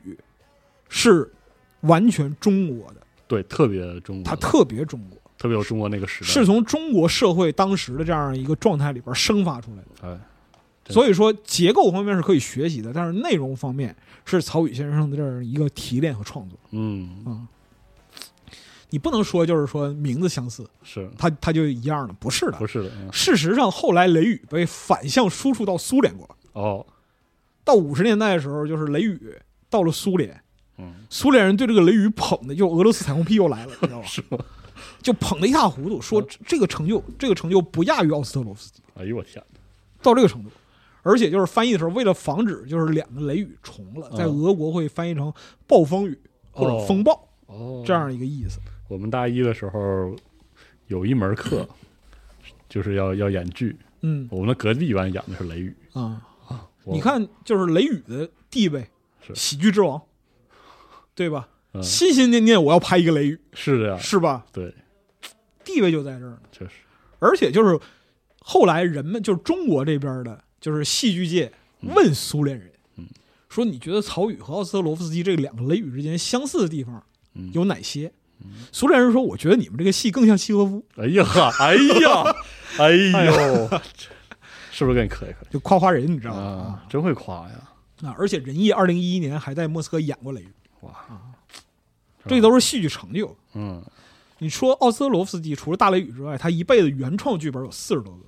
S2: 是完全中国的，
S3: 对，特别中国
S2: 它
S3: 的，
S2: 特别中国，
S3: 特别有中国那个时代，
S2: 是从中国社会当时的这样一个状态里边生发出来的。
S3: 哎，对
S2: 所以说，结构方面是可以学习的，但是内容方面是曹禺先生的这样一个提炼和创作。
S3: 嗯，
S2: 你不能说就是说名字相似，
S3: 是，
S2: 它它就一样的，不是的
S3: 不。是的，嗯，
S2: 事实上，后来《雷雨》被反向输出到苏联国，
S3: 哦，
S2: 到五十年代的时候，就是雷雨到了苏联，
S3: 嗯，
S2: 苏联人对这个雷雨捧的，就俄罗斯彩虹屁又来了，你知道吧？
S3: 是嗯吗？
S2: 就捧得一塌糊涂，说这这个成就，这个成就不亚于奥斯特洛夫斯基，
S3: 哎呦我天，
S2: 到这个程度。而且就是翻译的时候，为了防止就是两个雷雨重了，在
S3: 嗯
S2: 俄国会翻译成暴风雨或者风暴
S3: 哦，
S2: 这样一个意思。
S3: 我们大一的时候有一门课，就是要要演剧，
S2: 嗯
S3: 我们的隔壁班演的是《雷雨
S2: 啊，》
S3: 我，
S2: 你看就是雷雨的地位，
S3: 是
S2: 喜剧之王，对吧？
S3: 嗯哎
S2: 心心念念我要拍一个雷雨，
S3: 是的呀，
S2: 是吧？
S3: 对，
S2: 地位就在这儿呢。
S3: 确实，
S2: 而且就是后来人们就是中国这边的，就是戏剧界问苏联人，
S3: 嗯
S2: 说你觉得曹禺和奥斯特罗夫斯基这两个《雷雨》之间相似的地方
S3: 嗯
S2: 有哪些？苏联人说，我觉得你们这个戏更像契诃夫，
S3: 哎呀，哎
S2: [LAUGHS]
S3: 呀，哎呦，是不是给你磕一磕？
S2: 就夸夸人，你知道吗？
S3: 啊，真会夸呀！
S2: 啊，而且仁义二零一一年还在莫斯科演过《雷雨》，啊
S3: 哇，
S2: 这都是戏剧成就。
S3: 嗯，
S2: 你说奥斯特罗夫斯基除了《大雷雨》之外，他一辈子原创剧本有四十多个，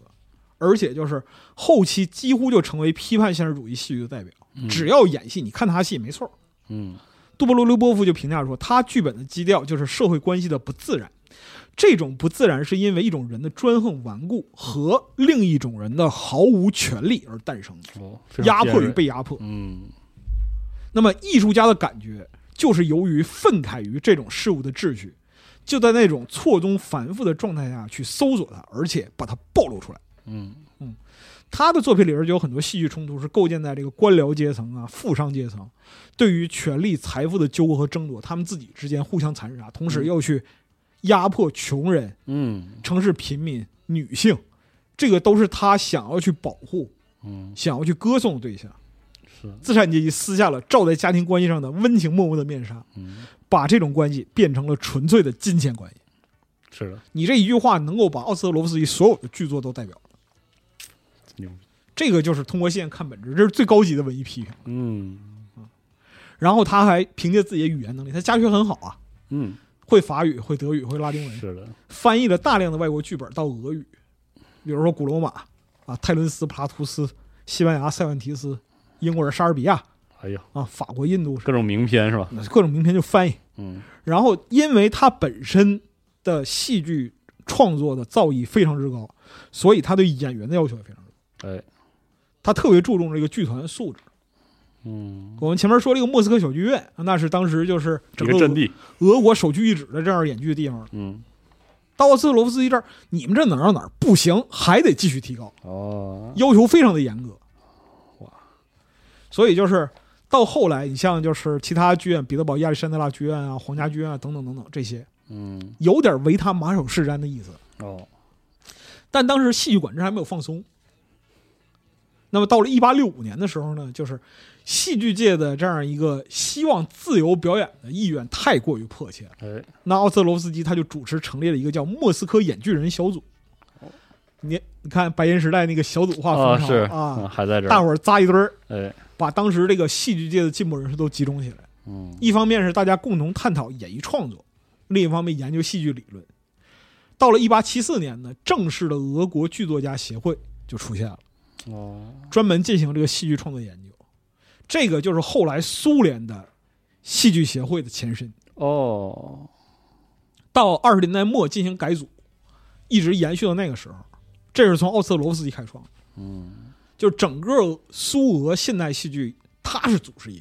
S2: 而且就是后期几乎就成为批判现实主义戏剧的代表。只要演戏，你看他戏没错。
S3: 嗯，
S2: 杜波罗留波夫就评价说，他剧本的基调就是社会关系的不自然。这种不自然是因为一种人的专横顽固和另一种人的毫无权利而诞生的，
S3: 哦非常
S2: 压迫
S3: 尖
S2: 与
S3: 锐
S2: 被压迫。
S3: 嗯
S2: 那么艺术家的感觉，就是由于愤慨于这种事物的秩序，就在那种错综繁复的状态下去搜索它，而且把它暴露出来。
S3: 嗯
S2: 他的作品里边就有很多戏剧冲突是构建在这个官僚阶层啊、富商阶层对于权力、财富的纠葛和争夺，他们自己之间互相残杀，同时又去压迫穷人、
S3: 嗯
S2: 城市贫民、女性，这个都是他想要去保护、
S3: 嗯，
S2: 想要去歌颂的对象。
S3: 是，
S2: 资产阶级撕下了罩在家庭关系上的温情脉脉的面纱，
S3: 嗯
S2: 把这种关系变成了纯粹的金钱关系。
S3: 是的，
S2: 你这一句话能够把奥斯特罗夫斯基所有的剧作都代表了，
S3: 牛逼，
S2: 这个就是通过线看本质，这是最高级的文艺批评。
S3: 嗯
S2: 然后他还凭借自己的语言能力，他家学很好啊，
S3: 嗯，
S2: 会法语、会德语、会拉丁文，
S3: 是的，
S2: 翻译了大量的外国剧本到俄语，比如说古罗马啊、泰伦斯、柏拉图斯、西班牙塞万提斯、英国人莎士比亚
S3: 哎呀，
S2: 啊、法国、印度
S3: 各种名片是吧？
S2: 各种名片就翻译。
S3: 嗯
S2: 然后因为他本身的戏剧创作的造诣非常之高，所以他对演员的要求也非常高。
S3: 哎，
S2: 他特别注重这个剧团的素质。
S3: 嗯，
S2: 我们前面说这个莫斯科小剧院，那是当时就是
S3: 一
S2: 整
S3: 个
S2: 个
S3: 阵地，
S2: 俄国首屈一指的这样演剧的地方。
S3: 嗯
S2: 到奥斯特罗夫斯基这儿，你们这哪儿到哪儿不行，还得继续提高，
S3: 哦，
S2: 要求非常的严格。
S3: 哇！
S2: 所以就是到后来，你像就是其他剧院，彼得堡亚历山大大剧院啊、皇家剧院啊等等等等这些，
S3: 嗯
S2: 有点为他马首是瞻的意思。
S3: 哦，
S2: 但当时戏剧管制还没有放松。那么到了一八六五年的时候呢，就是戏剧界的这样一个希望自由表演的意愿太过于迫切了。
S3: 哎，
S2: 那奥斯特罗夫斯基他就主持成立了一个叫莫斯科演剧人小组。你你看白银时代那个小组化
S3: 哦啊
S2: 风潮
S3: 是嗯
S2: 啊，
S3: 还在这
S2: 大
S3: 儿，
S2: 伙儿扎一堆儿，
S3: 哎，
S2: 把当时这个戏剧界的进步人士都集中起来。
S3: 嗯
S2: 一方面是大家共同探讨演绎创作，另一方面研究戏剧理论。到了一八七四年呢，正式的俄国剧作家协会就出现了，
S3: 哦，
S2: 专门进行这个戏剧创作研究。这个就是后来苏联的戏剧协会的前身。
S3: 哦，
S2: 到二十年代末进行改组，一直延续到那个时候。这是从奥斯特罗夫斯基开创的，
S3: 嗯，
S2: 就整个苏俄现代戏剧，他是祖师爷。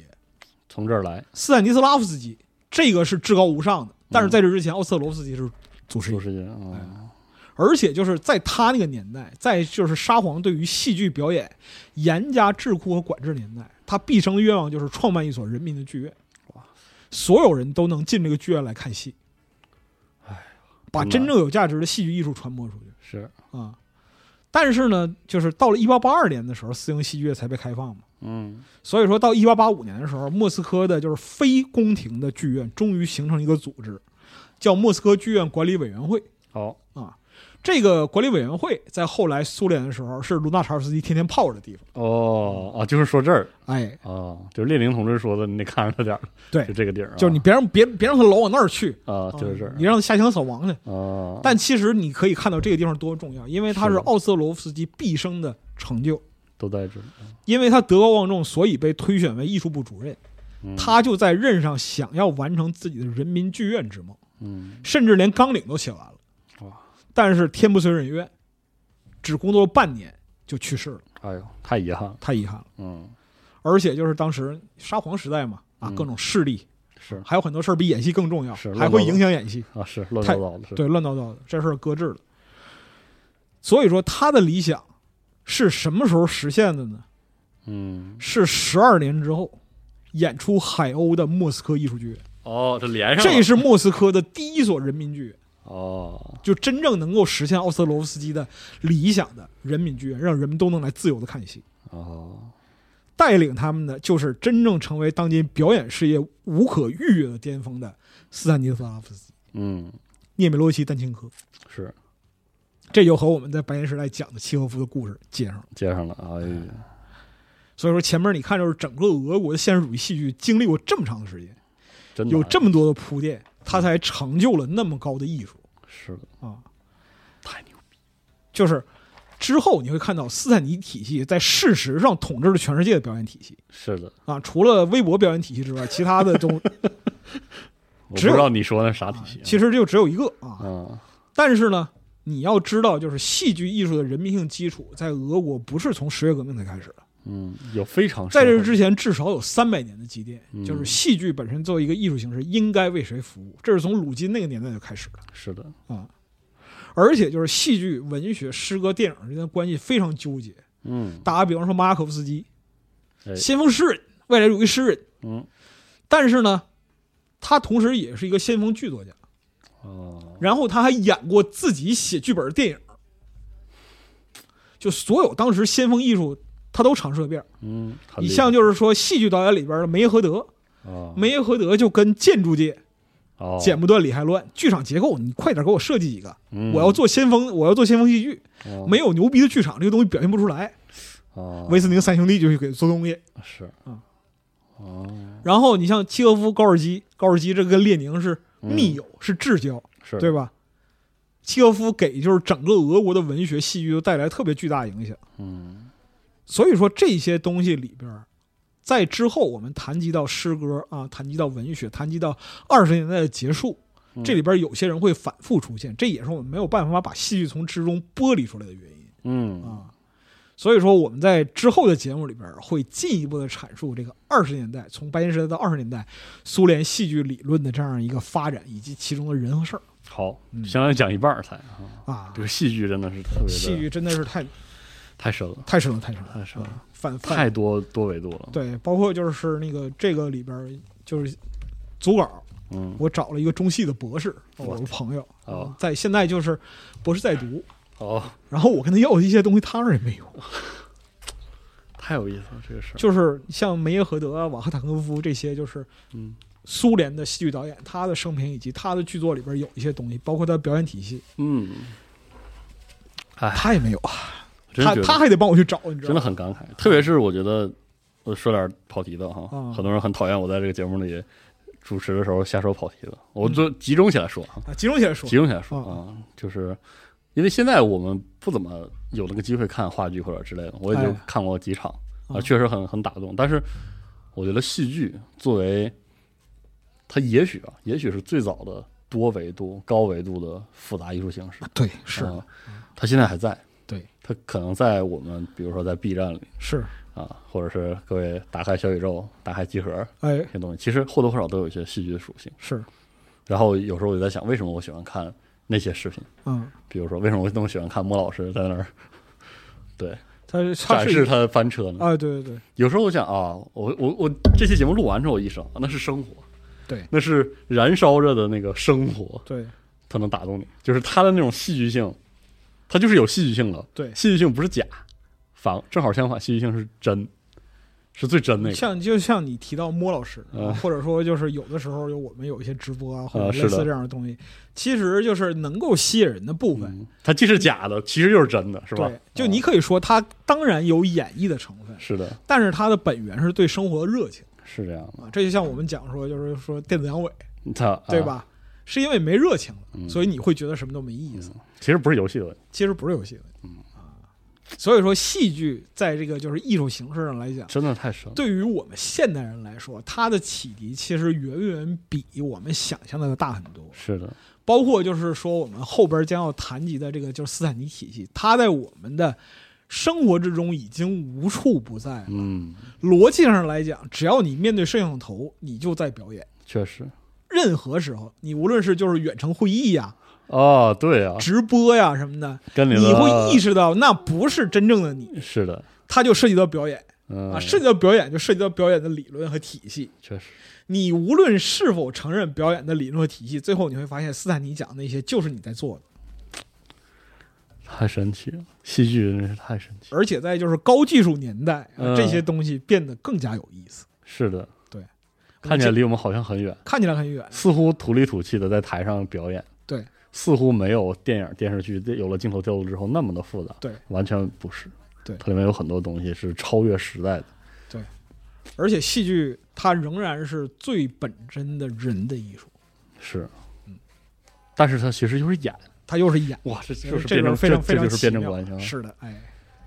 S3: 从这儿来，
S2: 斯坦尼斯拉夫斯基这个是至高无上的，但是在这之前，奥斯特罗夫斯基是嗯祖师爷
S3: 舒。适音啊，
S2: 而且就是在他那个年代，在就是沙皇对于戏剧表演严加桎梏和管制年代，他毕生的愿望就是创办一所人民的剧院，所有人都能进这个剧院来看戏，把
S3: 真
S2: 哎真
S3: 难
S2: 正有价值的戏剧艺术传播出去
S3: 是，
S2: 啊、但是呢，就是到了一八八二年的时候，私营戏剧业才被开放嘛，
S3: 嗯
S2: 所以说到一八八五年的时候，莫斯科的就是非宫廷的剧院终于形成一个组织，叫莫斯科剧院管理委员会。
S3: 好，
S2: 这个管理委员会在后来苏联的时候是卢纳查尔斯基天天泡着的地方。
S3: 哦啊，就是说这儿
S2: 哎，
S3: 啊，就是列宁同志说的，你得看着他点儿，
S2: 对
S3: 就，这个地儿啊，
S2: 就是你别让别别让他老往那儿去，嗯
S3: 啊，就是这儿
S2: 你让他下乡扫盲去。
S3: 啊，
S2: 但其实你可以看到这个地方多重要，因为他是
S3: 是
S2: 奥斯特罗夫斯基毕生的成就，
S3: 都在这儿，
S2: 因为他德高望重，所以被推选为艺术部主任。
S3: 嗯
S2: 他就在任上想要完成自己的人民剧院之梦，
S3: 嗯
S2: 甚至连纲领都写完了
S3: 哇。
S2: 但是天不遂人愿，只工作了半年就去世了，
S3: 哎呦，太遗憾了，
S2: 太遗憾了。
S3: 嗯，
S2: 而且就是当时沙皇时代嘛，啊，
S3: 嗯
S2: 各种势力，
S3: 是
S2: 还有很多事儿比演戏更重要，
S3: 是
S2: 还会影响演戏，
S3: 啊，是乱
S2: 太
S3: 糟糟的，是，
S2: 对，乱糟糟的，这事儿搁置了。所以说，他的理想是什么时候实现的呢？
S3: 嗯，
S2: 是十二年之后，演出海鸥的莫斯科艺术剧院，
S3: 哦，这连上了，
S2: 这是莫斯科的第一所人民剧院，
S3: 哦，
S2: 就真正能够实现奥斯特罗夫斯基的理想的人民剧院，让人们都能来自由的看戏。
S3: 哦，
S2: 带领他们的就是真正成为当今表演事业无可逾越的巅峰的斯坦尼斯拉夫斯基、
S3: 嗯，
S2: 涅米罗维奇·丹青科。
S3: 是
S2: 这就和我们在白银时代讲的契诃夫的故事接上了。
S3: 接上了，哎呀，
S2: 所以说前面你看，就是整个俄国的现实主义戏剧经历过这么长的时间，
S3: 真的啊
S2: 有这么多的铺垫，它才成就了那么高的艺术
S3: 是的，
S2: 啊。
S3: 太牛逼，
S2: 就是之后你会看到斯坦尼体系在事实上统治了全世界的表演体系
S3: 是的，
S2: 啊，除了微博表演体系之外，其他的都
S3: 我不
S2: 只
S3: 知
S2: 有，
S3: 道你说那啥体系
S2: 其实就只有一个啊。
S3: 嗯，
S2: 但是呢，你要知道，就是戏剧艺术的人民性基础，在俄国不是从十月革命才开始的，
S3: 嗯，有非常
S2: 在这
S3: 深厚
S2: 之前至少有三百年的积淀。
S3: 嗯
S2: 就是戏剧本身作为一个艺术形式，应该为谁服务，这是从鲁金那个年代就开始了。
S3: 是的，
S2: 而且就是戏剧、文学、诗歌、电影之间的关系非常纠结。
S3: 嗯，
S2: 打个比方说，马可夫斯基，
S3: 哎
S2: 先锋诗人、未来主义诗人，
S3: 嗯，
S2: 但是呢，他同时也是一个先锋剧作家，
S3: 哦，
S2: 然后他还演过自己写剧本的电影，就所有当时先锋艺术他都尝试了遍儿。
S3: 嗯，很
S2: 你
S3: 厉
S2: 像
S3: 害
S2: 就是说戏剧导演里边的梅耶荷德，
S3: 哦
S2: 梅耶荷德就跟建筑界
S3: 哦，
S2: 剪不断理还乱，剧场结构你快点给我设计几个，
S3: 嗯
S2: 我要做先锋，我要做先锋戏剧，
S3: 哦
S2: 没有牛逼的剧场这个东西表现不出来。
S3: 哦
S2: 威斯宁三兄弟就去给做东西，
S3: 是
S2: 嗯
S3: 哦
S2: 然后你像契诃夫、高尔基，高尔基这跟列宁是密友，
S3: 嗯
S2: 是至交，
S3: 是
S2: 对吧？契诃夫给就是整个俄国的文学、戏剧都带来特别巨大影响。
S3: 嗯
S2: 所以说这些东西里边儿，在之后我们谈及到诗歌啊，谈及到文学，谈及到二十年代的结束，
S3: 嗯
S2: 这里边有些人会反复出现，这也是我们没有办法把戏剧从之中剥离出来的原因
S3: 嗯
S2: 啊。所以说我们在之后的节目里边儿会进一步的阐述这个二十年代，从白银时代到二十年代苏联戏剧理论的这样一个发展，以及其中的人和事儿
S3: 好
S2: 嗯，
S3: 相当于讲一半儿才啊。
S2: 啊
S3: 这。个戏剧真的是特别的
S2: 戏剧真的是太
S3: 太深了，
S2: 太深了，太深了，
S3: 太深了
S2: 啊反反
S3: 太多多维度了。
S2: 对，包括就是那个这个里边儿就是组稿，
S3: 嗯，
S2: 我找了一个中戏的博士，我
S3: 我
S2: 的朋友，嗯
S3: 哦
S2: 在现在就是博士在读，
S3: 哦，
S2: 然后我跟他要的一些东西，他那儿也没有，
S3: 嗯太有意思了，这个事儿。
S2: 就是像梅耶荷德啊、瓦赫塔科夫这些，就是
S3: 嗯
S2: 苏联的戏剧导演，他的生平以及他的剧作里边有一些东西，包括他的表演体系，
S3: 嗯，哎，
S2: 他也没有啊，
S3: 真
S2: 他
S3: 觉
S2: 他
S3: 得
S2: 还得帮我去找，你知道
S3: 真的
S2: 吗？
S3: 很感慨，特别是我觉得，我说点儿跑题的哈，
S2: 啊
S3: 很多人很讨厌我在这个节目里主持的时候瞎说跑题的，我就集中起来说啊。
S2: 啊，集中起来嗯说
S3: 集，中起来说
S2: 啊
S3: 啊，就是因为现在我们不怎么有那个机会看话剧或者之类的，我也就
S2: 哎
S3: 看过几场
S2: 啊
S3: 啊，确实很很打动。但是我觉得戏剧作为它也许啊，也许是最早的多维度、高维度的复杂艺术形式，
S2: 对，是
S3: 啊，它现在还在，
S2: 对，
S3: 它可能在我们比如说在 B 站里
S2: 是，
S3: 啊，或者是各位打开小宇宙、打开集合
S2: 哎
S3: 这，些东西，其实或多或少都有一些戏剧的属性。
S2: 是，
S3: 然后有时候我就在想，为什么我喜欢看那些视频？
S2: 嗯，
S3: 比如说，为什么我那么喜欢看莫老师在那儿对
S2: 他他
S3: 展
S2: 是
S3: 示他的翻车呢？
S2: 啊，对对对
S3: 有时候我想啊，我我我这期节目录完之后，我意识到啊那是生活，
S2: 对
S3: 那是燃烧着的那个生活，
S2: 对
S3: 它能打动你，就是它的那种戏剧性，它就是有戏剧性的。
S2: 对
S3: 戏剧性不是假，反正好相反，戏剧性是真，是最真那个。
S2: 像就像你提到莫老师，
S3: 嗯
S2: 或者说就是有的时候有我们有一些直播啊，或者
S3: 啊
S2: 类
S3: 是
S2: 似
S3: 的
S2: 这样的东西，其实就是能够吸引人的部分，
S3: 嗯它既是假的，其实又是真的，是吧啊
S2: 对？，就你可以说它当然有演绎的成分
S3: 嗯，是的，
S2: 但是它的本源是对生活的热情
S3: 是这样的，
S2: 啊，这就像我们讲说就是说电子阳痿，
S3: 它
S2: 对？
S3: 啊
S2: 吧？是因为没热情了，
S3: 嗯
S2: 所以你会觉得什么都没意思，
S3: 其实不是游戏的问题，
S2: 其实不是游戏的，啊，
S3: 嗯
S2: 所以说戏剧在这个就是艺术形式上来讲。
S3: 真的太深了。
S2: 对于我们现代人来说，它的启迪其实远远比我们想象的要大很多。
S3: 是的，
S2: 包括就是说我们后边将要谈及的这个就是斯坦尼体系，它在我们的生活之中已经无处不在了。
S3: 嗯，
S2: 逻辑上来讲，只要你面对摄像头，你就在表演。
S3: 确实。
S2: 任何时候，你无论是就是远程会议呀、
S3: 哦，对啊，
S2: 直播呀、什么的，
S3: 跟
S2: 你会意
S3: 识
S2: 识到那不是真正的你，
S3: 是的，
S2: 它就涉及到表演
S3: 嗯，
S2: 啊，涉及到表演就涉及到表演的理论和体系。
S3: 确实
S2: 你无论是否承认表演的理论和体系，最后你会发现斯坦尼讲的那些就是你在做的。
S3: 太神奇了，戏剧真是太神奇了。
S2: 而且在就是高技术年代，啊
S3: 嗯
S2: 这些东西变得更加有意思。
S3: 是的，
S2: 对，
S3: 看起来离我们好像很远，
S2: 看起来很远，
S3: 似乎土里土气的在台上表演，
S2: 对，
S3: 似乎没有电影电视剧有了镜头调度之后那么的复杂，
S2: 对，
S3: 完全不是。
S2: 对
S3: 它里面有很多东西是超越时代的，
S2: 而且戏剧它仍然是最本真的人的艺术，
S3: 是，嗯但是它其实就是演，
S2: 它又是演，
S3: 哇，这就是
S2: 这
S3: 辩
S2: 个
S3: 证，
S2: 非常
S3: 这
S2: 非常
S3: 这就是辩
S2: 奇
S3: 证
S2: 妙
S3: 关系啊。
S2: 是的，哎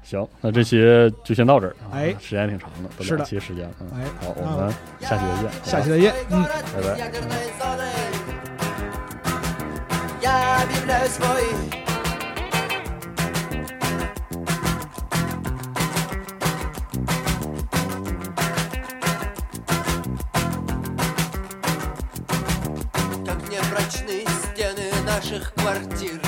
S3: 行，那这期就先到这儿，啊
S2: 哎
S3: 时间挺长的，都
S2: 是的
S3: 两期时间了，嗯
S2: 哎，
S3: 好，我
S2: 那
S3: 们下期再见，好吧
S2: 下期再见，嗯。
S3: 拜拜。
S6: ядерной зоны. Я объявляю свой Как непрочны стены наших квартир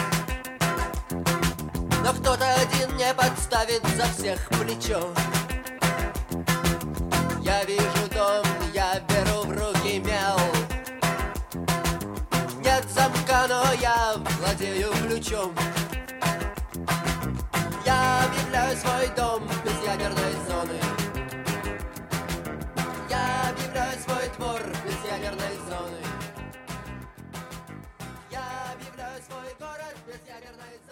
S6: Но кто-то один не подставит за всех плечо я вижу дом, я беру в руки мел Нет замка, но я владею ключом Я объявляю свой дом без ядерной зоны Я объявляю свой двор без ядерной зоны Я объявляю свой город без ядерной зоны